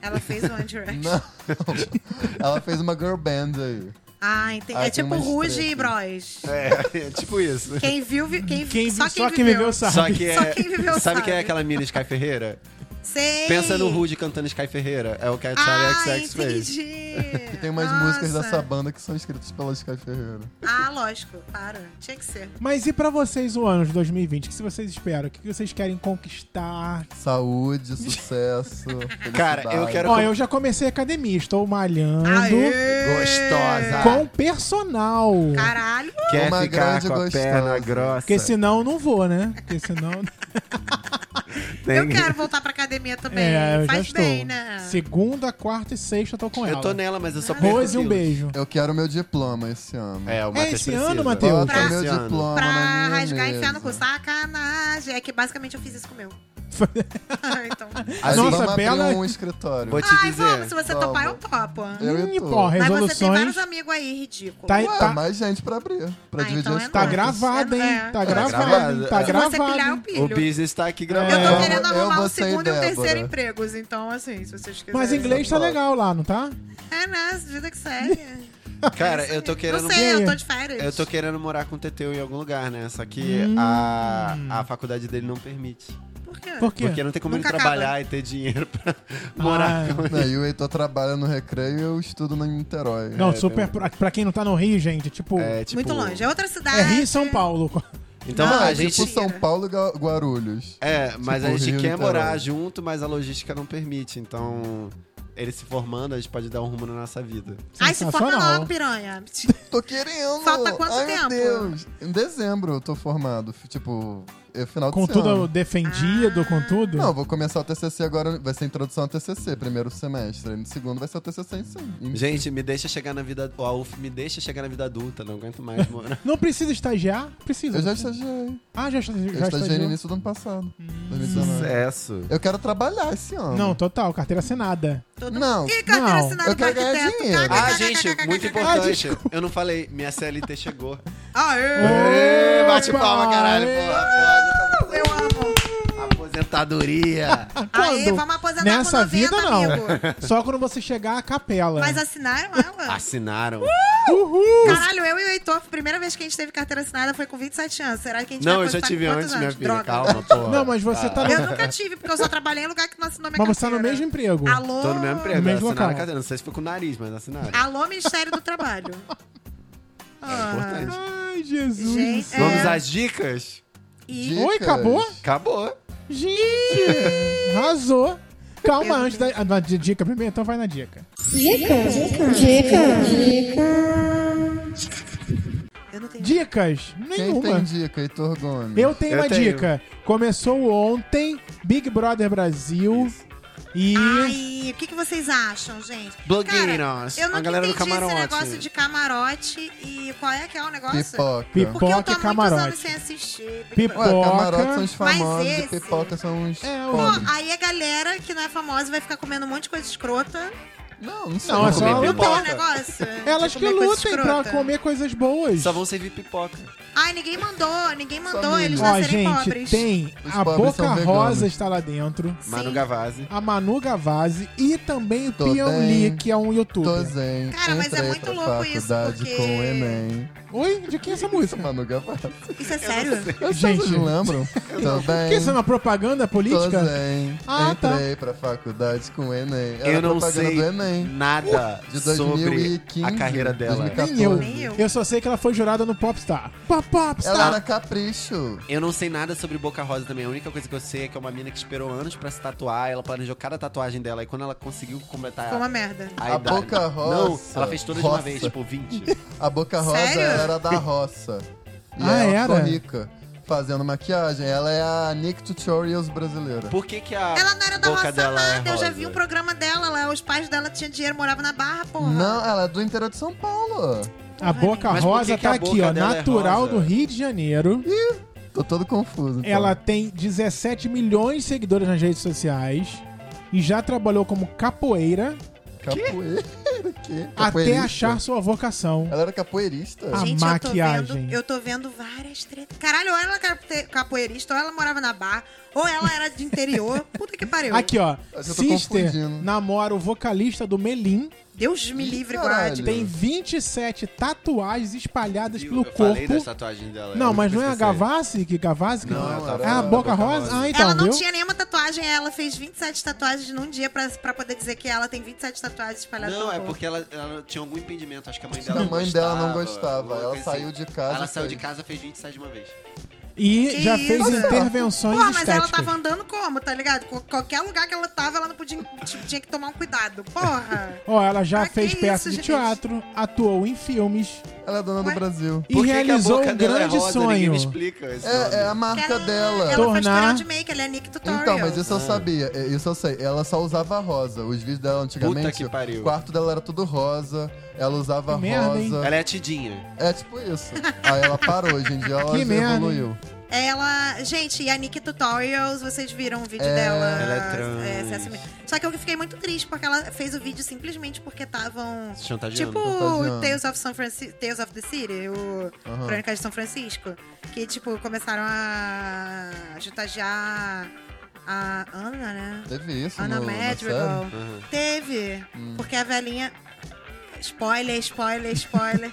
Speaker 5: Ela fez One Direction.
Speaker 6: Não. ela fez uma girl band aí.
Speaker 5: Ah, entendi.
Speaker 6: Ah,
Speaker 5: é
Speaker 6: tem
Speaker 5: tipo
Speaker 6: uma
Speaker 5: Ruge
Speaker 6: estrela
Speaker 5: e
Speaker 6: aqui.
Speaker 5: Bros.
Speaker 4: É, é tipo isso.
Speaker 5: Quem viu, vi- quem,
Speaker 3: Quem,
Speaker 5: só quem
Speaker 3: viveu sabe.
Speaker 4: Só que é.
Speaker 5: Só quem viveu
Speaker 4: sabe, quem é
Speaker 5: sabe.
Speaker 4: aquela mina Sky Ferreira?
Speaker 5: Sei.
Speaker 4: Pensa no Rude cantando Sky Ferreira. É o que a Charlie
Speaker 5: Ah,
Speaker 4: XX fez.
Speaker 5: entendi.
Speaker 6: E tem umas
Speaker 5: Nossa.
Speaker 6: músicas dessa banda que são escritas pela Sky Ferreira.
Speaker 5: Ah, lógico. Para. Tinha que ser.
Speaker 3: Mas e pra vocês o ano de 2020? O que vocês esperam? O que vocês querem conquistar?
Speaker 6: Saúde, sucesso, felicidade.
Speaker 4: Cara, eu quero-
Speaker 3: Ó, eu já comecei a academia, estou malhando
Speaker 5: Aê!
Speaker 4: Gostosa.
Speaker 3: com personal.
Speaker 5: Caralho.
Speaker 4: Quer
Speaker 6: Uma
Speaker 4: ficar
Speaker 6: grande
Speaker 4: com a
Speaker 6: gostosa.
Speaker 4: perna grossa.
Speaker 3: Porque senão eu não vou, né? Porque senão.
Speaker 4: Tem-
Speaker 5: Eu quero voltar pra academia também.
Speaker 3: é, eu já
Speaker 5: Faz
Speaker 3: estou.
Speaker 5: bem, né?
Speaker 3: Segunda, quarta e sexta eu tô com ela.
Speaker 4: Eu tô nela, mas eu só perco
Speaker 3: Arroz e um
Speaker 4: quilos.
Speaker 3: beijo.
Speaker 6: Eu quero meu diploma esse ano.
Speaker 4: É, o
Speaker 3: É
Speaker 4: Matheus
Speaker 3: esse
Speaker 4: precisa.
Speaker 3: ano, Matheus?
Speaker 6: Bota
Speaker 5: pra-
Speaker 6: meu
Speaker 4: esse ano.
Speaker 6: diploma na
Speaker 5: Pra
Speaker 6: minha
Speaker 5: rasgar e enfiar no cu.
Speaker 6: mesa.
Speaker 5: Sacanagem. É que basicamente eu fiz isso com o meu. Ah, então.
Speaker 6: Aí
Speaker 3: Nossa,
Speaker 6: vamos abrir
Speaker 3: bela-
Speaker 6: um escritório.
Speaker 4: Vou te
Speaker 5: Ai, vamos. Se
Speaker 4: dizer.
Speaker 5: você
Speaker 6: Vamos.
Speaker 5: topar, eu topo.
Speaker 6: Eu e
Speaker 3: Ih,
Speaker 6: tu.
Speaker 3: pô,
Speaker 5: Mas você tem vários
Speaker 3: É. resoluções.
Speaker 5: amigos aí, ridículo.
Speaker 3: Tá-
Speaker 6: Ué, mais gente pra abrir. Pra
Speaker 5: Ah,
Speaker 6: dividir
Speaker 5: então é
Speaker 6: as
Speaker 5: nóis.
Speaker 3: Tá
Speaker 6: contas.
Speaker 3: gravado, hein?
Speaker 5: É.
Speaker 3: Tá
Speaker 5: É.
Speaker 3: gravado, hein? Tá
Speaker 5: Se você um pilhar, eu
Speaker 3: gravado.
Speaker 5: pilho.
Speaker 4: O business tá aqui
Speaker 5: Eu
Speaker 4: gravando.
Speaker 5: tô
Speaker 6: É.
Speaker 5: querendo
Speaker 6: Eu- eu
Speaker 5: arrumar um
Speaker 6: vou ser
Speaker 5: segundo e um
Speaker 6: Débora.
Speaker 5: terceiro empregos, então, assim, se vocês quiserem.
Speaker 3: Mas inglês
Speaker 5: né?
Speaker 3: tá legal lá, não tá?
Speaker 5: É, né? Vida que segue.
Speaker 4: Cara, eu tô querendo.
Speaker 5: Não sei, eu tô de
Speaker 4: eu...
Speaker 5: férias.
Speaker 4: tô querendo morar com o Teteu em algum lugar, né? Só que
Speaker 3: Hum.
Speaker 4: a, a faculdade dele não permite.
Speaker 5: Por quê?
Speaker 3: Por quê?
Speaker 4: Porque não tem como
Speaker 5: Nunca
Speaker 4: ele
Speaker 5: acaba.
Speaker 4: trabalhar e ter dinheiro pra
Speaker 3: Ah,
Speaker 4: morar
Speaker 3: é.
Speaker 4: com
Speaker 6: Não, e o Heitor trabalha no recreio e eu estudo no Niterói.
Speaker 3: Não,
Speaker 4: É,
Speaker 3: super. Pra, pra quem não tá no Rio, gente, tipo. É,
Speaker 4: É, tipo,
Speaker 5: Muito longe. um É outra cidade.
Speaker 3: Rio e São Paulo.
Speaker 4: Então
Speaker 5: Não,
Speaker 6: Ah,
Speaker 4: a
Speaker 6: é
Speaker 4: gente.
Speaker 6: tipo São Paulo e Gua- Guarulhos.
Speaker 4: É, mas
Speaker 6: Tipo,
Speaker 4: a gente
Speaker 6: Rio e
Speaker 4: quer
Speaker 6: Niterói.
Speaker 4: morar junto, mas a logística não permite. Então, ele se formando, a gente pode dar um rumo na nossa vida.
Speaker 5: Ai, se forma
Speaker 3: Sensacional.
Speaker 5: logo, piranha.
Speaker 6: Tô querendo!
Speaker 5: Falta quanto
Speaker 6: Ai,
Speaker 5: tempo?
Speaker 6: Meu Deus. Em dezembro eu tô formado. F- Tipo, é final
Speaker 3: Com
Speaker 6: de ano.
Speaker 3: tudo defendido, com tudo.
Speaker 6: Não, eu vou começar o TCC agora. Vai ser a introdução ao TCC, primeiro semestre. Aí No segundo vai ser o TCC em sim. Em-
Speaker 4: Gente, me deixa chegar na vida. A UF me deixa chegar na vida adulta, não aguento mais morar.
Speaker 3: Não precisa estagiar? Precisa.
Speaker 6: Eu já estagiei.
Speaker 3: Ah, já, está- já
Speaker 6: Eu estagiei no
Speaker 3: estagiou. Hum.
Speaker 6: início do ano passado. 2019.
Speaker 4: Sucesso.
Speaker 6: Eu quero trabalhar esse ano.
Speaker 3: Não, total, carteira assinada.
Speaker 5: Todo
Speaker 6: Não.
Speaker 5: Ih, carteira
Speaker 3: Não,
Speaker 5: assinada
Speaker 6: eu quero
Speaker 5: pra
Speaker 6: ganhar
Speaker 5: arquiteto.
Speaker 6: dinheiro.
Speaker 5: Caca,
Speaker 4: Ah,
Speaker 5: caca,
Speaker 4: gente,
Speaker 5: caca,
Speaker 4: muito
Speaker 5: caca,
Speaker 4: importante. eu não falei, minha CLT chegou.
Speaker 5: caca.
Speaker 3: É.
Speaker 5: Aê!
Speaker 4: Ê, bate palma, caralho,
Speaker 3: Aê!
Speaker 4: porra, foda.
Speaker 5: Eu amo.
Speaker 4: Aposentadoria.
Speaker 5: Aê,
Speaker 3: Quando?
Speaker 5: vamos aposentar
Speaker 3: Nessa
Speaker 5: com 90,
Speaker 3: vida, não.
Speaker 5: amigo.
Speaker 3: Só quando você chegar à capela.
Speaker 5: Mas assinaram
Speaker 4: Ah,
Speaker 5: ela?
Speaker 4: Assinaram.
Speaker 3: Uhul!
Speaker 5: Caralho, eu e o Heitor, a primeira vez que a gente teve carteira assinada foi com 27 anos. Será que a gente
Speaker 4: Não,
Speaker 5: vai
Speaker 4: eu já
Speaker 5: aposentar
Speaker 4: tive
Speaker 5: com
Speaker 4: antes,
Speaker 5: quantos
Speaker 4: minha
Speaker 5: anos?
Speaker 4: filha.
Speaker 5: Droga.
Speaker 4: Calma, porra.
Speaker 3: Não, mas você tá
Speaker 5: Eu
Speaker 3: no...
Speaker 5: nunca tive, porque eu só trabalhei em lugar é que não assinou minha
Speaker 3: Mas você tá no
Speaker 5: carteira.
Speaker 3: mesmo emprego.
Speaker 5: Alô?
Speaker 4: Tô no mesmo emprego.
Speaker 3: No mesmo
Speaker 4: assinaram
Speaker 3: local.
Speaker 4: a cadeira. Não sei se foi com o nariz, mas assinaram.
Speaker 5: Alô, Ministério do Trabalho. Ah,
Speaker 4: É Importante. Hum,
Speaker 3: Ai, Jesus.
Speaker 5: Gente, é.
Speaker 4: Vamos às dicas?
Speaker 5: e
Speaker 6: Dicas.
Speaker 3: Oi, acabou?
Speaker 4: Acabou.
Speaker 3: Gente, arrasou. Calma, antes da, da dica primeiro, então vai na dica.
Speaker 5: é, eu não tenho.
Speaker 3: Dicas?
Speaker 6: Quem tem
Speaker 3: Nenhuma.
Speaker 6: dica? Heitor Gomes.
Speaker 3: Eu tenho
Speaker 4: Eu
Speaker 3: uma
Speaker 4: tenho.
Speaker 3: dica. Começou ontem, Big Brother Brasil. E.
Speaker 5: Ai, o que, que vocês acham, gente?
Speaker 4: Blogueiras,
Speaker 5: Cara, eu não
Speaker 4: a galera do
Speaker 5: entendi
Speaker 4: camarote.
Speaker 5: esse negócio de camarote e qual é que é o negócio?
Speaker 6: Pipoca.
Speaker 3: Pipoca.
Speaker 5: Porque eu tô
Speaker 3: Pipoca e
Speaker 5: há
Speaker 3: camarote.
Speaker 5: muitos anos sem assistir.
Speaker 3: Pipoca.
Speaker 6: Ué, camarote são os
Speaker 5: Mas
Speaker 6: famosos e
Speaker 5: esse-
Speaker 6: pipoca são os
Speaker 3: É, o-
Speaker 5: Pô,
Speaker 6: pobres.
Speaker 5: aí a galera que não é famosa vai ficar comendo um monte de coisa escrota.
Speaker 6: Não, não sei.
Speaker 3: Não, é só
Speaker 4: comer
Speaker 3: ela
Speaker 5: Não tem um
Speaker 3: lutar.
Speaker 5: negócio?
Speaker 3: Elas
Speaker 5: De
Speaker 3: que
Speaker 5: comer coisa
Speaker 3: lutem pra
Speaker 6: né?
Speaker 5: escrota?
Speaker 3: comer coisas boas.
Speaker 4: Só vão servir pipoca.
Speaker 5: Ai, ninguém mandou, ninguém
Speaker 4: um
Speaker 5: mandou
Speaker 6: milho.
Speaker 5: eles
Speaker 3: Ó,
Speaker 5: nascerem
Speaker 3: gente,
Speaker 5: pobres.
Speaker 3: tem
Speaker 6: Os
Speaker 3: a
Speaker 6: pobres
Speaker 3: Boca
Speaker 6: são
Speaker 3: Rosa
Speaker 6: veganos.
Speaker 3: está lá dentro,
Speaker 4: Manu Gavazzi.
Speaker 3: a Manu Gavazzi e também o
Speaker 6: Tô
Speaker 3: Pian Lee,
Speaker 6: bem.
Speaker 3: que é um
Speaker 6: Tô
Speaker 3: youtuber.
Speaker 6: zen.
Speaker 5: Cara, mas é
Speaker 6: Entrei
Speaker 5: muito
Speaker 6: pra
Speaker 5: louco isso,
Speaker 6: faculdade
Speaker 5: porque-
Speaker 6: com o Enem.
Speaker 3: Oi? De quem é essa
Speaker 6: Isso,
Speaker 3: música?
Speaker 6: Manu Gavassi.
Speaker 5: Isso é sério?
Speaker 3: Gente.
Speaker 6: Vocês não lembram? Tô bem.
Speaker 3: Que isso é uma propaganda
Speaker 6: Tô
Speaker 3: política?
Speaker 6: zen.
Speaker 3: Ah, tá.
Speaker 6: Entrei pra faculdade com o Enem. Era
Speaker 4: Eu não
Speaker 6: propaganda
Speaker 4: sei
Speaker 6: do Enem.
Speaker 4: nada
Speaker 5: Uh,
Speaker 6: De
Speaker 4: sobre
Speaker 6: 2015,
Speaker 4: a carreira dela.
Speaker 6: 2014.
Speaker 3: Nem eu.
Speaker 5: Nem eu.
Speaker 3: Eu só sei que ela foi jurada no Popstar. Pop
Speaker 6: Ela
Speaker 3: Popstar!
Speaker 6: era capricho.
Speaker 4: Eu não sei nada sobre Boca Rosa também. A única coisa que eu sei é que é uma mina que esperou anos pra se tatuar. Ela planejou cada tatuagem dela. E quando ela conseguiu completar
Speaker 5: Foi uma merda.
Speaker 4: a,
Speaker 6: A
Speaker 4: idade...
Speaker 6: Boca
Speaker 4: Não,
Speaker 6: Rosa.
Speaker 4: ela fez todas de uma
Speaker 6: Roça.
Speaker 4: vez, tipo 20.
Speaker 6: A Boca Rosa
Speaker 5: Sério?
Speaker 6: era da roça. E
Speaker 3: Ah,
Speaker 6: ela
Speaker 3: era?
Speaker 6: ficou rica fazendo maquiagem. Ela é a Nick Tutorials brasileira.
Speaker 4: Por que que a
Speaker 5: Ela não era da
Speaker 4: boca
Speaker 5: roça
Speaker 4: dela é
Speaker 5: nada, eu já
Speaker 4: rosa?
Speaker 5: vi um programa dela lá, os pais dela tinham dinheiro, moravam na Barra, porra.
Speaker 6: Não, ela é do interior de São Paulo.
Speaker 3: A Boca
Speaker 4: Mas por que
Speaker 3: Rosa
Speaker 4: que
Speaker 3: tá
Speaker 4: a
Speaker 3: aqui,
Speaker 4: boca
Speaker 3: ó.
Speaker 4: dela é
Speaker 3: Natural
Speaker 4: rosa?
Speaker 3: do Rio de Janeiro.
Speaker 6: Tô todo confuso. então.
Speaker 3: Ela tem 17 milhões de seguidores nas redes sociais. E já trabalhou como capoeira
Speaker 6: Capoeira, quê?
Speaker 3: até
Speaker 6: Capoeirista?
Speaker 3: achar sua vocação.
Speaker 6: Ela era capoeirista?
Speaker 3: Ah,
Speaker 5: Gente,
Speaker 3: maquiagem.
Speaker 5: Eu tô vendo, eu tô vendo várias tretas. Caralho, ou ela era capoe- capoeirista, ou ela morava na Barra, ou ela era de interior. Puta que pariu.
Speaker 3: Aqui, ó.
Speaker 6: Acho que eu tô
Speaker 3: Sister
Speaker 6: confundindo.
Speaker 3: namora o vocalista do Melim.
Speaker 5: Deus me livre,
Speaker 6: Caralho.
Speaker 5: guarde.
Speaker 3: Tem 27 tatuagens espalhadas
Speaker 4: Viu?
Speaker 3: pelo
Speaker 4: eu falei das
Speaker 3: corpo.
Speaker 4: tatuagens dela.
Speaker 3: Não,
Speaker 4: eu
Speaker 3: mas não é a
Speaker 4: pesquisei.
Speaker 3: Gavassi? Que Gavassi? que-
Speaker 4: Não, ela tá
Speaker 3: é a
Speaker 4: falando da
Speaker 3: Boca
Speaker 4: Boca
Speaker 3: Rosa?
Speaker 4: Rosa.
Speaker 3: Ah, então,
Speaker 5: ela não
Speaker 3: viu?
Speaker 5: tinha nenhuma tatuagem, ela fez 27 tatuagens num dia pra, pra poder dizer que ela tem 27 tatuagens espalhadas
Speaker 4: Não,
Speaker 5: pelo
Speaker 4: é
Speaker 5: corpo.
Speaker 4: porque ela, ela tinha algum impedimento. Acho que a mãe dela
Speaker 6: A
Speaker 4: não
Speaker 6: mãe
Speaker 4: gostava.
Speaker 6: dela não gostava.
Speaker 4: alguma
Speaker 6: Ela
Speaker 4: coisa
Speaker 6: saiu
Speaker 4: assim.
Speaker 6: de casa.
Speaker 4: Ela saiu de
Speaker 6: fez-
Speaker 4: casa fez 27 de uma vez.
Speaker 3: E
Speaker 5: Que
Speaker 3: já fez
Speaker 5: isso?
Speaker 3: intervenções
Speaker 5: Porra, mas ela
Speaker 3: estéticas.
Speaker 5: tava andando como, tá ligado? Co- Qualquer lugar que ela tava, ela não podia. tipo, tinha que tomar um cuidado. Porra!
Speaker 3: Ó, ela já
Speaker 5: Ah, que
Speaker 3: fez
Speaker 5: isso,
Speaker 3: peças de
Speaker 5: gente.
Speaker 3: teatro, atuou em filmes
Speaker 6: Ela é dona do
Speaker 5: Ué?
Speaker 6: Brasil.
Speaker 3: e realizou um
Speaker 4: dela é
Speaker 3: grande
Speaker 4: rosa? Ninguém
Speaker 3: sonho.
Speaker 4: me explica esse nome.
Speaker 6: É, é a marca
Speaker 5: ela,
Speaker 6: dela.
Speaker 5: Ela faz
Speaker 3: Tornar-
Speaker 5: tutorial de make, ela é Nick Tutorial.
Speaker 6: Então, mas isso eu sabia, é, isso eu sei. Ela só usava rosa. Os vídeos dela antigamente,
Speaker 4: que pariu.
Speaker 6: o quarto dela era tudo rosa, ela usava
Speaker 3: Que merda, hein?
Speaker 6: rosa.
Speaker 4: Ela é a Tidinha.
Speaker 6: É tipo isso. Aí ela parou, hoje em dia ela
Speaker 3: Que
Speaker 6: já
Speaker 3: merda,
Speaker 6: evoluiu.
Speaker 5: É, Ela. Gente, e a Nick Tutorials, vocês viram o vídeo
Speaker 6: É,
Speaker 5: dela.
Speaker 4: ela é trans.
Speaker 5: se assumir. Só que eu fiquei muito triste porque ela fez o vídeo simplesmente porque estavam.
Speaker 4: Chantageando.
Speaker 5: Tipo
Speaker 6: Fantasiando.
Speaker 5: Tales of, San Franci Tales of the City, o
Speaker 6: Aham.
Speaker 5: Crônica de São Francisco. Que, tipo, começaram a chantagear a Ana, né?
Speaker 6: Teve isso,
Speaker 5: Ana
Speaker 6: no, na série.
Speaker 5: Madrigal. Teve.
Speaker 4: Hum.
Speaker 5: Porque a velhinha. Spoiler, spoiler, spoiler.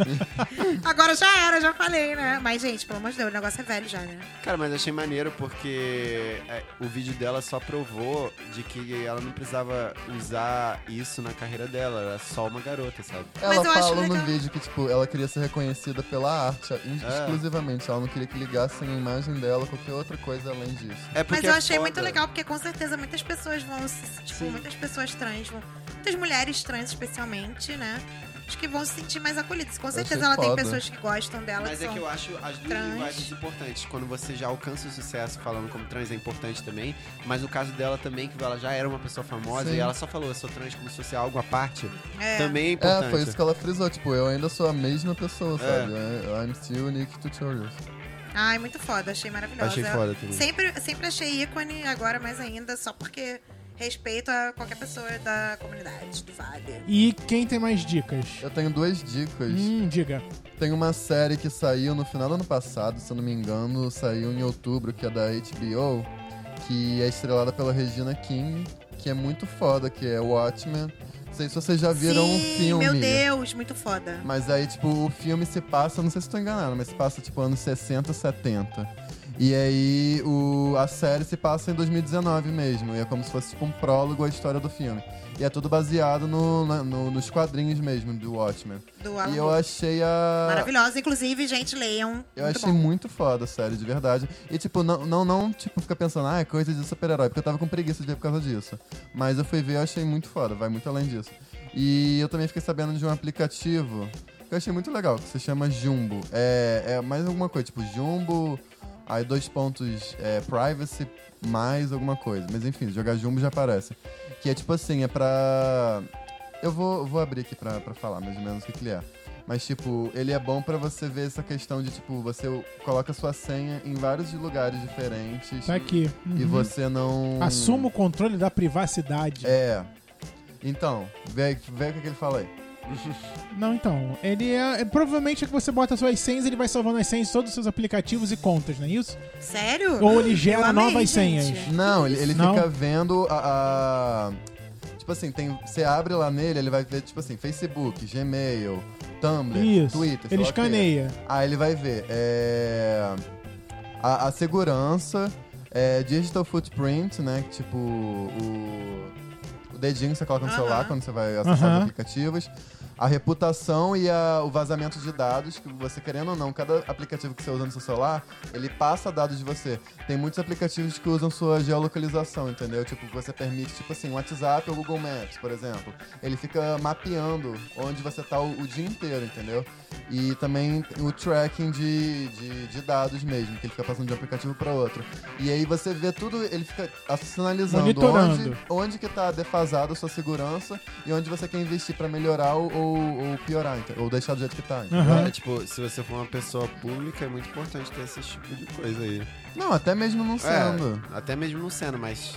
Speaker 5: Agora já era, já falei, né? Mas, gente, pelo amor de Deus, o negócio é velho já, né?
Speaker 4: Cara, mas achei maneiro porque é, o vídeo dela só provou de que ela não precisava usar isso na carreira dela. Era só uma garota, sabe?
Speaker 5: Mas
Speaker 6: Ela
Speaker 5: eu acho
Speaker 6: falou no
Speaker 5: legal.
Speaker 6: vídeo que, tipo, ela queria ser reconhecida pela arte in-
Speaker 4: É.
Speaker 6: exclusivamente. Ela não queria que ligassem a imagem dela, qualquer outra coisa além disso.
Speaker 4: É
Speaker 5: Mas
Speaker 4: porque
Speaker 5: eu
Speaker 4: é
Speaker 5: achei
Speaker 4: foda.
Speaker 5: muito legal, porque com certeza muitas pessoas vão. se- Tipo, muitas pessoas trans vão. Muitas mulheres trans, especialmente, né? Acho que vão se sentir mais acolhidas. Com certeza ela tem
Speaker 6: foda.
Speaker 5: pessoas que gostam dela.
Speaker 4: Mas
Speaker 5: que
Speaker 4: é
Speaker 5: são-
Speaker 4: que eu acho as duas
Speaker 5: trans.
Speaker 4: linguagens importantes. Quando você já alcança o sucesso falando como trans é importante também. Mas no caso dela também, que ela já era uma pessoa famosa
Speaker 6: Sim.
Speaker 4: e ela só falou, eu sou trans como se fosse algo à parte.
Speaker 5: É.
Speaker 4: Também é importante.
Speaker 6: É, foi isso que ela frisou. Tipo, eu ainda sou a mesma pessoa,
Speaker 4: É.
Speaker 6: sabe? I- I'm still Nick Tutorials.
Speaker 5: Ai, muito foda, achei maravilhosa.
Speaker 4: Achei foda
Speaker 6: Hum.
Speaker 4: também.
Speaker 5: Sempre, sempre achei ícone, agora mais ainda, só porque respeito a qualquer pessoa da comunidade, do Vale.
Speaker 3: E quem tem mais dicas?
Speaker 6: Eu tenho duas dicas.
Speaker 3: Hum, diga.
Speaker 6: Tem uma série que saiu no final do ano passado, se eu não me engano, saiu em outubro, que é da HBO, que é estrelada pela Regina King, que é muito foda, que é Watchmen. Não sei se vocês já viram o
Speaker 5: Sim,
Speaker 6: filme.
Speaker 5: meu Deus, muito foda.
Speaker 6: Mas aí, tipo, o filme se passa, não sei se tô enganado, mas se passa, tipo, anos 60, 70. E aí o, a série se passa em 2019 mesmo. E é como se fosse tipo, um prólogo à história do filme. E é tudo baseado no, na- no- nos quadrinhos mesmo do Watchmen.
Speaker 5: Do Alan
Speaker 6: E eu
Speaker 5: Moore.
Speaker 6: achei a.
Speaker 5: Maravilhosa, inclusive, gente, leiam.
Speaker 6: Eu
Speaker 5: muito
Speaker 6: achei
Speaker 5: bom.
Speaker 6: muito foda a série, de verdade. E, tipo, não, não, não tipo, fica pensando, ah, é coisa de super-herói, porque eu tava com preguiça de ver por causa disso. Mas eu fui ver e eu achei muito foda, vai muito além disso. E eu também fiquei sabendo de um aplicativo que eu achei muito legal, que se chama Jumbo. É, é mais alguma coisa, tipo, Jumbo, aí dois pontos, é, privacy, mais alguma coisa. Mas enfim, se jogar Jumbo já aparece. Que é tipo assim, é pra. Eu vou, vou abrir aqui pra, pra falar mais ou menos o que, que ele é. Mas, tipo, ele é bom pra você ver essa questão de, tipo, você coloca sua senha em vários lugares diferentes
Speaker 3: Tá aqui.
Speaker 6: e
Speaker 3: Uhum.
Speaker 6: você não.
Speaker 3: Assuma o controle da privacidade.
Speaker 6: É. Então, vê, aí- vê o que, que ele fala aí.
Speaker 3: Não, então. Ele é. é- Provavelmente é que você bota suas senhas ele vai salvando as senhas de todos os seus aplicativos e contas, não é isso?
Speaker 6: um
Speaker 5: Sério?
Speaker 3: Ou ele
Speaker 5: Eu
Speaker 3: gera
Speaker 5: amei,
Speaker 3: novas
Speaker 5: gente.
Speaker 3: senhas.
Speaker 6: Não, ele, ele
Speaker 3: Não?
Speaker 6: fica vendo a, a- Tipo assim, tem, você abre lá nele, ele vai ver, tipo assim, Facebook, Gmail, Tumblr,
Speaker 3: Isso.
Speaker 6: Twitter. sei
Speaker 3: ele
Speaker 6: lá o quê.
Speaker 3: escaneia.
Speaker 6: Aí ele vai ver é, a, a segurança, é, digital footprint, né? que Tipo, o, o dedinho que você coloca no
Speaker 5: Aham.
Speaker 6: celular quando você vai acessar os
Speaker 3: Aham.
Speaker 6: aplicativos. A reputação e a- o vazamento de dados, que você querendo ou não, cada aplicativo que você usa no seu celular, ele passa dados de você. Tem muitos aplicativos que usam sua geolocalização, entendeu? Tipo, você permite, tipo assim, o WhatsApp ou o Google Maps, por exemplo. Ele fica mapeando onde você tá o, o dia inteiro, entendeu? E também o tracking de, de, de dados mesmo, que ele fica passando de um aplicativo para outro. E aí você vê tudo, ele fica sinalizando
Speaker 3: Monitorando.
Speaker 6: onde, onde que tá defasado a sua segurança e onde você quer investir para melhorar ou, ou, ou piorar, ente- ou deixar do jeito que tá. entendeu?
Speaker 3: Aham.
Speaker 4: É, tipo, se você for uma pessoa pública, é muito importante ter esse tipo de coisa aí.
Speaker 6: Não, até mesmo não sendo.
Speaker 4: É, até mesmo não sendo, mas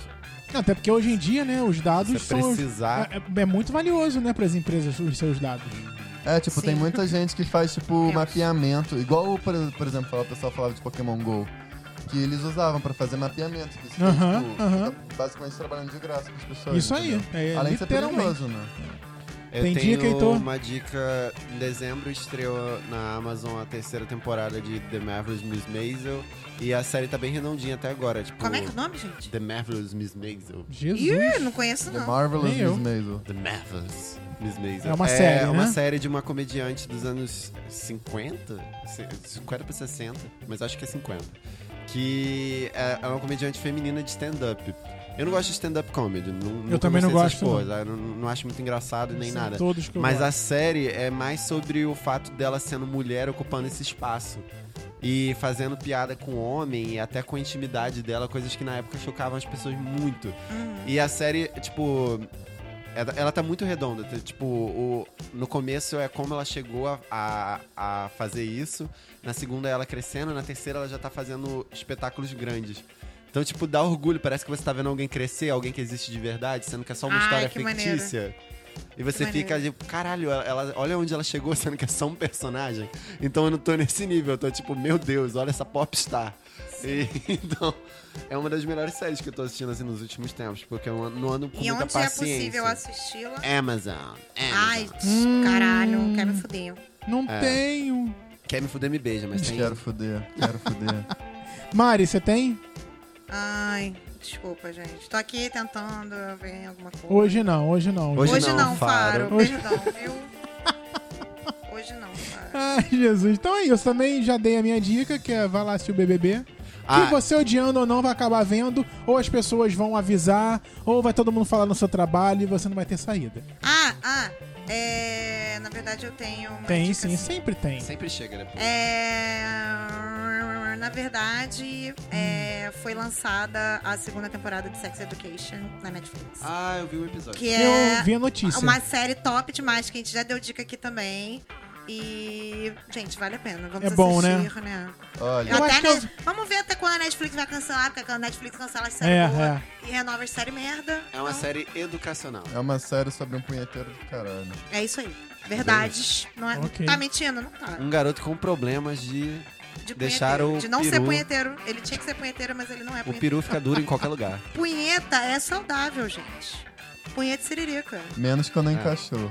Speaker 3: Não, Até porque hoje em dia, né, os
Speaker 4: se
Speaker 3: dados
Speaker 4: você
Speaker 3: são. os-
Speaker 4: precisar.
Speaker 3: É, é muito valioso, né, para as empresas os seus dados.
Speaker 6: É, tipo, tem
Speaker 5: Sim.
Speaker 6: muita gente que faz, tipo, mapeamento. Igual, por, por exemplo, fala- o pessoal falava de Pokémon GO. Que eles usavam pra fazer mapeamento. Que isso fica,
Speaker 3: Aham,
Speaker 6: tipo,
Speaker 3: aham.
Speaker 6: fica basicamente trabalhando de graça pras pessoas.
Speaker 3: Isso aí.
Speaker 6: então, entendeu?
Speaker 3: É,
Speaker 6: Além de ser
Speaker 3: literalmente.
Speaker 6: perigoso, né?
Speaker 4: Eu
Speaker 3: Tem
Speaker 4: tenho
Speaker 3: dica, Heitor?
Speaker 4: uma dica. Em dezembro estreou na Amazon a terceira temporada de The Marvelous Miss Maisel. E a série tá bem redondinha até agora. Tipo,
Speaker 5: Como é que é o nome, gente?
Speaker 4: The Marvelous Miss Maisel.
Speaker 3: Jesus.
Speaker 5: Ih, não conheço
Speaker 6: The
Speaker 5: não.
Speaker 6: É Marvelous
Speaker 3: Nem eu.
Speaker 6: Miss Maisel.
Speaker 4: The Marvelous Miss Maisel.
Speaker 3: É uma série,
Speaker 4: É uma
Speaker 3: né?
Speaker 4: série de uma comediante dos anos 50, se- 50 pra 60, mas acho que é 50. Que é é uma comediante feminina de stand-up. Eu não gosto de stand-up comedy. Não, nunca
Speaker 3: também não
Speaker 4: gostei dessas
Speaker 3: gosto, não.
Speaker 4: coisas. Eu não, não acho muito engraçado nem
Speaker 3: São
Speaker 4: nada.
Speaker 3: Todos que eu
Speaker 4: Mas
Speaker 3: gosto.
Speaker 4: a série é mais sobre o fato dela sendo mulher ocupando esse espaço. E fazendo piada com homem e até com a intimidade dela, coisas que na época chocavam as pessoas muito. E a série, tipo. Ela, ela tá muito redonda. tá? Tipo, o- no começo é como ela chegou a, a, a fazer isso. Na segunda é ela crescendo, na terceira ela já tá fazendo espetáculos grandes. Então, tipo, dá orgulho. Parece que você tá vendo alguém crescer, alguém que existe de verdade, sendo que é só uma
Speaker 5: Ai,
Speaker 4: história
Speaker 5: que maneiro.
Speaker 4: fictícia. E você
Speaker 5: Que
Speaker 4: fica tipo, caralho, ela, ela- olha onde ela chegou, sendo que é só um personagem. Então eu não tô nesse nível, eu tô tipo, meu Deus, olha essa popstar. E, então, é uma das melhores séries que eu tô assistindo assim nos últimos tempos, porque um eu não ando com
Speaker 5: E
Speaker 4: muita
Speaker 5: onde
Speaker 4: paciência.
Speaker 5: é possível assisti-la?
Speaker 4: Amazon.
Speaker 5: Ai,
Speaker 6: É,
Speaker 4: Amazon.
Speaker 5: caralho, quer me fuder.
Speaker 3: Não tenho.
Speaker 4: Quer me fuder, me beija, mas tem.
Speaker 6: Quero foder, quero foder.
Speaker 3: Mari, você tem?
Speaker 5: Ai, desculpa, gente. Tô aqui tentando ver alguma coisa.
Speaker 3: Hoje não, hoje não.
Speaker 4: Hoje
Speaker 5: Hoje
Speaker 4: não,
Speaker 5: não, Faro.
Speaker 4: Faro.
Speaker 3: Hoje-
Speaker 5: Perdão, viu? Hoje não, Faro.
Speaker 3: Ai, Jesus. Então é isso. Também já dei a minha dica, que é vai lá assistir o BBB. Que
Speaker 4: Ah.
Speaker 3: você odiando ou não vai acabar vendo, ou as pessoas vão avisar, ou vai todo mundo falar no seu trabalho e você não vai ter saída.
Speaker 5: Ah, ah, é... Na verdade, eu tenho uma
Speaker 3: tem
Speaker 5: dica, assim.
Speaker 3: sim, sempre tem.
Speaker 4: Sempre chega depois.
Speaker 5: É... Na verdade, é, foi lançada a segunda temporada de Sex Education na Netflix.
Speaker 4: Ah, eu vi o episódio.
Speaker 5: que é
Speaker 3: Eu vi a notícia. É,
Speaker 5: uma série top demais, que a gente já deu dica aqui também. E, gente, vale a pena. Vamos
Speaker 3: É bom, né?
Speaker 5: assistir, né?
Speaker 6: Olha,
Speaker 3: Eu
Speaker 5: Até
Speaker 3: acho que
Speaker 5: a
Speaker 3: eu-
Speaker 5: Net- Vamos ver até quando a Netflix vai cancelar, porque a Netflix cancela as
Speaker 3: É,
Speaker 5: séries boas
Speaker 3: é.
Speaker 5: e renova as séries merda.
Speaker 4: É uma
Speaker 5: Então,
Speaker 4: série educacional.
Speaker 6: é uma série sobre um punheteiro do caralho.
Speaker 5: É isso aí. Verdades. Não é,
Speaker 3: Ok.
Speaker 5: Tá mentindo? Não tá.
Speaker 4: Um garoto com problemas de.
Speaker 5: De
Speaker 4: Deixaram
Speaker 5: punheteiro.
Speaker 4: o
Speaker 5: De não ser
Speaker 4: peru-
Speaker 5: punheteiro. Ele tinha que ser punheteiro, mas ele não é
Speaker 4: O
Speaker 5: punheteiro.
Speaker 4: peru fica duro em qualquer lugar.
Speaker 5: Punheta é saudável, gente. Punheta e siririca.
Speaker 6: Menos quando é em cachorro.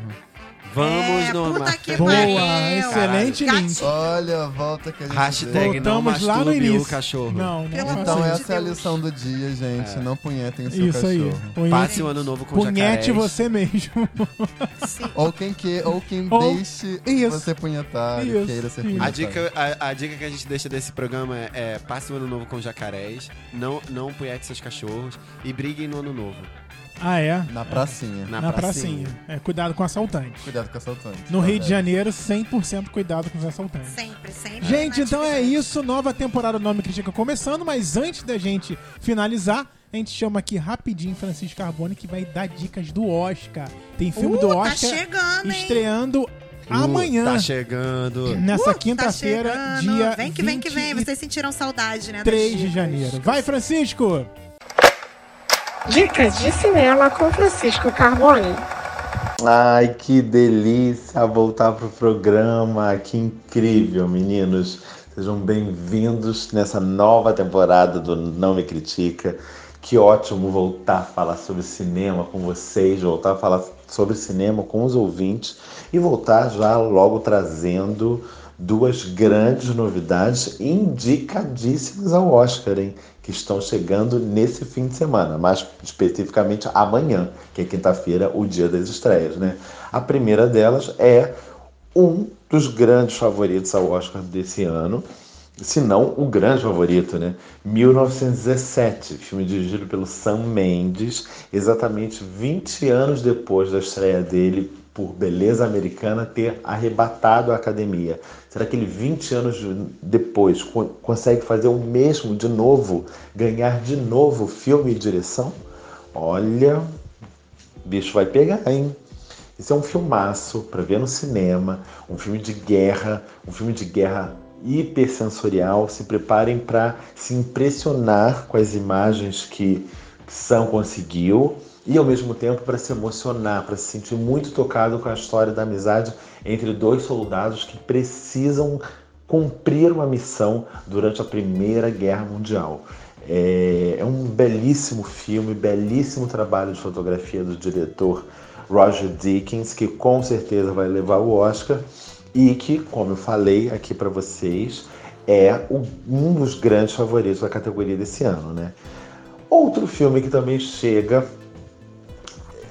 Speaker 4: Vamos
Speaker 5: é,
Speaker 4: no.
Speaker 5: Puta que
Speaker 3: Boa,
Speaker 5: pariu.
Speaker 3: excelente
Speaker 5: Gatinho.
Speaker 3: link.
Speaker 6: Olha, a volta que a gente deu.
Speaker 4: Hashtag não
Speaker 3: Voltamos lá no
Speaker 4: masturbe o
Speaker 3: início.
Speaker 4: cachorro.
Speaker 3: Não, não.
Speaker 5: Pelo
Speaker 3: faça
Speaker 6: Então
Speaker 5: amor
Speaker 3: isso.
Speaker 5: de
Speaker 6: essa é a
Speaker 5: Deus.
Speaker 6: lição do dia,
Speaker 4: É.
Speaker 6: gente. Não punhetem o seu
Speaker 3: Isso aí.
Speaker 6: cachorro.
Speaker 3: Punhe-
Speaker 4: Passe o ano novo com
Speaker 3: Punhete
Speaker 4: jacarés.
Speaker 3: você mesmo.
Speaker 5: Sim.
Speaker 6: Ou quem que, ou quem
Speaker 3: Ou-
Speaker 6: deixe
Speaker 3: Isso.
Speaker 6: você punhetar,
Speaker 3: Isso.
Speaker 6: queira
Speaker 3: Isso.
Speaker 6: ser punhetado.
Speaker 4: A dica, a, a dica que a gente deixa desse programa é, é passe o ano novo com jacarés, não, não punhete seus cachorros e briguem no ano novo.
Speaker 3: Ah, é?
Speaker 6: Na pracinha.
Speaker 4: Na,
Speaker 3: Na
Speaker 4: pracinha.
Speaker 3: pracinha. É, cuidado com assaltante.
Speaker 6: Cuidado com assaltante.
Speaker 3: No Rio de
Speaker 6: Tá,
Speaker 3: Janeiro, 100% cuidado com os assaltantes.
Speaker 5: Sempre, sempre.
Speaker 3: Gente, então é
Speaker 5: Natividade.
Speaker 3: isso. Nova temporada do Nome Critica começando, mas antes da gente finalizar, a gente chama aqui rapidinho Francisco Carbone que vai dar dicas do Oscar. Tem filme
Speaker 5: Uh,
Speaker 3: do
Speaker 5: tá
Speaker 3: Oscar
Speaker 5: chegando, hein?
Speaker 3: estreando
Speaker 4: Uh,
Speaker 3: amanhã.
Speaker 4: Tá chegando.
Speaker 3: Nessa
Speaker 5: Uh, tá
Speaker 3: quinta-feira,
Speaker 5: chegando.
Speaker 3: dia
Speaker 5: Vem que vem que vem. Vocês sentiram saudade, né? das
Speaker 3: 3 de
Speaker 5: dicas.
Speaker 3: janeiro. Vai, Francisco!
Speaker 7: Dicas de cinema com Francisco Carboni. Ai, que delícia voltar pro programa. Que incrível, meninos. Sejam bem-vindos nessa nova temporada do Não Me Critica. Que ótimo voltar a falar sobre cinema com vocês, voltar a falar sobre cinema com os ouvintes e voltar já logo trazendo duas grandes novidades indicadíssimas ao Oscar, hein? Que estão chegando nesse fim de semana, mais especificamente amanhã, que é quinta-feira, o dia das estreias, né? A primeira delas é um dos grandes favoritos ao Oscar desse ano, se não o grande favorito, né? 1917, filme dirigido pelo Sam Mendes, exatamente 20 anos depois da estreia dele por Beleza Americana ter arrebatado a academia. Será que ele 20 anos de- depois co- consegue fazer o mesmo de novo, ganhar de novo filme e direção? Olha, o bicho vai pegar, hein? Esse é um filmaço para ver no cinema, um filme de guerra, um filme de guerra hipersensorial. Se preparem para se impressionar com as imagens que Sam conseguiu e ao mesmo tempo para se emocionar, para se sentir muito tocado com a história da amizade entre dois soldados que precisam cumprir uma missão durante a Primeira Guerra Mundial. É, é um belíssimo filme, belíssimo trabalho de fotografia do diretor Roger Deakins, que com certeza vai levar o Oscar e que, como eu falei aqui para vocês, é o- um dos grandes favoritos da categoria desse ano, né? Outro filme que também chega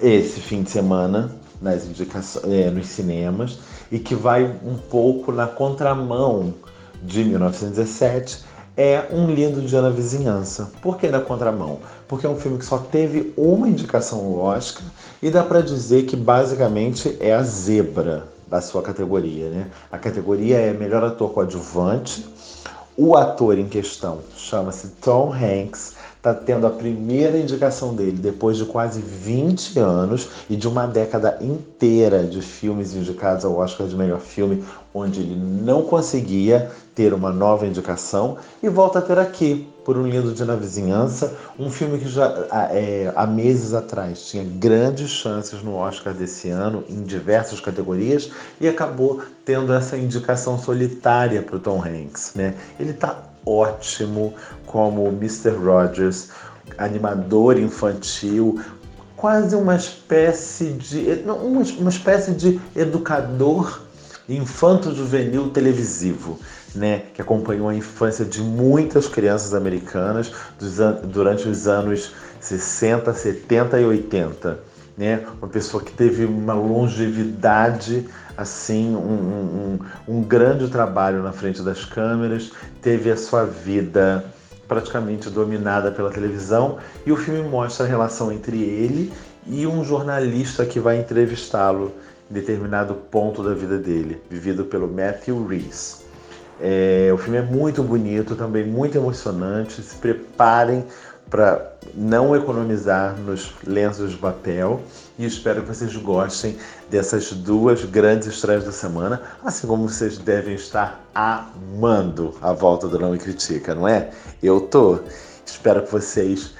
Speaker 7: esse fim de semana nas indicações, é, nos cinemas e que vai um pouco na contramão de 1917 é Um Lindo Dia na Vizinhança. Por que na contramão? Porque é um filme que só teve uma indicação ao Oscar e dá pra dizer que basicamente é a zebra da sua categoria, né? A categoria é melhor ator coadjuvante. O ator em questão chama-se Tom Hanks, está tendo a primeira indicação dele depois de quase 20 anos e de uma década inteira de filmes indicados ao Oscar de melhor filme, onde ele não conseguia ter uma nova indicação e volta a ter aqui, por um lindo dia na vizinhança, um filme que já ah, é, há meses atrás tinha grandes chances no Oscar desse ano em diversas categorias e acabou tendo essa indicação solitária para o Tom Hanks, né? Ele tá ótimo como Mr. Rogers, animador infantil, quase uma espécie de não, uma, uma espécie de educador infanto-juvenil televisivo, né, que acompanhou a infância de muitas crianças americanas dos an- durante os anos 60, 70 e 80, né, uma pessoa que teve uma longevidade assim, um- um- um, um grande trabalho na frente das câmeras, teve a sua vida praticamente dominada pela televisão e o filme mostra a relação entre ele e um jornalista que vai entrevistá-lo em determinado ponto da vida dele, vivido pelo Matthew Reese. É, o filme é muito bonito, também muito emocionante. Se preparem para não economizar nos lenços de papel e espero que vocês gostem dessas duas grandes estreias da semana, assim como vocês devem estar amando a volta do Não Me Critica, não é? Eu tô. Espero que vocês,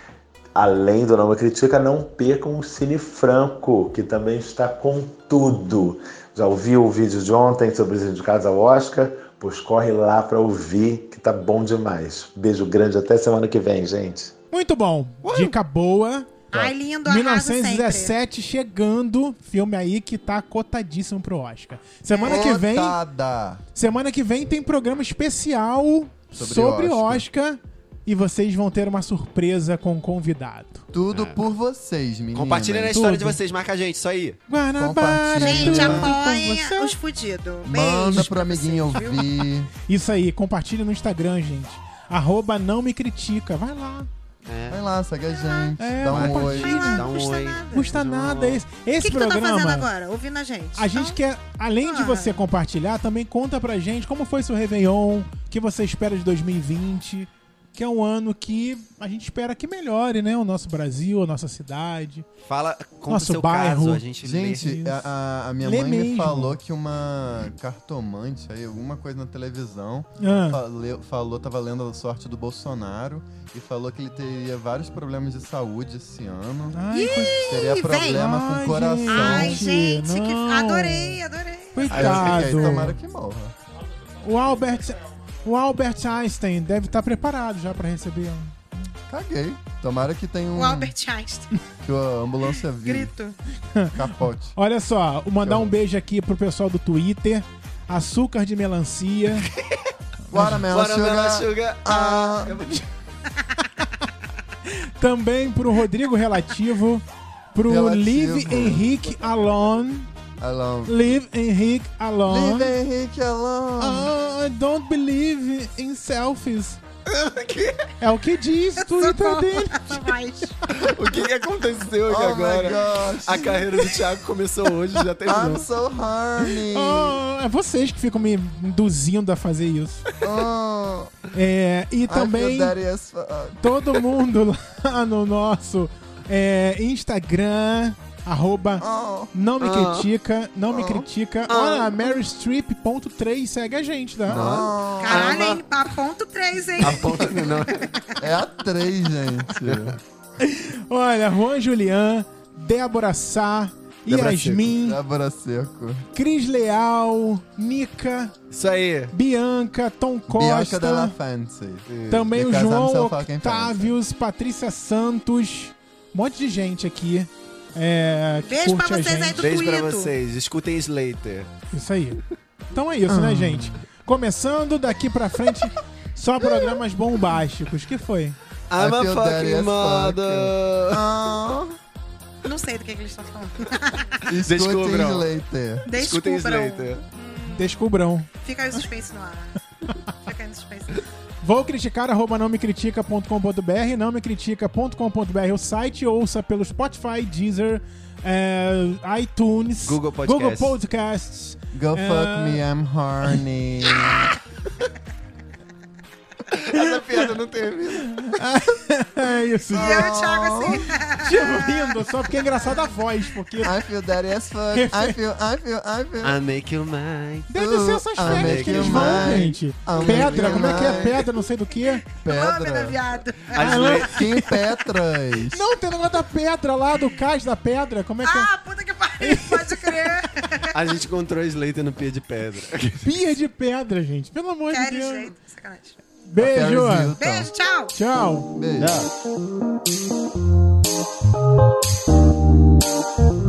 Speaker 7: além do Não Me Critica, não percam o Cine Franco, que também está com tudo. Já ouviu o vídeo de ontem sobre os indicados ao Oscar? Pois corre lá para ouvir, que tá bom demais. Beijo grande, até semana que vem, gente.
Speaker 3: Muito bom. Dica boa.
Speaker 5: Ai, lindo, arraso sempre.
Speaker 3: 1917 chegando, filme aí que tá cotadíssimo pro Oscar. Semana que vem,
Speaker 6: Cotada.
Speaker 3: semana que vem tem programa especial sobre,
Speaker 6: Sobre
Speaker 3: Oscar. e vocês vão ter uma surpresa com o convidado.
Speaker 6: Tudo por vocês, meninas.
Speaker 4: É. Compartilha na história de
Speaker 3: Tudo.
Speaker 4: vocês, marca a gente, isso aí.
Speaker 3: Guanabara,
Speaker 5: Gente,
Speaker 3: tudo por você.
Speaker 5: apoiem os fudidos.
Speaker 6: Manda
Speaker 5: Beijos
Speaker 6: pro amiguinho
Speaker 5: vocês, viu?
Speaker 6: ouvir.
Speaker 3: Isso aí, compartilha no Instagram, gente. Arroba não me critica. Vai lá.
Speaker 6: Vai lá, segue a gente.
Speaker 3: É,
Speaker 6: dá um oi.
Speaker 3: compartilha.
Speaker 4: Dá um
Speaker 5: Custa
Speaker 4: oi.
Speaker 5: nada.
Speaker 3: então, Custa nada esse,
Speaker 5: O
Speaker 3: esse
Speaker 5: que, que tu tá
Speaker 3: programa.
Speaker 5: fazendo agora? Ouvindo a gente.
Speaker 3: A gente
Speaker 5: Então,
Speaker 3: quer, além de
Speaker 5: Ah.
Speaker 3: você compartilhar, também conta pra gente como foi seu Réveillon, o que você espera de 2020. que é um ano que a gente espera que melhore, né? O nosso Brasil, a nossa cidade.
Speaker 4: Fala, conta o
Speaker 3: Nosso
Speaker 4: seu
Speaker 3: bairro.
Speaker 4: caso, a gente, lê.
Speaker 6: Gente, a- a, a minha
Speaker 3: Lê
Speaker 6: mãe me
Speaker 3: mesmo.
Speaker 6: falou que uma cartomante aí, alguma coisa na televisão,
Speaker 3: Ah.
Speaker 6: fale- falou, tava lendo a sorte do Bolsonaro e falou que ele teria vários problemas de saúde esse ano.
Speaker 3: Ai,
Speaker 6: teria
Speaker 5: vem.
Speaker 6: problema
Speaker 3: Ai,
Speaker 6: com o coração.
Speaker 3: gente.
Speaker 5: Ai,
Speaker 3: Gente,
Speaker 5: gente, que...
Speaker 3: não.
Speaker 5: adorei, adorei.
Speaker 6: Aí eu fiquei,
Speaker 3: coitado.
Speaker 6: tomara que morra.
Speaker 3: O Albert, o Albert Einstein deve estar preparado já pra receber. um-
Speaker 6: Caguei. Tomara que tenha um.
Speaker 5: O Albert Einstein.
Speaker 6: Que a ambulância vire
Speaker 5: Grito.
Speaker 6: capote.
Speaker 3: Olha só, vou mandar um beijo aqui pro pessoal do Twitter. Açúcar de melancia.
Speaker 6: Guaramela
Speaker 4: Bora, Bela
Speaker 6: Sugar.
Speaker 4: Sugar.
Speaker 6: Ah,
Speaker 3: Também pro Rodrigo Relativo. Pro
Speaker 6: Relativo.
Speaker 3: Live Henrique Alon.
Speaker 6: Alon.
Speaker 3: Live Henrique Alon.
Speaker 6: Live Henrique Alon.
Speaker 3: Ah, I don't believe in selfies. É o que diz o
Speaker 6: tá
Speaker 3: Twitter dele.
Speaker 4: O que, que aconteceu
Speaker 6: Oh
Speaker 4: aqui
Speaker 6: my
Speaker 4: agora?
Speaker 6: gosh.
Speaker 4: A carreira do Thiago começou hoje, já um
Speaker 6: I'm
Speaker 4: terminou.
Speaker 6: so horny.
Speaker 3: Ah, é vocês que ficam me induzindo a fazer isso.
Speaker 6: Oh,
Speaker 3: É, e
Speaker 6: I
Speaker 3: também
Speaker 6: feel daddy as fuck.
Speaker 3: todo mundo lá no nosso é, Instagram, arroba
Speaker 6: Oh.
Speaker 3: não me critica, não me critica. Olha, MaryStreep.3 segue a gente, tá?
Speaker 6: Oh.
Speaker 5: Caralho, hein? A ponto 3, hein?
Speaker 4: A ponta que não.
Speaker 6: É a 3, gente.
Speaker 3: Olha, Juan Julian, Débora Sá,
Speaker 4: Débora
Speaker 3: Yasmin,
Speaker 6: Débora Seco.
Speaker 3: Cris Leal, Nica,
Speaker 4: Isso aí.
Speaker 3: Bianca, Tom
Speaker 6: Bianca
Speaker 3: Costa, Tá.
Speaker 6: Della Fancy.
Speaker 3: também o
Speaker 6: Because I'm
Speaker 3: João
Speaker 6: so fucking
Speaker 3: Octavius, Patrícia Santos, um monte de gente aqui. É, que
Speaker 5: Beijo pra
Speaker 3: curte a
Speaker 5: vocês aí
Speaker 3: gente.
Speaker 5: do
Speaker 4: Beijo pra
Speaker 5: Twitter.
Speaker 4: vocês. Escutem Slater.
Speaker 3: Isso aí. Então é isso, né, gente? Começando daqui pra frente, só programas bombásticos. Que foi?
Speaker 4: I'm
Speaker 6: I
Speaker 4: a
Speaker 6: feel daddy
Speaker 4: fucking
Speaker 6: as
Speaker 4: mother.
Speaker 6: Oh.
Speaker 5: Não sei do que, que eles estão falando.
Speaker 6: Escutem
Speaker 4: Descubram.
Speaker 6: Slater.
Speaker 4: Escutem
Speaker 5: Descubram.
Speaker 3: é.
Speaker 4: Slater.
Speaker 3: Descubram.
Speaker 5: Fica aí o suspense no ar. Fica aí no suspense.
Speaker 3: Vou criticar, arroba não me critica.com.br, não me critica.com.br, o site ouça pelo Spotify, Deezer, é, iTunes,
Speaker 4: Google Podcasts.
Speaker 3: Google Podcasts.
Speaker 6: Go
Speaker 3: É.
Speaker 6: fuck me, I'm horny. Essa piada não termina.
Speaker 3: É isso,
Speaker 5: E eu e o Thiago assim.
Speaker 3: gente, rindo, só porque é engraçada a voz, porque
Speaker 6: I feel daddy as fuck. I feel, I feel, I feel.
Speaker 4: I make you mine.
Speaker 3: deve ser essas
Speaker 6: Ah,
Speaker 3: férias que eles
Speaker 4: América
Speaker 3: vão,
Speaker 6: Mãe.
Speaker 3: gente.
Speaker 6: América
Speaker 3: Pedra, como é que é
Speaker 6: Mãe.
Speaker 3: pedra, não sei do que.
Speaker 6: Ah, é
Speaker 5: Lâmina,
Speaker 6: Pedra.
Speaker 5: viado.
Speaker 4: As le-
Speaker 6: Kim Petras.
Speaker 3: Não, tem o negócio da pedra lá, do cais da pedra, como é que é?
Speaker 5: Ah, puta que pariu, pode crer.
Speaker 4: A gente encontrou Slater no pia de pedra.
Speaker 3: Pia de pedra, gente, pelo amor de
Speaker 5: Quero
Speaker 3: Deus.
Speaker 5: jeito, sacanagem.
Speaker 3: Tá. Beijo,
Speaker 6: Paris Hilton.
Speaker 5: Beijo, tchau.
Speaker 3: tchau.
Speaker 6: Beijo.
Speaker 1: Tchau.